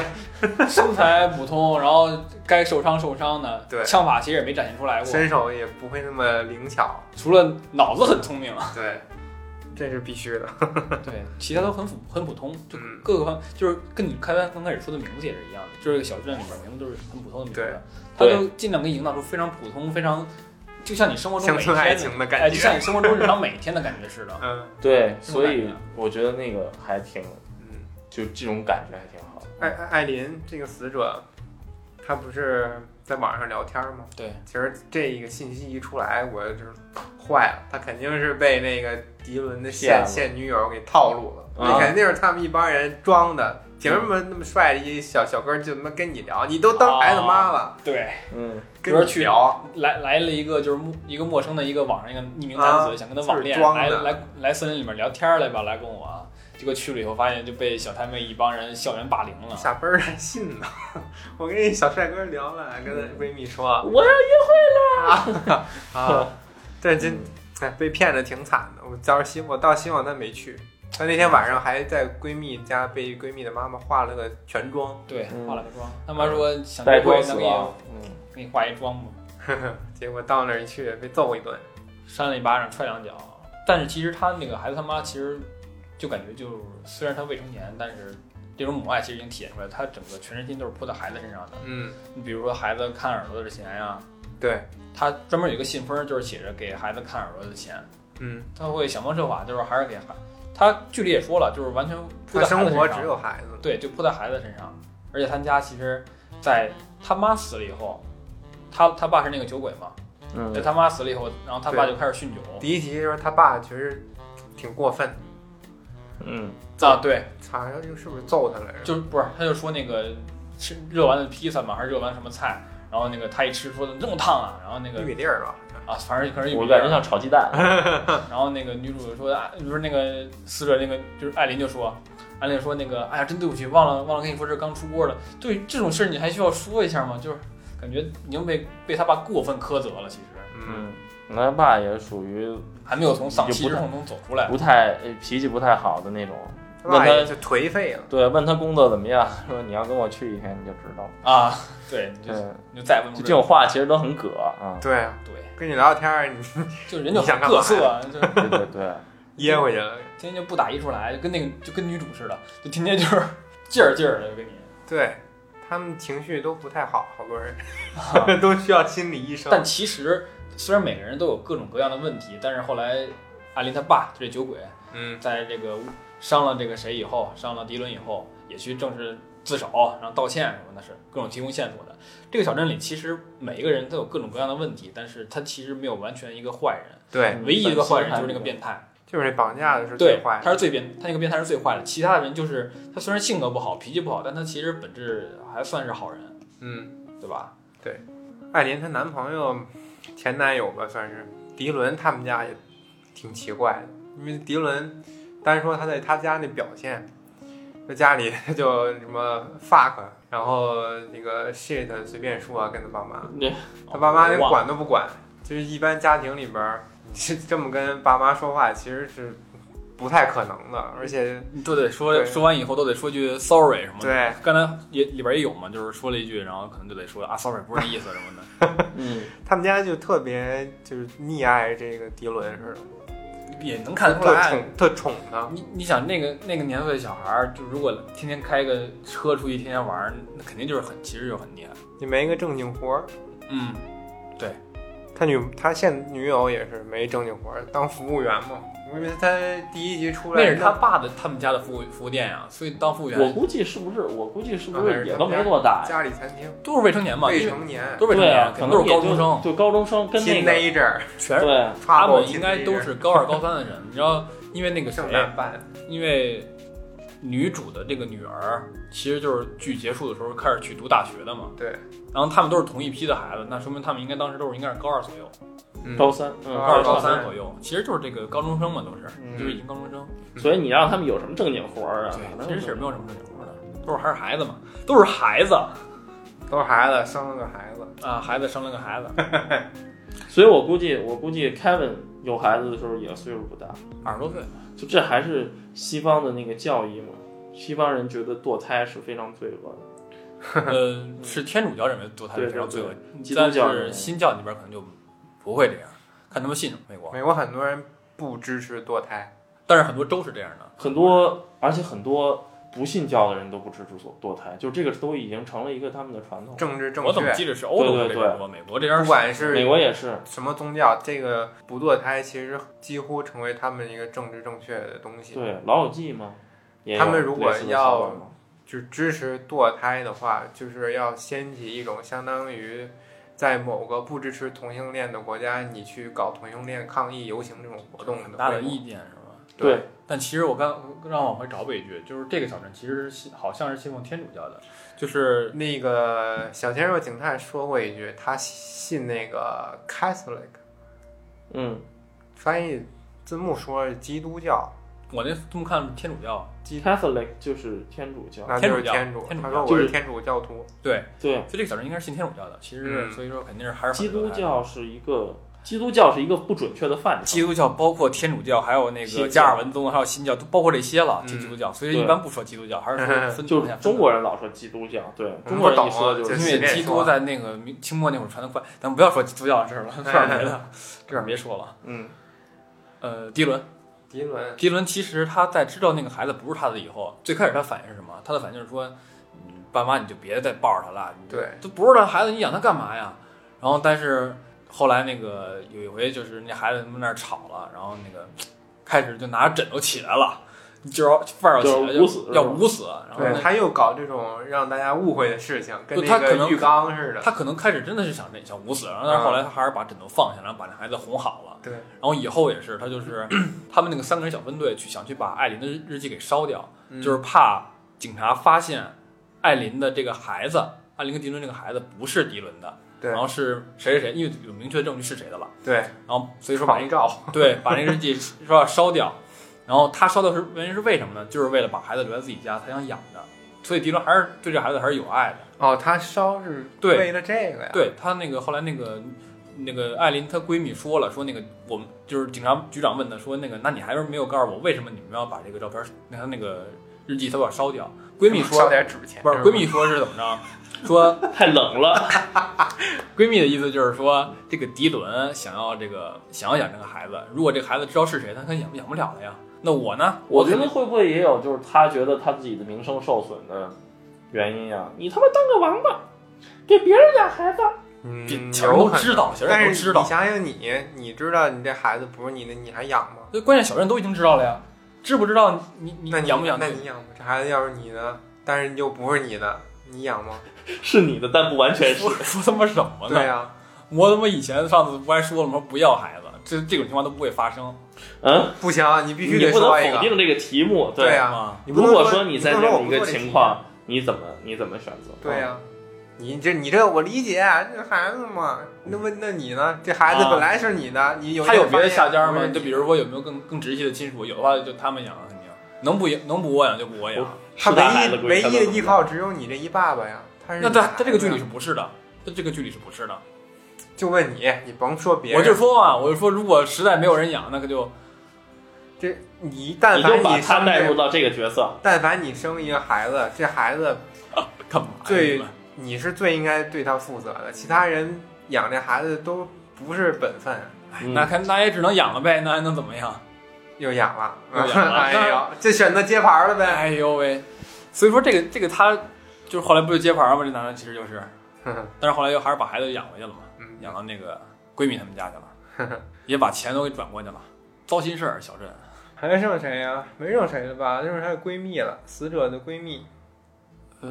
S3: 身材普通，然后该受伤受伤的，
S2: 对
S3: 枪法其实也没展现出来过，
S2: 身手也不会那么灵巧，
S3: 除了脑子很 聪明，
S2: 对，这是必须的。
S3: 对，其他都很普很普通，就
S2: 嗯
S3: 各个方就是跟你开刚开始说的名字也是一样的，就是这个小镇里面名字都是很普通的名字，他
S4: 对
S3: 就尽量给你营造出非常普通、非常就像你生活中
S2: 乡
S3: 每
S2: 村爱
S3: 天
S2: 情的
S3: 的
S2: 感
S3: 哎，就
S2: 觉，
S3: 像你生活中日常每天的感觉似 的。
S2: 嗯
S4: 对，
S3: 这种
S4: 所以
S3: 感觉
S4: 我觉得那个还挺，
S2: 嗯。
S4: 就这种感觉还挺好的。
S3: 哎
S2: 艾艾艾琳这个死者，她不是在网上聊天吗？
S3: 对，
S2: 其实这一个信息一出来，我就是坏了，他肯定是被那个迪伦的
S4: 骗
S2: 现
S4: 了
S2: 现女友给套路了，
S4: 啊
S2: 那肯定是他们一帮人装的。凭什么那么帅的一小小哥就他妈跟你聊？你都
S4: 啊
S2: 当孩子妈了，
S3: 对，
S4: 嗯，
S2: 跟你
S3: 去
S2: 聊，
S3: 来来了一个就是陌一个陌生的一个网上一个匿名男子，
S2: 啊
S3: 想跟他网恋，
S2: 就是装
S3: 来
S2: 的
S3: 来来森林里面聊天儿来吧，来跟我啊。结果去了以后，发现就被小太妹一帮人校园霸凌了。
S2: 下班儿还信呢。我跟一小帅哥聊了，跟她闺蜜说
S4: 我
S2: 啊，这真哎，被骗的挺惨的。我倒是希，我倒希望她没去。她那天晚上还在闺蜜家被闺蜜的妈妈化了个全妆，
S3: 对，
S4: 嗯
S3: 化了个妆。他妈说想
S4: 带
S3: 结
S4: 妆
S3: 婚，
S4: 死
S3: 能给
S4: 亡
S3: 你，
S4: 嗯，
S3: 给你化一妆吗？
S2: 结果到那儿一去被揍一顿。
S3: 扇了一巴掌，踹两脚。但是其实他那个孩子他妈其实就感觉就是，虽然他未成年，但是这种母爱其实已经体现出来，他整个全身心都是扑在孩子身上的。
S2: 嗯，
S3: 你比如说孩子看耳朵的钱呀、
S2: 对，
S3: 他专门有一个信封，就是写着给孩子看耳朵的钱，
S2: 嗯，
S3: 他会想方设法，就是还是给孩他剧里也说了，就是完全扑
S2: 她
S3: 在孩
S2: 生
S3: 子
S2: 活
S3: 身
S2: 只
S3: 上，
S2: 有孩子了。
S3: 对，就扑在孩子身上。而且他们家其实，在他妈死了以后，他他爸是那个酒鬼嘛，
S4: 嗯
S3: 在他妈死了以后，然后他爸就开始酗酒，
S2: 第一集的时候，她爸其实挺过分，
S4: 嗯，
S3: 啊，对，
S2: 好像就是不是揍她来着？
S3: 就是不是，他就说那个吃热完的披萨嘛，还是热完什么菜，然后那个他一吃说怎么这么烫啊，然后那个
S2: 玉米粒儿吧，
S3: 啊，反正可能有
S4: 嗯我感觉像炒鸡 蛋，
S3: 啊然后那个女主说，啊不是那个死者那个就是艾琳就说，艾琳就说那个哎呀真对不起，忘了忘了跟你说这刚出锅的，对这种事儿你还需要说一下吗？就是感觉已经被被他爸过分苛责了，其实
S2: 嗯，
S4: 嗯，他爸也属于
S3: 还没有从丧
S4: 也
S3: 妻
S4: 不
S3: 之
S4: 太
S3: 痛中走出来。
S4: 不太呃脾气不太好的那种。
S2: 她爸也
S4: 问
S2: 就颓废了。
S4: 对，问他工作怎么样， 说你要跟我去一天你就知道了。
S3: 啊，对，你就
S4: 对，
S3: 你就再也问不
S4: 就这
S3: 了
S4: 种话其实都很葛 啊。
S2: 对啊，
S3: 对，
S2: 跟你聊天儿，你
S3: 就人就
S2: 你想
S3: 很
S2: 干嘛
S3: 各色，啊就
S4: 对对对，
S2: 噎回去了。
S3: 天天就不打一处来，就跟那个就跟女主似的，就天天就是 劲儿劲儿的就跟你。
S2: 对他们情绪都不太好，好多人、
S3: 啊
S2: 都需要心理医生。
S3: 但其实虽然每个人都有各种各样的问题，但是后来艾琳她爸就这酒鬼，
S2: 嗯
S3: 在这个伤了这个谁以后，伤了迪伦以后，也去正式自首，然后道歉什么的是各种提供线索的。这个小镇里其实每一个人都有各种各样的问题，但是他其实没有完全一个坏人，
S2: 对，
S3: 唯一一个坏人就是那个变态，
S2: 就是那绑架的是
S3: 对
S2: 最，坏的，
S3: 他是最变，他那个变态是最坏的，其他的人就是他虽然性格不好，脾气不好，但他其实本质还算是好人，
S2: 嗯，
S3: 对吧？
S2: 艾琳她男朋友前男友吧，算是迪伦他们家也挺奇怪的，因为迪伦单说他在他家那表现，在家里就什么 fuck，然后那个 shit 随便说啊，跟他爸妈，他爸妈连
S3: 哦忘了
S2: 管都不管，就是一般家庭里边儿，你是 这么跟爸妈说话，其实是不太可能的，
S3: 嗯
S2: 而且
S3: 都得说
S2: 对
S3: 说完以后都得说句 sorry 什么的。
S2: 对
S3: 刚才也里边也有嘛，就是说了一句，然后可能就得说啊 sorry 不是那意思什么的。
S4: 嗯，
S2: 他们家就特别就是溺爱这个迪伦似
S3: 嗯
S2: 的，
S3: 也能看得出
S2: 特
S3: 来。
S2: 宠特宠他，
S3: 你你想那个那个年岁的小孩儿，就如果天天开个车出去，天天玩儿，那肯定就是很，其实就是很厉害。
S2: 也没个正经活儿。
S3: 嗯，
S2: 他女他现女友也是没正经活儿，当服务员嘛。因为他第一集出来，
S3: 那是他爸的他们家的服务服务店呀、所以当服务
S4: 我
S3: 员
S4: 估计是不是？我估计是
S2: 啊
S4: 不
S2: 还是
S4: 是也都
S2: 他们
S4: 没多大呀？
S2: 家里餐厅，
S3: 都是未成年嘛，
S2: 未成年
S3: 都是未成
S4: 对
S3: 年
S4: 啊，，
S3: 肯
S4: 可
S3: 定都
S4: 能
S3: 是
S4: 也
S3: 高
S4: 就
S3: 中生，
S4: 对高中生跟那个
S2: teenager
S3: 全是
S4: 对，
S3: 他
S2: trouble
S3: 们应该都
S2: teenager
S3: 是高二高三的人。你知道，因为那个
S2: 正
S3: 谁，
S2: 难办，
S3: 因为女主的这个女儿，其实就是剧结束的时候开始去读大学的嘛。
S2: 对，
S3: 然后他们都是同一批的孩子，那说明他们应该当时都是应该是高二左右，
S2: 嗯
S4: 高三，嗯，
S2: 高
S3: 高
S2: 二
S3: 二
S2: 高
S3: 高
S2: 三
S3: 三左右，其实就是这个高中生嘛，都是，
S4: 嗯
S3: 就是已经高中生。
S4: 所以你让他们有什么正经活儿啊？嗯
S3: 对，其实是没有什么正经活的，都是还是孩子嘛，都是孩子
S2: 都是孩子，生了个孩子，
S3: 啊，孩子生了个孩子，
S4: 所以我估计，我估计 Kevin 有孩子的时候也岁数不大，
S3: 二十多 岁，
S4: 就这还是西方的那个教义嘛。西方人觉得堕胎是非常罪恶的，
S3: 呃，是天主教认为堕胎
S4: 对
S3: 是非常罪恶
S4: 对，基督
S3: 但
S4: 教认为
S3: 是新教那边可能就不会这样，看他们信什么美国，
S2: 美国很多人不支持堕胎，
S3: 但是很多州是这样的，
S4: 很多，而且很多不信教的人都不支持堕堕胎，就这个都已经成了一个他们的传统。
S2: 政治正
S3: 哦我怎么
S2: 确，
S3: 记得是欧洲
S4: 对
S3: 这
S4: 对
S3: 边多，美国这边
S2: 不
S3: 是
S2: 管是
S4: 美国也是，
S2: 什么宗教，这个不堕胎其实几乎成为他们一个政治正确的东西。
S4: 对《老友记》嘛，也有
S2: 他们如果
S4: 类似的
S2: 要
S4: 想法嘛
S2: 就支持堕胎的话，就是要掀起一种相当于在某个不支持同性恋的国家，你去搞同性恋抗议游行这种活动
S3: 很
S2: 的
S3: 大的
S2: 规模
S3: 意见是吧？
S2: 对
S4: 对
S3: 但其实我刚让我往回找补一句，就是这个小镇其实是信好像是信奉天主教的，就是
S2: 那个小鲜肉警探说过一句，他信那个 Catholic，
S4: 嗯，
S2: 翻译字幕说是基督教，
S3: 我那这么看天主教，
S4: Catholic 就是天主教，
S2: 那就是
S3: 天
S2: 天
S3: 主教
S2: 主。
S3: 天主教
S2: 他说我
S4: 就是
S2: 是天主教徒，
S3: 对，
S4: 对，
S3: 所以这个小镇应该是信天主教的。其实、
S2: 嗯
S3: 所以说肯定是还是
S4: 基
S3: 反对
S4: 督
S3: 派
S4: 教是一个基督教是一个不准确的范畴
S3: 基。督教包括天主教，还有那
S4: 新教
S3: 个加尔文宗，还有新教，都包括这些了。
S2: 嗯
S3: 基督教，所以
S4: 对
S3: 一般不说基督教，还是说分
S4: 就
S3: 分
S4: 是
S3: 下
S4: 中国人老说基督教，对
S2: 嗯
S4: 中国人
S2: 我
S4: 一
S2: 懂
S4: 说
S2: 啊
S4: 就
S2: 就是
S3: 因
S2: 是
S3: 为基督在那个明清末那会儿传的快，咱们不要说基督教的事儿了， 这儿没了，这儿别说了。
S4: 嗯，
S3: 呃，迪伦，
S2: 迪伦，
S3: 迪伦其实他在知道那个孩子不是他的以后，最开始他反应是什么？他的反应就是说，嗯爸妈你就别再抱着他了，你就
S2: 对，
S3: 这不是他孩子，你养他干嘛呀？然后但是后来那个有一回就是那孩子他们那儿吵了，然后那个开始就拿着枕头起来了，就是要范儿要起来
S4: 就是捂死
S3: 就要捂死，然后
S2: 对，
S3: 那
S2: 他又搞这种让大家误会的事情，跟
S3: 就他
S2: 那
S3: 可能
S2: 个浴缸似的，
S3: 他可能开始真的是想这想捂死，然后但是后来他还是把枕头放下，然后把那孩子哄好了。
S2: 啊对，
S3: 然后以后也是他就是 他们那个三个人小分队去想去把艾琳的日日记给烧掉。
S2: 嗯
S3: 就是怕警察发现艾琳的这个孩子，艾琳跟迪伦这个孩子不是迪伦的，
S2: 对
S3: 然后是谁谁谁，因为有明确证据是谁的了，
S2: 对
S3: 然后所以说把
S2: 仿照，
S3: 对把那个日记说要烧掉，然后他烧掉是原因是为什么呢？就是为了把孩子留在自己家，他想养着，所以迪伦还是对这孩子还是有爱的。
S2: 哦，他烧是
S3: 对
S2: 为了这个呀，
S3: 对她那个后来那个那个艾琳她闺蜜说了，说那个我们就是警察局长问她说那个，那你还是没有告诉我为什么你们要把这个照片，那她那个日记她要烧掉？闺蜜说
S2: 烧点纸钱，
S3: 不是闺蜜说是怎么着？说
S4: 太 冷了，
S3: 闺蜜的意思就是说，这个迪伦想要这个想要养这个孩子，如果这个孩子知道是谁，他他养养不了了呀。那我呢？
S4: 我觉
S3: 肯
S4: 得
S3: 定
S4: 会不会也有就是他觉得他自己的名声受损的原因呀、你他妈当个王八，给别人养孩子，
S2: 嗯，
S3: 这小人
S2: 有
S3: 都
S2: 可能。
S3: 知道，小人
S2: 但
S3: 都
S2: 是
S3: 知
S2: 你
S3: 道，
S2: 想想你，你知道你这孩子不是你的，你还养吗？
S3: 关键小人都已经知道了呀。知不知道你你
S2: 那你
S3: 养不养
S2: 那
S3: 得
S2: 你养吗？这孩子要是你的，但是又不是你的，你养吗？
S4: 是你的，但不完全是
S3: 说。说他妈什么
S2: 对啊
S3: 呢？
S2: 呀、
S3: 我他妈以前上次不还说了吗？不要孩子，这这种情况都不会发生，
S4: 嗯，
S2: 不行，啊你必须
S4: 你
S2: 得
S4: 不能
S2: 说一个
S4: 否。定这个题目。
S2: 对啊呀、
S3: 吗？
S2: 你不
S4: 如
S2: 能
S4: 果
S2: 说
S4: 你
S2: 你
S4: 在
S2: 不
S4: 这
S2: 能说
S4: 么
S2: 我
S4: 一
S2: 不
S4: 个
S2: 做这
S4: 情
S2: 题
S4: 况，你怎么你怎么选择？
S2: 对啊呀、你这你这我理解，啊这孩子嘛，那么那你呢？这孩子
S3: 啊
S2: 本来是你的，你有
S3: 他有别的下家
S2: 家
S3: 吗？就比如说有没有更更直系的亲属？有的话就他们养，肯定能不养能不我养就不我养。
S2: 他
S4: 是大孩子
S2: 唯一唯
S4: 归他
S2: 一的
S4: 们
S2: 依靠只有你这一爸爸呀。他是嗯
S3: 那
S2: 你
S3: 他
S2: 孩
S3: 他这个
S2: 子
S3: 距离
S2: 呀
S3: 是不是的？他这个距离是不是的？
S2: 就问你，你甭说别人，
S3: 我就说嘛，我就说如果实在没有人养，那可就
S2: 这你但
S4: 你就
S2: 凡
S4: 把他
S2: 生
S4: 带入
S2: 这，
S4: 到这个角色，
S2: 但凡你生一个孩子，这孩子
S3: 干嘛呀？
S2: 对
S3: 你们
S2: 你是最应该对他负责的，其他人养这孩子都不是本分，
S4: 嗯
S3: 哎那看那也只能养了呗，那还能怎么样？
S2: 又养了，
S3: 又养了
S2: 哎 呦，这选择接盘了呗。
S3: 哎呦喂！所以说这个这个他就是后来不就接盘吗？这男的其实就是，但是后来又还是把孩子养回去了嘛，
S2: 嗯，
S3: 养到那个闺蜜他们家去了，也把钱都给转过去了，糟心事儿，小镇。
S2: 还剩谁呀、没剩谁了吧？就是她的闺蜜了，死者的闺蜜。
S3: 呃，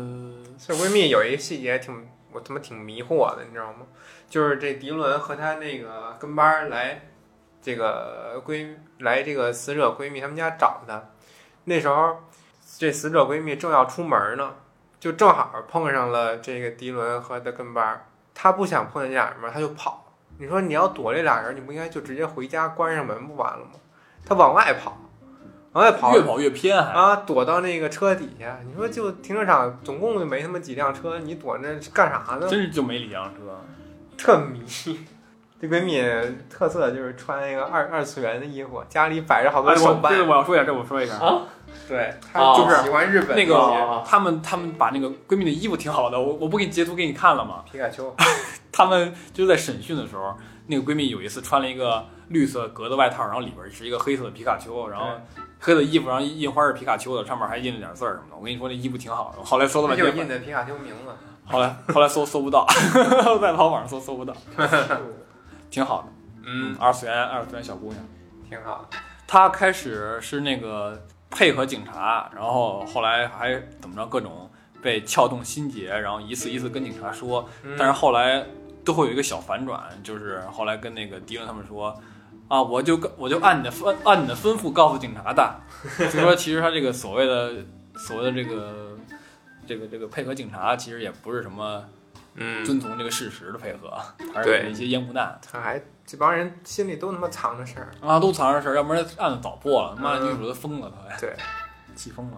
S2: 死者闺蜜有一个细节挺我他妈挺迷惑的，你知道吗？就是这迪伦和她那个跟班儿来这个闺来这个死者闺蜜他们家找她，那时候这死者闺蜜正要出门呢，就正好碰上了这个迪伦和她跟班儿。她不想碰见这俩人嘛，她就跑。你说你要躲这俩人，你不应该就直接回家关上门不完了吗？她往外跑，往外跑，
S3: 越跑越偏还。
S2: 啊，躲到那个车底下。你说
S3: 嗯
S2: 就停车场总共就没他妈几辆车，你躲那是干啥呢？
S3: 真是就没理上车，
S2: 特迷。 这闺蜜特色就是穿一个二二次元的衣服，家里摆着好多
S3: 哎
S2: 手
S3: 我
S2: 办。
S3: 这个我要说一下，这我说一下，
S4: 啊，
S2: 对，她
S4: 哦
S2: 就是喜欢日本
S3: 那个、
S4: 哦
S3: 他们他们把那个闺蜜的衣服挺好的，我我不给你截图给你看了吗？
S2: 皮卡丘，
S3: 他们就是在审讯的时候，那个闺蜜有一次穿了一个绿色格子外套，然后里边是一个黑色的皮卡丘，然后黑色衣服，然后印花是皮卡丘的，上面还印了点字儿什么的。我跟你说，那衣服挺好的。后来搜了
S2: 这 就
S3: 半
S2: 是印
S3: 天，
S2: 的皮卡丘名字。
S3: 后来后来搜搜不到， 在淘宝上搜搜 不到，挺好的。嗯，二次元二次元小姑娘，
S2: 挺好的。
S3: 她开始是那个配合警察，然后后来还怎么着各种被撬动心结，然后一次一次跟警察说
S2: 嗯
S3: 但是后来都会有一个小反转，就是后来跟那个迪伦他们说，啊，我就跟我就按你的吩按你的吩咐告诉警察的，就说其实他这个所谓的所谓的这个这个这个配合警察，其实也不是什么
S2: 嗯，
S3: 遵从这个事实的配合，还
S2: 对
S3: 是一些烟雾弹
S2: 她还这帮人心里都他妈藏着事儿。
S3: 啊，都藏着事儿，要不然案子早破了，妈
S2: 嗯
S3: 女主都疯了，都
S2: 对，
S3: 气疯了。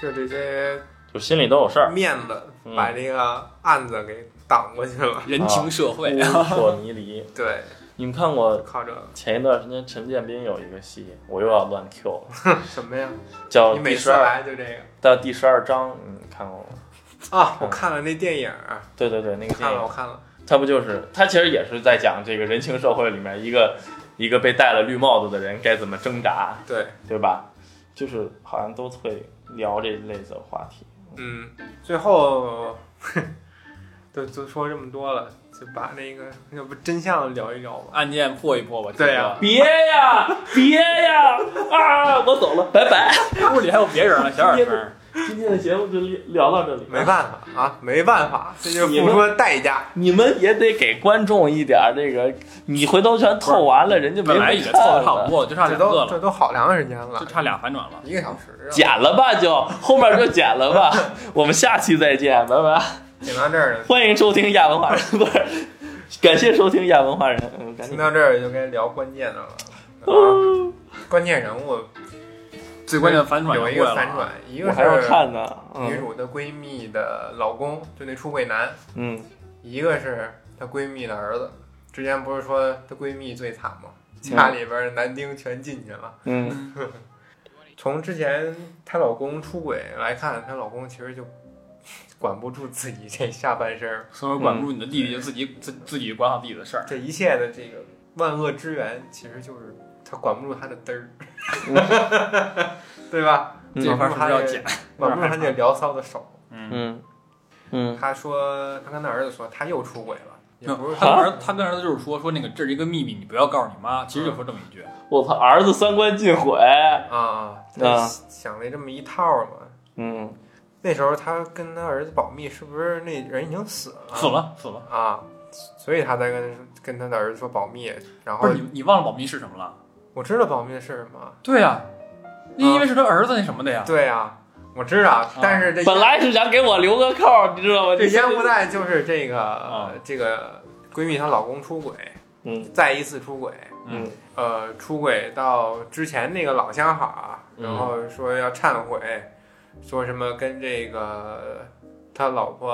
S2: 就这些
S4: 就心里都有事儿。
S2: 面子
S4: 嗯
S2: 把这个案子给挡过去了。
S3: 人情社会，
S4: 乌索尼梨，
S2: 对，
S4: 你们看过
S2: 靠这个
S4: 前一段时间陈建斌有一个戏，我又要乱 Q 了，
S2: 什么呀？
S4: 叫
S3: 哦
S2: 你
S4: 第
S2: 每
S4: 十
S2: 次
S4: 二
S2: 来就这个
S4: 到第十二章，你看过吗？
S2: 啊！我看了那电影儿，啊
S4: 对对对，那个电
S2: 看了我
S4: 影，
S2: 看了。
S4: 它不就是它其实也是在讲这个人情社会里面一个一个被戴了绿帽子的人该怎么挣扎，
S2: 对，
S4: 对吧？就是好像都会聊这类似的话题。
S2: 嗯，最后 都都说这么多了，就把那个要不真相聊一聊吧。
S3: 案件破一破吧。
S2: 对呀
S3: 听
S4: 别呀，别呀！啊，我走了，拜拜。
S3: 说屋里还有别人呢，小点 声。
S4: 今天的节目就聊到这里，
S2: 没办法啊，没办法，这就是付出的代价。
S4: 你们也得给观众一点儿这个，你回头全透完了，人家没
S3: 本来
S4: 人
S3: 也凑
S4: 看
S3: 的差
S4: 了
S3: 不多，就差
S2: 这
S3: 两个
S2: 都这
S3: 了，
S2: 都好长时间
S3: 就
S2: 了，
S3: 差俩反转了。
S2: 一个小时啊。
S4: 剪了吧就，后面就剪了吧。我们下期再见，拜拜！
S2: 听到这儿了，
S4: 欢迎收听亚文化人，不是，感谢收听亚文化人，嗯，赶
S2: 听
S4: 紧。哦
S2: 到这儿就该聊关键的了啊！
S4: 嗯
S2: 关键人物
S3: 最关键的反转
S2: 有一
S3: 也过
S2: 个
S3: 来了
S2: 反
S3: 啊
S2: 转，一
S4: 我
S2: 个
S4: 还要
S2: 是
S4: 看呢，
S2: 女
S4: 嗯
S2: 主的闺蜜的老公，就那出轨男；
S4: 嗯，
S2: 一个是她闺蜜的儿子。之前不是说她闺蜜最惨吗？家里边儿男丁全进去了。
S4: 嗯，
S2: 从之前她老公出轨来看，她老公其实就管不住自己这下半身儿，
S3: 所以管不住你的弟弟，就自己自自己管好自己的事儿。
S2: 这一切的这个万恶之源，其实就是她管不住她的嘚儿， 对吧？
S4: 嗯
S3: 这块儿是不是要剪？
S2: 管不住她那个聊骚的手。
S3: 嗯，嗯
S4: 嗯嗯
S2: 她说，她跟她儿子说，她又出轨了。也不是
S3: 他 跟
S4: 啊
S3: 儿他跟儿子就是说说那个这是一个秘密，你不要告诉你妈，其实就说这么一句。
S4: 我操，儿子三观尽毁。
S2: 啊，
S4: 啊
S2: 他想了这么一套嘛。
S4: 嗯，
S2: 那时候他跟他儿子保密，是不是那人已经死了？
S3: 死了死了，
S2: 啊，所以他才跟跟他的儿子说保密。然
S3: 不
S2: 后
S3: 是你你忘了保密是什么了？
S2: 我知道保密是什么，
S3: 对呀，因
S2: 嗯
S3: 因为是他儿子那什么的呀。
S2: 对呀、啊我知道，但是这
S4: 本来是想给我留个扣儿，你 知道吗？
S2: 这烟雾
S4: 弹。
S2: 弹就是这个、
S3: 啊
S2: 这个闺蜜她老公出轨，
S4: 嗯
S2: 再一次出轨，
S4: 嗯
S2: 呃，出轨到之前那个老相好啊，
S4: 嗯
S2: 然后说要忏悔，说什么跟这个他老婆，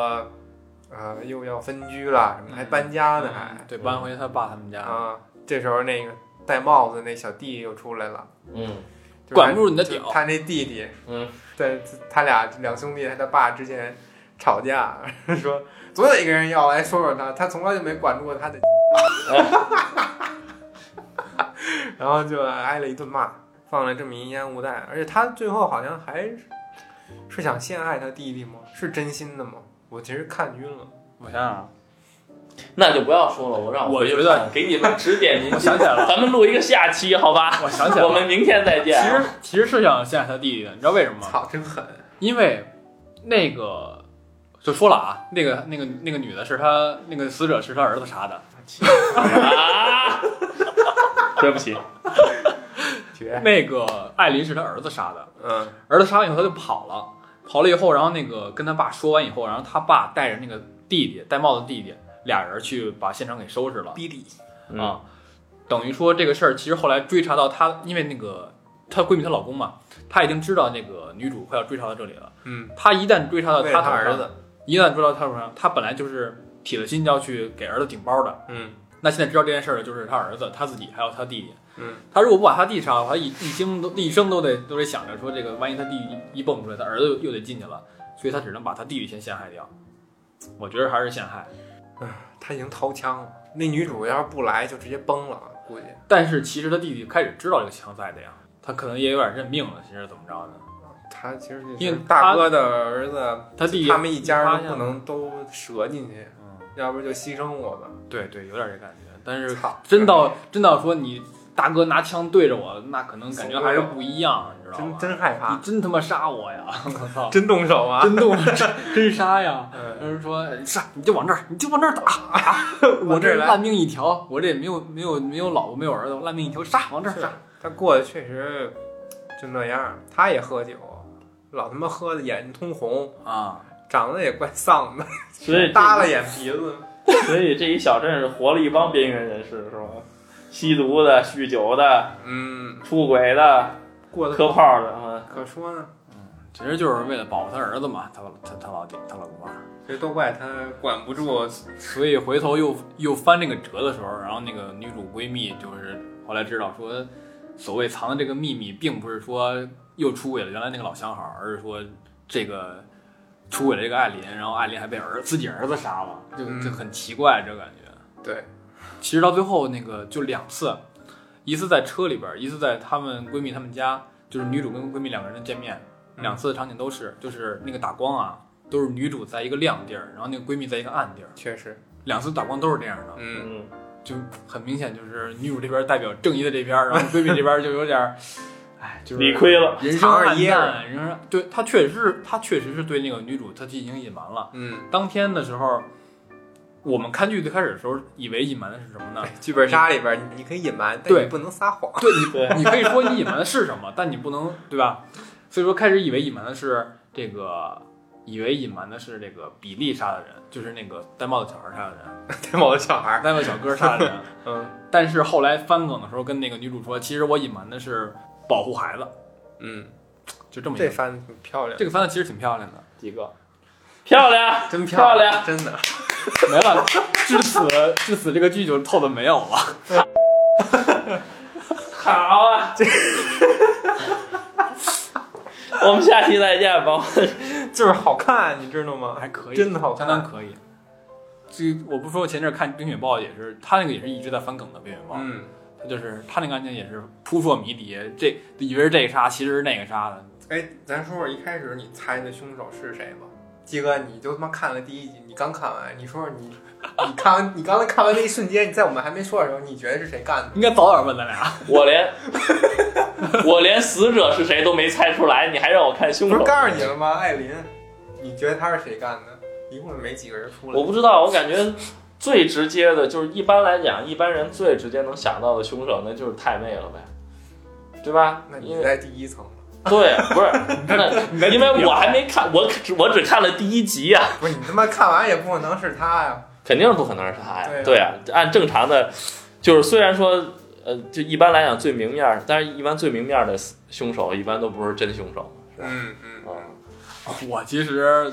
S2: 呃，又要分居了，什么还搬家呢，还、
S3: 嗯对，搬回他爸他们家，
S2: 啊，这时候那个戴帽子那小弟又出来了，
S4: 嗯
S2: 就是
S3: 管
S2: 他
S3: 不住你的
S2: 就是
S3: 屌
S2: 他那弟弟，
S4: 嗯，
S2: 对，他俩两兄弟，他他爸之前吵架， 说总有一个人要来说说他，他从来就没管住过 他的，然后就挨了一顿骂，放了这么一烟雾弹，而且他最后好像还是是想陷害他弟弟吗？是真心的吗？我其实看晕了，
S3: 我想想啊，
S4: 那就不要说了，我让
S3: 我
S4: 回去
S3: 觉得
S4: 看给你们指点迷
S3: 我
S4: 津。
S3: 想起来了，
S4: 咱们录一个下期，好吧？
S3: 我想起来
S4: 我
S3: 了。
S4: 们明天再
S3: 其
S4: 见啊。
S3: 实其实 是想陷害他弟弟的，你知道为什么吗？
S2: 操，真狠
S3: 因为那个就说了啊，那个那个那个女的是他那个死者是他儿子杀的，
S4: 啊！ 对不起，
S2: 绝，
S3: 那个艾琳是他儿子杀的，
S2: 嗯
S3: 儿子杀完以后他就跑了，跑了以后，然后那个跟他爸说完以后，然后他爸带着那个弟弟戴帽子弟弟俩人去把现场给收拾了
S2: 逼力，
S4: 嗯
S3: 啊，等于说这个事儿其实后来追查到她，因为那个她闺蜜她老公嘛，她已经知道那个女主快要追查到这里了，
S2: 嗯，
S3: 她一旦追查到
S2: 为
S3: 她
S2: 了他
S3: 头
S2: 儿
S3: 上
S2: 子，
S3: 一旦追到他手上，他本来就是铁了心要去给儿子顶包的。
S2: 嗯
S3: 那现在知道这件事儿的就是他儿子、他自己还有他弟弟。
S2: 嗯，
S3: 他如果不把他弟杀了，他一一生都一生都得都得想着说这个，万一他弟一蹦出来，他儿子又又得进去了，所以他只能把他弟弟先陷害掉。我觉得还是陷害，
S2: 他已经掏枪了，那女主要是不来就直接崩了，估计。
S3: 但是其实他弟弟开始知道这个枪在的呀，他可能也有点认命了。其实怎么着呢？
S2: 他其实就
S3: 因
S2: 是
S3: 为他
S2: 大哥的儿子，
S3: 他弟弟
S2: 他们一家
S3: 发
S2: 都
S3: 现
S2: 不
S3: 了，
S2: 能都折进去，
S3: 嗯，
S2: 要不就牺牲我吧。
S3: 对对，有点这感觉。但是
S2: 操，
S3: 真到真到说你大哥拿枪对着我，那可能感觉还是不一样，你知道吗？
S2: 真真害
S3: 你
S2: 怕，
S3: 真他妈杀我呀！ 我操，
S2: 真动手啊！
S3: 真动了，真杀呀！有
S2: 嗯，
S3: 人说哎杀你就往这儿，你就往这 儿打，我
S2: 往
S3: 这
S2: 这
S3: 儿
S2: 儿来
S3: 烂命一条，我这也没有没有没有老婆没有儿子，我烂命一条，杀往这儿
S2: 是
S3: 杀。
S2: 他过得确实就那样，他也喝酒，老他妈喝的眼睛通红，
S3: 啊！
S2: 长得也怪丧的，
S4: 所以
S2: 耷拉眼皮子。
S4: 所以这一小镇是活了一帮边缘人士，是吧？吸毒的、酗酒的、
S2: 嗯，
S4: 出轨的、
S2: 过得
S4: 磕炮的啊。
S2: 可说呢，
S3: 其实就是为了保护他儿子嘛，他他他老爹他老公啊，
S2: 这都怪他管不住。
S3: 所以回头又又翻那个折的时候，然后那个女主闺蜜就是后来知道说，所谓藏的这个秘密，并不是说又出轨了原来那个老相好，而是说这个出轨了这个艾琳，然后艾琳还被儿自己儿子杀了，就
S2: 嗯
S3: 就很奇怪这感觉。
S2: 对，
S3: 其实到最后那个就两次，一次在车里边，一次在她们闺蜜她们家，就是女主跟闺蜜两个人的见面，
S2: 嗯
S3: 两次的场景都是，就是那个打光啊，都是女主在一个亮地儿，然后那个闺蜜在一个暗地儿，
S2: 确实，
S3: 两次打光都是这样的，
S2: 嗯，
S4: 嗯，
S3: 就很明显就是女主这边代表正义的这边，然后闺蜜这边就有点儿，哎，就是
S4: 理亏 了。
S3: 人生啊
S2: 藏着
S3: 暗
S2: 掖着
S3: 淡，人生对她确实是她确实是对那个女主她进行隐瞒了。
S2: 嗯，
S3: 当天的时候，我们看剧最开始的时候以为隐瞒的是什么呢？
S2: 剧本杀里边你可以隐瞒，但
S3: 对
S2: 你不能撒谎。
S3: 对你，
S4: 对
S3: 你可以说你隐瞒的是什么，但你不能对吧？所以说开始以为隐瞒的是这个，以为隐瞒的是这个比利杀的人，就是那个戴帽子小孩杀的 人，
S2: 对我的小孩儿，
S3: 戴帽子小哥杀的 人。
S2: 嗯
S3: 但是后来翻梗的时候，跟那个女主说，其实我隐瞒的是保护孩子，
S2: 嗯。
S3: 就这么一
S2: 这
S3: 个。
S2: 翻挺漂亮，
S3: 这个翻的其实挺漂亮的，
S4: 几个漂亮，
S2: 真
S4: 漂亮
S2: 真的。
S3: 没了。至此，至此这个剧就透的没有了。
S4: 好 啊！我们下期再见吧。
S2: 就是好看，你知道吗？
S3: 还可以
S2: 真的好
S3: 相
S2: 看
S3: 当可以。这我不说，我前阵儿看《冰雪暴》也是，他那个也是一直在翻梗的《冰雪暴》。
S2: 嗯，
S3: 他就是他那个案件也是扑朔迷离，这以为是这个杀，其实是那个杀的。
S2: 哎，咱说说一开始你猜的凶手是谁吧？鸡哥，你就他妈看了第一集，你刚看完，你说说你，你看完你刚才看完那一瞬间，你在我们还没说的时候，你觉得是谁干的？
S3: 应该早点问咱俩。
S4: 我连我连死者是谁都没猜出来，你还让我看凶
S2: 不
S4: 手
S2: 是？告诉你了吗？艾琳，你觉得他是谁干的？一共没几个人出来。
S4: 我不知道，我感觉最直接的就是一般来讲，一般人最直接能想到的凶手，那就是太妹了呗，对吧
S2: 那？
S4: 因
S2: 你
S4: 为
S2: 在第一层了，
S4: 对，不是
S3: 你
S4: 那，
S3: 在
S4: 因为我还没看，我只我只看了第一集呀、
S2: 不是你他妈看完也不可能是他呀。
S4: 肯定不可能是他呀。
S2: 对
S4: 对啊，按正常的，就是虽然说，呃，就一般来讲最明面儿，但是一般最明面儿的凶手一般都不是真凶手。是吧
S2: 嗯嗯，
S4: 嗯，
S3: 我其实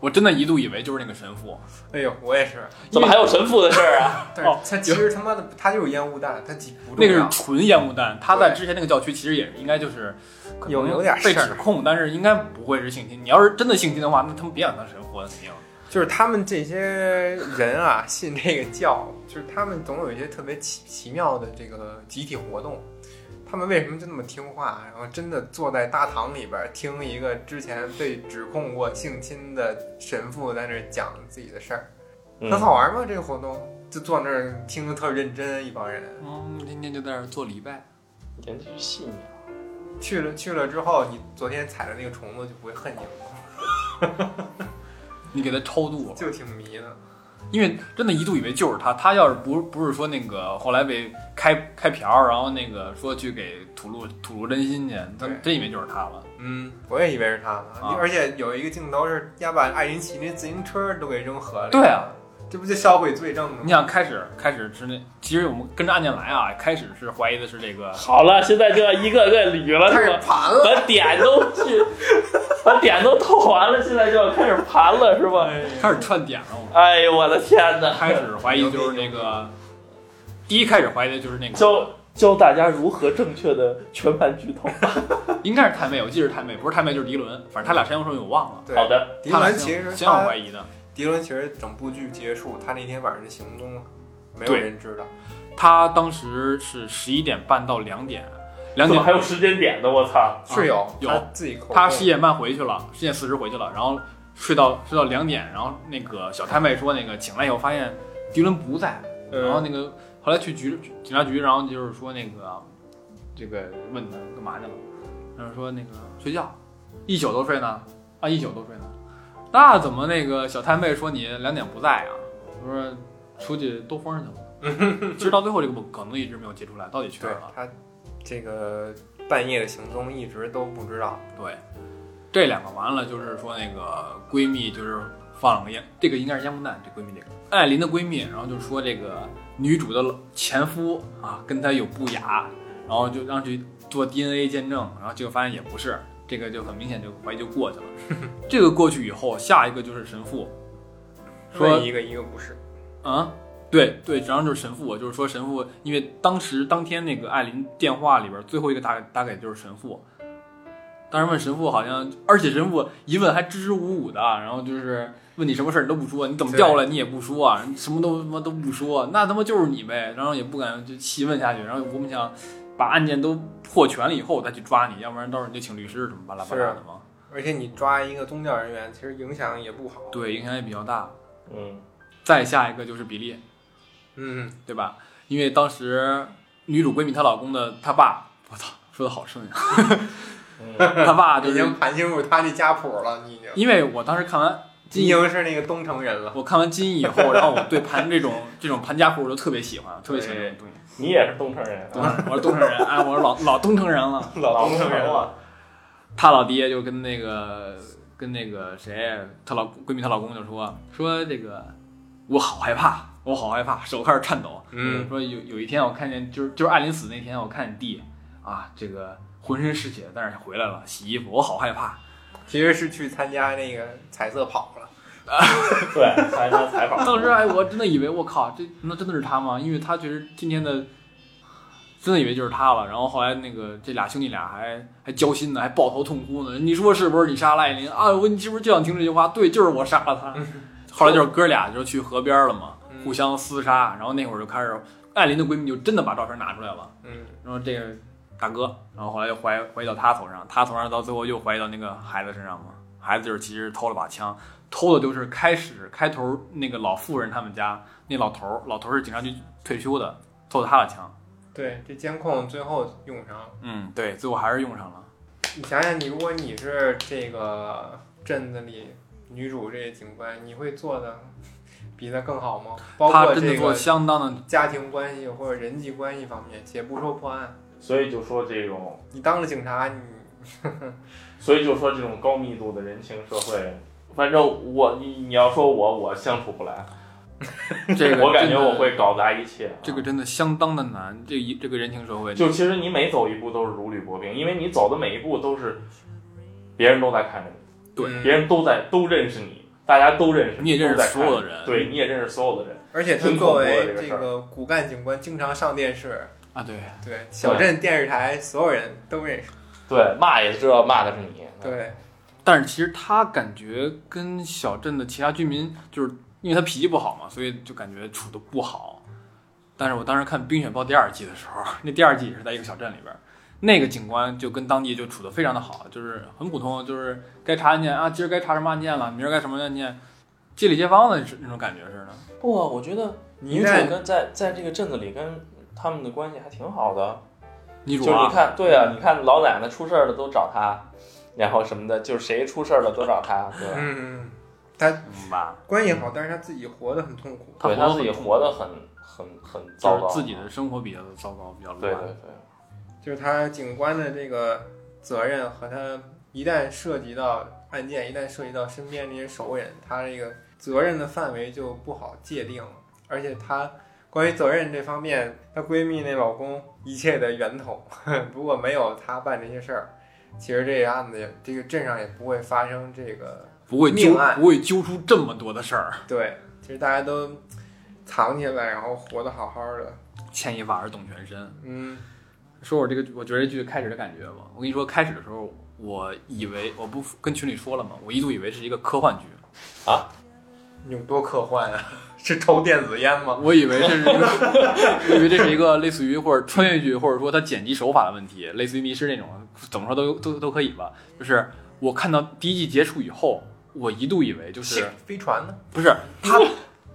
S3: 我真的一度以为就是那个神父，
S2: 哎呦，我也是。
S4: 怎么还有神父的事儿啊？
S2: 但
S3: 哦
S2: 是他其实他妈的他就是烟雾弹，他几不重
S3: 那个
S2: 要
S3: 是纯烟雾弹，他在
S2: 对
S3: 之前那个教区其实也应该就是可能
S2: 有有点
S3: 被
S2: 事儿
S3: 指控，但是应该不会是性侵。你要是真的性侵的话，那他们别想当神父了，肯定。
S2: 就是他们这些人啊，信这个教，就是他们总有一些特别奇奇妙的这个集体活动。他们为什么就那么听话？啊然后真的坐在大堂里边儿听一个之前被指控过性侵的神父在那儿讲自己的事儿，很
S4: 嗯，
S2: 好玩吗？这个活动就坐那儿听着特认真，一帮人
S3: 嗯，天天就在那儿做礼拜。
S4: 简直是信仰。
S2: 去了去了之后，你昨天踩的那个虫子就不会恨你了，
S3: 你给他超度，
S2: 就挺迷的。
S3: 因为真的一度以为就是他。他要是不不是说那个后来被开开瓢，然后那个说去给吐露吐露真心去，他
S2: 对
S3: 真以为就是他了。
S2: 嗯，我也以为是他呢，
S3: 啊
S2: 而且有一个镜头是丫把艾琳骑那自行车都给扔河里。
S3: 对啊，
S2: 这不就销毁罪证吗？
S3: 你想开始开始是那，其实我们跟着案件来啊，开始是怀疑的是这个
S4: 好了，现在就要一个个捋了，
S2: 开
S4: 是
S2: 始
S4: 吧？
S2: 盘了，
S4: 把点都去，把点都透完了，现在就要开始盘了，是吧？
S3: 开始串点了，我们
S4: 哎呦，我的天哪！
S3: 开始怀疑就是那个第一开始怀疑的就是那
S4: 教
S3: 个，
S4: 教大家如何正确的全盘剧透。
S3: 应该是太妹，我记得是太妹，不是太妹就是迪伦，反正他俩谁先说我忘了。
S2: 对
S4: 好，的，
S2: 迪
S3: 他俩
S2: 伦其实
S3: 先让我
S2: 他
S3: 怀疑的，
S2: 迪伦其实整部剧结束，他那天晚上就行踪了，没有
S3: 对
S2: 人知道。
S3: 他当时是十一点半到两点，两
S4: 怎么
S3: 点
S4: 还有时间点呢？我操！
S2: 是有
S3: 啊有
S2: 他自己口供
S3: 他十一点半回去了，十点四十回去了，然后睡到睡到两点，然后那个小太妹说那个醒来以后发现迪伦不在，
S2: 嗯
S3: 然后那个后来去局警察局，然后就是说那个这个问他干嘛去了，然后说那个睡觉，一宿都睡呢，啊一宿都睡呢，那怎么那个小太妹说你两点不在啊？我说出去兜风去了。 其实到最后这个可能一直没有揭出来，到底去哪
S2: 对
S3: 儿了？
S2: 他这个半夜的行踪一直都不知道。
S3: 对，这两个完了就是说那个闺蜜就是放了个烟，这个应该是烟雾弹，这闺蜜这个艾琳的闺蜜，然后就说这个女主的前夫啊跟她有不雅，然后就让去做 DNA 见证，然后结果发现也不是，这个就很明显就怀疑就过去了。 这个过去以后，下一个就是神父，说
S2: 问一个一个不是，
S3: 啊，对对，然后就是神父，就是说神父，因为当时当天那个艾琳电话里边最后一个打打给就是神父，当时问神父好像，而且神父一问还支支吾吾的，啊然后就是问你什么事儿你都不说，你怎么调过来你也不说啊，什么都他妈都不说，那他妈就是你呗，然后也不敢就细问下去，然后我们想把案件都破全了以后再去抓你，要不然到时候你就请律师什么巴拉巴拉的嘛，
S2: 而且你抓一个宗教人员，其实影响也不好。
S3: 对，影响也比较大。
S4: 嗯，
S3: 再下一个就是比利，
S2: 嗯，
S3: 对吧？因为当时女主闺蜜她老公的她爸，我操，说的好顺啊， 她爸就
S2: 已
S3: 是
S2: 经盘清楚他那家谱了，你已经。
S3: 因为我当时看完
S2: 金
S3: 金
S2: 莹是那个东城人了，
S3: 我看完金 以后，然后我对盘这种这种盘家谱我就特别喜欢，特别喜欢这种东西。
S4: 你也是东城人，啊
S3: 东城，我是东城人，哎，我是老啊老东城人了。
S2: 老东
S4: 东
S2: 城人了。
S4: 了。
S3: 她老爹就跟那个跟那个谁，她老闺蜜她老公就说说这个，我好害怕，我好害怕，手开始颤抖。
S2: 嗯，
S3: 说有有一天我看见，就是就是艾琳死那天，我看你弟啊，这个浑身是血，但是回来了，洗衣服，我好害怕。
S2: 其实是去参加那个彩色跑了。
S4: 对，参加采 访。
S3: 当时哎，我真的以为我靠，这那真的是他吗？因为他确实天天的，真的以为就是他了。然后后来那个这俩兄弟俩还还交心呢，还抱头痛哭呢。你说是不是你杀了艾琳啊？我你是不是就想听这句话？对，就是我杀了他。 后来就是哥俩就去河边了嘛，
S2: 嗯
S3: 互相厮杀。然后那会儿就开始，艾琳的闺蜜就真的把照片拿出来了。
S2: 嗯，
S3: 然后这个大哥，然后后来又怀怀疑到他头上，他头上到最后又怀疑到那个孩子身上嘛，孩子就是其实偷了把枪，偷的就是开始开头那个老妇人他们家那老头儿，老头儿是警察局退休的，偷的他的枪。
S2: 对，这监控最后用上了。
S3: 嗯，对，最后还是用上了。
S2: 你想想，你如果你是这个镇子里女主这警官，你会做的比她更好吗？包
S3: 他
S2: 括
S3: 真的
S2: 这
S3: 做得
S2: 个
S3: 相当的，
S2: 家庭关系或者人际关系方面，且不说破案，
S4: 所以就说这种，
S2: 你当了警察，你
S4: 所以就说这种高密度的人情社会，反正我你你要说我我相处不来，
S3: 这个
S4: 我感觉
S3: 真的
S4: 我会搞砸一切啊、
S3: 这个真的相当的难，这一这个人情社会，
S4: 就其实你每走一步都是如履薄冰，因为你走的每一步都是别人都在看着你，
S3: 对
S2: 嗯
S4: 别人都在都认识你，大家都认识
S3: 你也认识
S4: 都在看
S3: 所有的人
S4: 对，你也认识所有的人。
S2: 而且他
S4: 挺恐
S2: 作
S4: 怖的
S2: 为
S4: 这个
S2: 这
S4: 事儿
S2: 个骨干警官，经常上电视，
S3: 啊，对，
S2: 对小镇电视台所有人都认识。
S4: 对，骂也知道骂的是你。，
S2: 对，
S3: 但是其实他感觉跟小镇的其他居民，就是因为他脾气不好嘛，所以就感觉处的不好。但是我当时看《冰雪暴》第二季的时候， 那第二季也是在一个小镇里边儿，那个警官就跟当地就处的非常的好，就是很普通，就是该查案件啊，今儿该查什么案件了，明儿该什么案件，街里街坊的那种感觉似的。
S4: 不，我觉得女主
S2: 看
S4: 跟在在这个镇子里跟他们的关系还挺好的。
S3: 女主
S4: 就是你
S3: 啊，
S4: 看，对啊，你看老奶奶出事儿了都找她，然后什么的，就是谁出事儿了都找她，对吧？
S2: 嗯，他
S3: 嗯吧，
S2: 关系好，但是他自己活得很痛苦。
S3: 她
S4: 对
S3: 活
S4: 她
S3: 得
S4: 自己
S3: 很痛苦
S4: 活得很很很
S3: 就
S4: 糟糕，
S3: 是自己的嗯生活比较糟糕，比较
S4: 对
S3: 乱。
S4: 对对。
S2: 就是他警官的这个责任和他一旦涉及到案件，一旦涉及到身边这些熟人，他这个责任的范围就不好界定了。而且他关于责任这方面，她闺蜜那老公一切的源头， 如果没有他办这些事儿，其实这个案子也这个镇上也不会发生这个
S3: 不会揪
S2: 命案
S3: 不会揪出这么多的事儿，
S2: 对。其实大家都藏起来，然后活得好好的。
S3: 牵一发而动全身。
S2: 嗯，
S3: 说我这个，我觉得这剧开始的感觉吧。我跟你说，开始的时候，我以为我不跟群里说了吗？我一度以为是一个科幻剧，
S2: 有多科幻啊？ 是抽电子烟吗？
S3: 我以为这是一个， 我以为这是一个类似于或者穿越剧，或者说它剪辑手法的问题，类似于迷失那种，怎么说都都都可以吧。就是我看到第一季结束以后，我一度以为就是
S2: 飞船呢？
S3: 不是他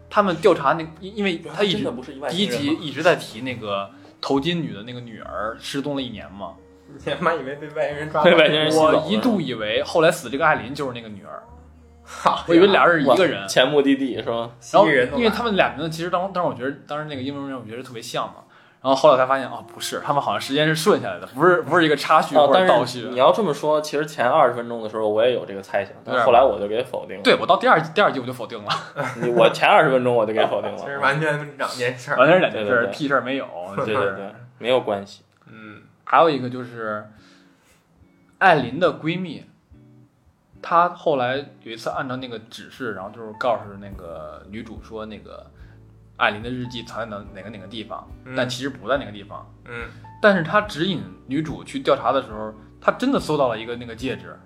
S3: 他们调查那，因因为他一
S4: 真
S3: 直
S4: 的不是一外
S3: 第一
S4: 星人
S3: 集
S4: 吗
S3: 一直在提那个头巾女的那个女儿失踪了一年嘛，
S2: 你他妈以为被外星人抓
S4: 被
S2: 到？
S4: 外星人吸走
S3: 我
S4: 了
S3: 一度以为后来死这个艾琳就是那个女儿，
S2: 好
S3: 我以为俩人是一个人。
S4: 嗯前目的地是吗？
S2: 蜥
S3: 然
S2: 蜴
S3: 后
S2: 人都来了，
S3: 因为他们俩名字其实当当时我觉得当时那个英文名我觉得特别像嘛，然后后来我才发现哦不是，他们好像时间是顺下来的，不是不是一个插叙
S4: 哦
S3: 或者倒
S4: 但是
S3: 叙
S4: 你。要这么说，其实前二十分钟的时候我也有这个猜想，
S3: 对啊
S4: 但后来我就给否定了。
S3: 对，我到第二第二季我就否定 了，
S4: 你我前二十分钟我就给否定
S2: 其实
S4: 了。
S2: 完全两件事儿。
S3: 完全是两件事
S4: 对
S3: 儿
S4: 对对
S3: 屁事儿没有。 就
S4: 对对
S3: 是
S4: 对，没有关系。
S2: 嗯，
S3: 还有一个就是，艾琳的闺蜜，她后来有一次按照那个指示，然后就是告诉那个女主说，那个艾琳的日记藏在哪哪个哪个地方，
S2: 嗯
S3: 但其实不在那个地方。
S2: 嗯，
S3: 但是她指引女主去调查的时候，她真的搜到了一个那个戒指，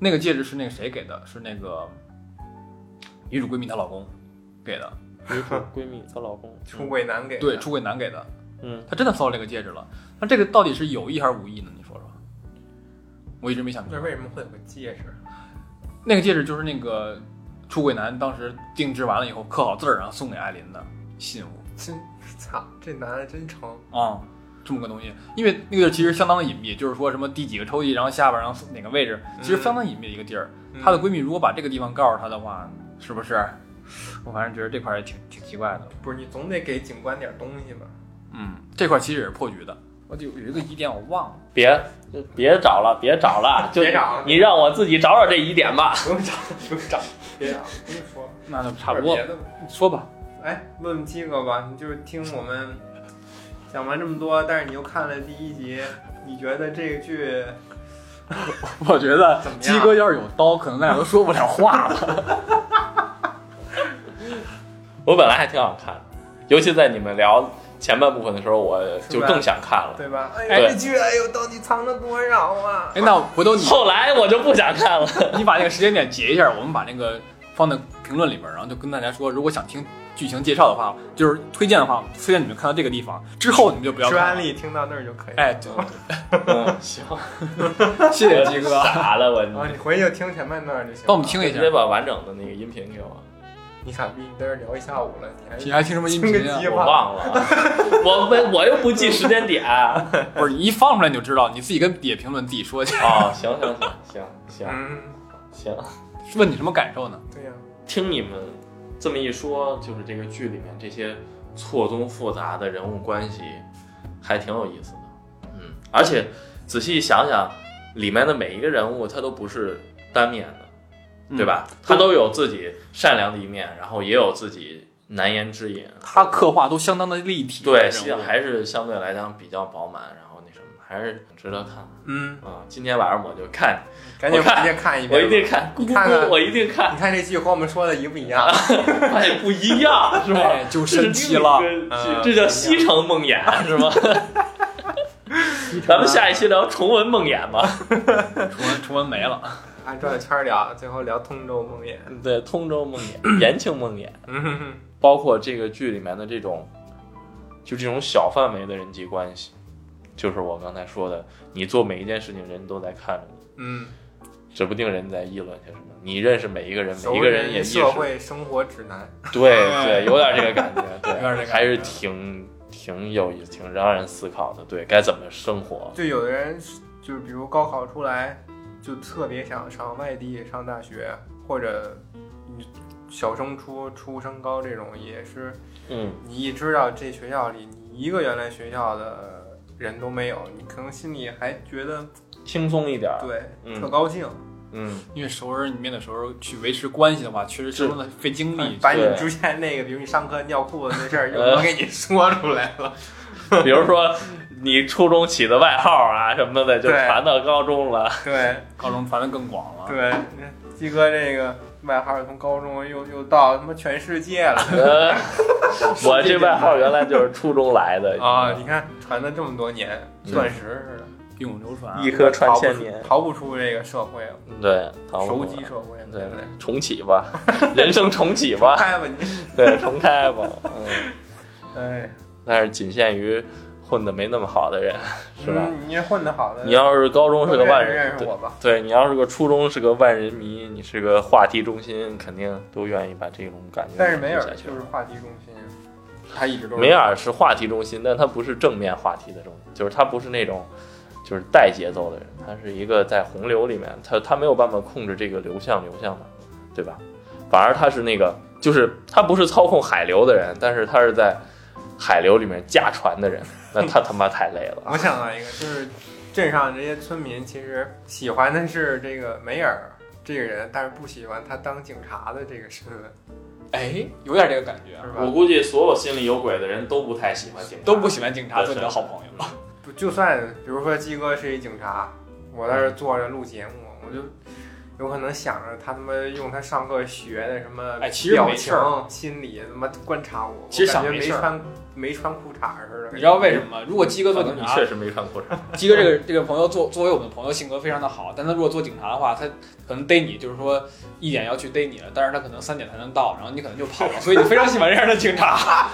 S3: 那个戒指是那个谁给的？是那个女主闺蜜她老公给的，
S4: 女主闺蜜她老公
S2: 出轨男给的
S3: 对，出轨男给的。
S4: 嗯，
S3: 她真的搜到这个戒指了，那这个到底是有意还是无意呢？你说说，我一直没想明
S2: 那
S3: 白。
S2: 为什么会有个戒指？
S3: 那个戒指就是那个出轨男当时定制完了以后刻好字儿，然后送给艾琳的信物
S2: 真操，这男的真成。
S3: 啊、这么个东西。因为那个地儿其实相当的隐秘，就是说什么第几个抽屉，然后下边儿，然后哪个位置，其实相当隐秘的一个地儿。她的
S2: 嗯
S3: 闺蜜如果把这个地方告诉她的话，是不是？我反正觉得这块儿也挺挺奇怪的。
S2: 不是你总得给警官点东西吧？
S3: 嗯，这块儿其实也是破局的。我就有一个疑点我忘了，
S4: 别别找了，别找了，就
S2: 别找了
S4: 你让我自己找找这疑点吧。
S2: 不用找，不用找，别找，不用说，
S3: 那就差不多
S2: 别
S3: 了。
S2: 的吧。
S3: 你说吧，
S2: 哎，问问鸡哥吧，你就是听我们讲完这么多，但是你又看了第一集，你觉得这个剧
S3: 我觉得
S2: 怎么样
S3: 鸡哥要是有刀，可能大家都说不了话了。
S4: 我本来还挺想看，尤其在你们聊前半部分的时候，我就更想看了。
S2: 对吧？哎
S4: 对
S2: 呀，这剧哎呦，到底藏了多少啊？
S3: 哎，那回头你
S4: 后来我就不想看了。
S3: 你把那个时间点截一下，我们把那个放在评论里边，然后就跟大家说，如果想听剧情介绍的话，就是推荐的话，推荐你们看到这个地方之后，你们就不要
S2: 说
S3: 看
S2: 安
S3: 了。
S2: 利听到那儿就可以。
S3: 哎，就
S4: 嗯，行，，
S3: 谢谢鸡哥
S4: 傻了我，
S2: 啊，你回去就听前面那儿就行。
S3: 帮我们，听一
S4: 你
S3: 下。
S4: 得把完整的那个音频给我，
S2: 你傻逼，你在这儿聊一下午了，你还
S3: 你还听什么音
S2: 听个
S3: 频啊
S2: 鸡？
S4: 我忘了，我没我又不记时间点。
S3: 不是，一放出来你就知道，你自己跟底下评论自己说去。
S4: 哦，行行行行行
S2: 嗯，
S4: 行，
S3: 问你什么感受呢？
S2: 对呀、
S4: 听你们这么一说，就是这个剧里面这些错综复杂的人物关系，还挺有意思的。嗯，而且仔细想想，里面的每一个人物他都不是单面的，
S3: 嗯
S4: 对吧？他都有自己善良的一面，然后也有自己难言之隐。
S3: 他刻画都相当的立体。
S4: 对，
S3: 人物
S4: 还是啊相对来讲比较饱满，然后那什么，还是值得看的
S2: 嗯，
S4: 啊、今天晚上我就看，
S2: 赶紧
S4: 我看
S2: 回去看一
S4: 我
S2: 遍。
S4: 一定看，咕咕
S2: 看看
S3: 啊
S4: 咕，我一定看。
S2: 你看这剧和我们说的一不一样？
S4: 哎，不一样 是吧？
S3: 哎就
S4: 这是
S3: 神奇 了
S4: 另一个
S2: 嗯
S4: 这叫西城梦魇 是吗？咱们下一期聊重文梦魇吧。
S3: 重温重温没了。
S2: 按转圈儿聊，最后聊通州梦魇。
S4: 对，通州梦魇、延庆梦魇，
S2: 嗯哼哼，
S4: 包括这个剧里面的这种，就这种小范围的人际关系，就是我刚才说的，你做每一件事情，人都在看着你，
S2: 嗯，
S4: 指不定人在议论些什么。你认识每一个人，每一
S2: 熟
S4: 个人也意识
S2: 社会生活指南。
S4: 对
S3: 哎
S4: 对，有点这个感觉，对，
S3: 有点这个感觉
S4: 还是挺挺有意思、挺让人思考的。对，该怎么生活？
S2: 就有的人是就是比如高考出来，就特别想上外地上大学，或者你小升初、初升高这种，也是
S4: 嗯。
S2: 你一知道这学校里你一个原来学校的人都没有，你可能心里还觉得
S4: 轻松一点儿。
S2: 对、
S4: 嗯
S2: 特高兴，
S4: 嗯，
S3: 因为熟人你面对熟人去维持关系的话，确实相当的费精力。
S2: 把你
S4: 对
S2: 之前那个比如你上课尿裤子那事 儿，又
S4: 呃
S2: 能给你说出来了。
S4: 比如说你初中起的外号啊什么的，就
S2: 对
S4: 传到高中 了。
S2: 对
S3: 高中传的更广了。
S2: 对，鸡哥这个外号从高中又又到他妈全世界了。
S4: 呃，我这外号原来就是初中来的
S2: 啊，你看传了这么多年，
S4: 嗯
S2: 钻石似的，啊
S3: 永流传。
S4: 一颗传
S2: 逃不
S4: 千
S2: 出
S4: 年。
S2: 逃不出这个社会了，
S4: 对，逃不
S2: 熟
S4: 出
S2: 机
S4: 来
S2: 社会，
S4: 对
S2: 对不对？，
S4: 重启吧， 人生重启吧，
S2: 开吧你，
S4: 对，重开吧。嗯，
S2: 哎，
S4: 但是仅限于混的没那么好的人，是吧？
S2: 嗯你混得好的，
S4: 你要是高中是个万
S2: 认
S4: 人
S2: 识，我吧，
S4: 对你要是个初中是个万人迷，你是个话题中心，肯定都愿意把这种感觉
S2: 但是梅
S4: 留
S2: 尔
S4: 下去
S2: 就是话题中心，他一直都是
S4: 梅尔是话题中心，但他不是正面话题的中心，就是他不是那种就是带节奏的人，他是一个在洪流里面，他他没有办法控制这个流向流向的，对吧？反而他是那个，就是他不是操控海流的人，但是他是在海流里面驾船的人，那他他妈太累了。
S2: 我想到一个，就是镇上这些村民其实喜欢的是这个梅尔这个人，但是不喜欢他当警察的这个身份，
S3: 哎，有点这个感觉啊，
S2: 是吧？
S4: 估计所有心里有鬼的人都不太喜欢警
S3: 都不喜欢警察做你的好朋友。
S2: 不就算比如说鸡哥是一警察，我在这坐着录节目，我就有可能想着他他妈用他上课学的什么
S3: 哎其实
S2: 表
S3: 没事
S2: 情、
S3: 儿
S2: 心理他妈观察我，
S3: 其实
S2: 我感
S3: 想
S2: 觉
S3: 没
S2: 没
S3: 事儿
S2: 穿没穿裤衩似的。
S3: 你知道为什么吗？如果鸡哥做警
S4: 你
S3: 察
S4: 确，实没穿裤 衩，
S3: 鸡哥这
S2: 嗯
S3: 个这个朋友作作为我们的朋友性格非常的好，但他如果做警察的话，他可能逮你就是说一点要去逮你了，但是他可能三点才能到，然后你可能就 跑了，所以你非常喜欢这样的警察。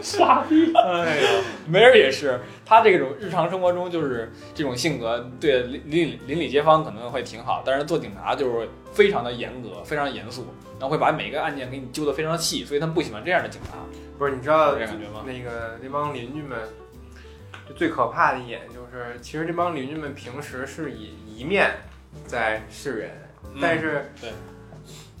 S3: 傻逼！哎呀，梅尔也是，他这种日常生活中就是这种性格，对邻邻邻里街坊可能会挺好，但是做警察就是非常的严格，非常严肃，然后会把每个案件给你揪得非常细，所以他们不喜欢这样的警察，
S2: 不是你知道
S3: 有这感觉吗？
S2: 那个那帮邻居们，就最可怕的一点就是，其实这帮邻居们平时是以一面在示人，但是
S3: 嗯对。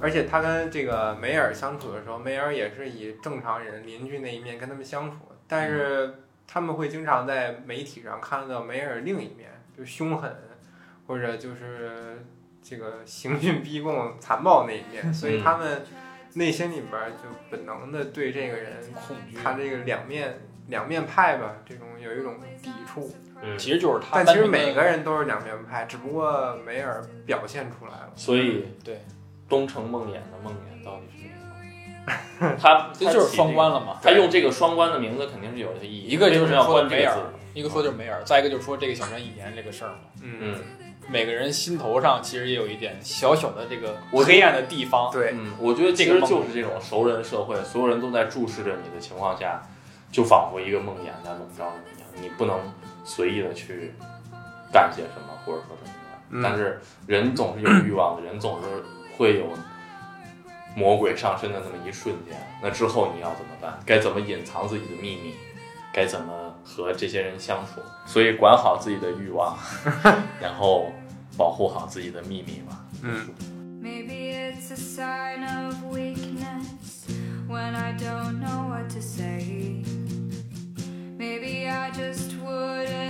S2: 而且他跟这个梅尔相处的时候，梅尔也是以正常人邻居那一面跟他们相处，但
S3: 嗯
S2: 是他们会经常在媒体上看到梅尔另一面，就凶狠，或者就是这个刑讯逼供、残暴那一面， 所以他们内心里边儿就本能的对这个人
S3: 恐惧，
S2: 他这个两面两面派吧，这种有一种抵触，
S4: 嗯
S3: 其实就是他
S2: 但
S3: 单
S2: 其
S3: 纯
S2: 实
S3: 的。
S2: 每个人都是两面派，只不过梅尔表现出来了。
S4: 所以
S3: 对。
S4: 东城梦魇的梦魇到底是什么？他
S3: 这就是双关了嘛。
S4: 他用这个双关的名字肯定是有它意义。
S3: 一个就是
S4: 为什么要
S3: 说
S4: 关这
S3: 梅
S4: 个
S3: 尔
S4: 字？，
S3: 一个说就是梅尔，再一个就是说这个小山以前这个事儿嘛。
S2: 嗯，
S4: 嗯，
S3: 每个人心头上其实也有一点小小的这个黑暗的地方。
S2: 对，
S4: 嗯，我觉得其实就是这种熟人社会，所有人都在注视着你的情况下，就仿佛一个梦魇在笼罩着你一样，你不能随意的去干些什么，或者说什么的。
S2: 嗯
S4: 但是人总是有欲望的，人总是会有魔鬼上身的那么一瞬间。那之后你要怎么办？该怎么隐藏自己的秘密？该怎么和这些人相处？所以管好自己的欲望， 然后保护好自己的秘密吧。
S2: 嗯，
S1: Maybe it's a sign of weakness when I don't know what to say. Maybe I just wouldn't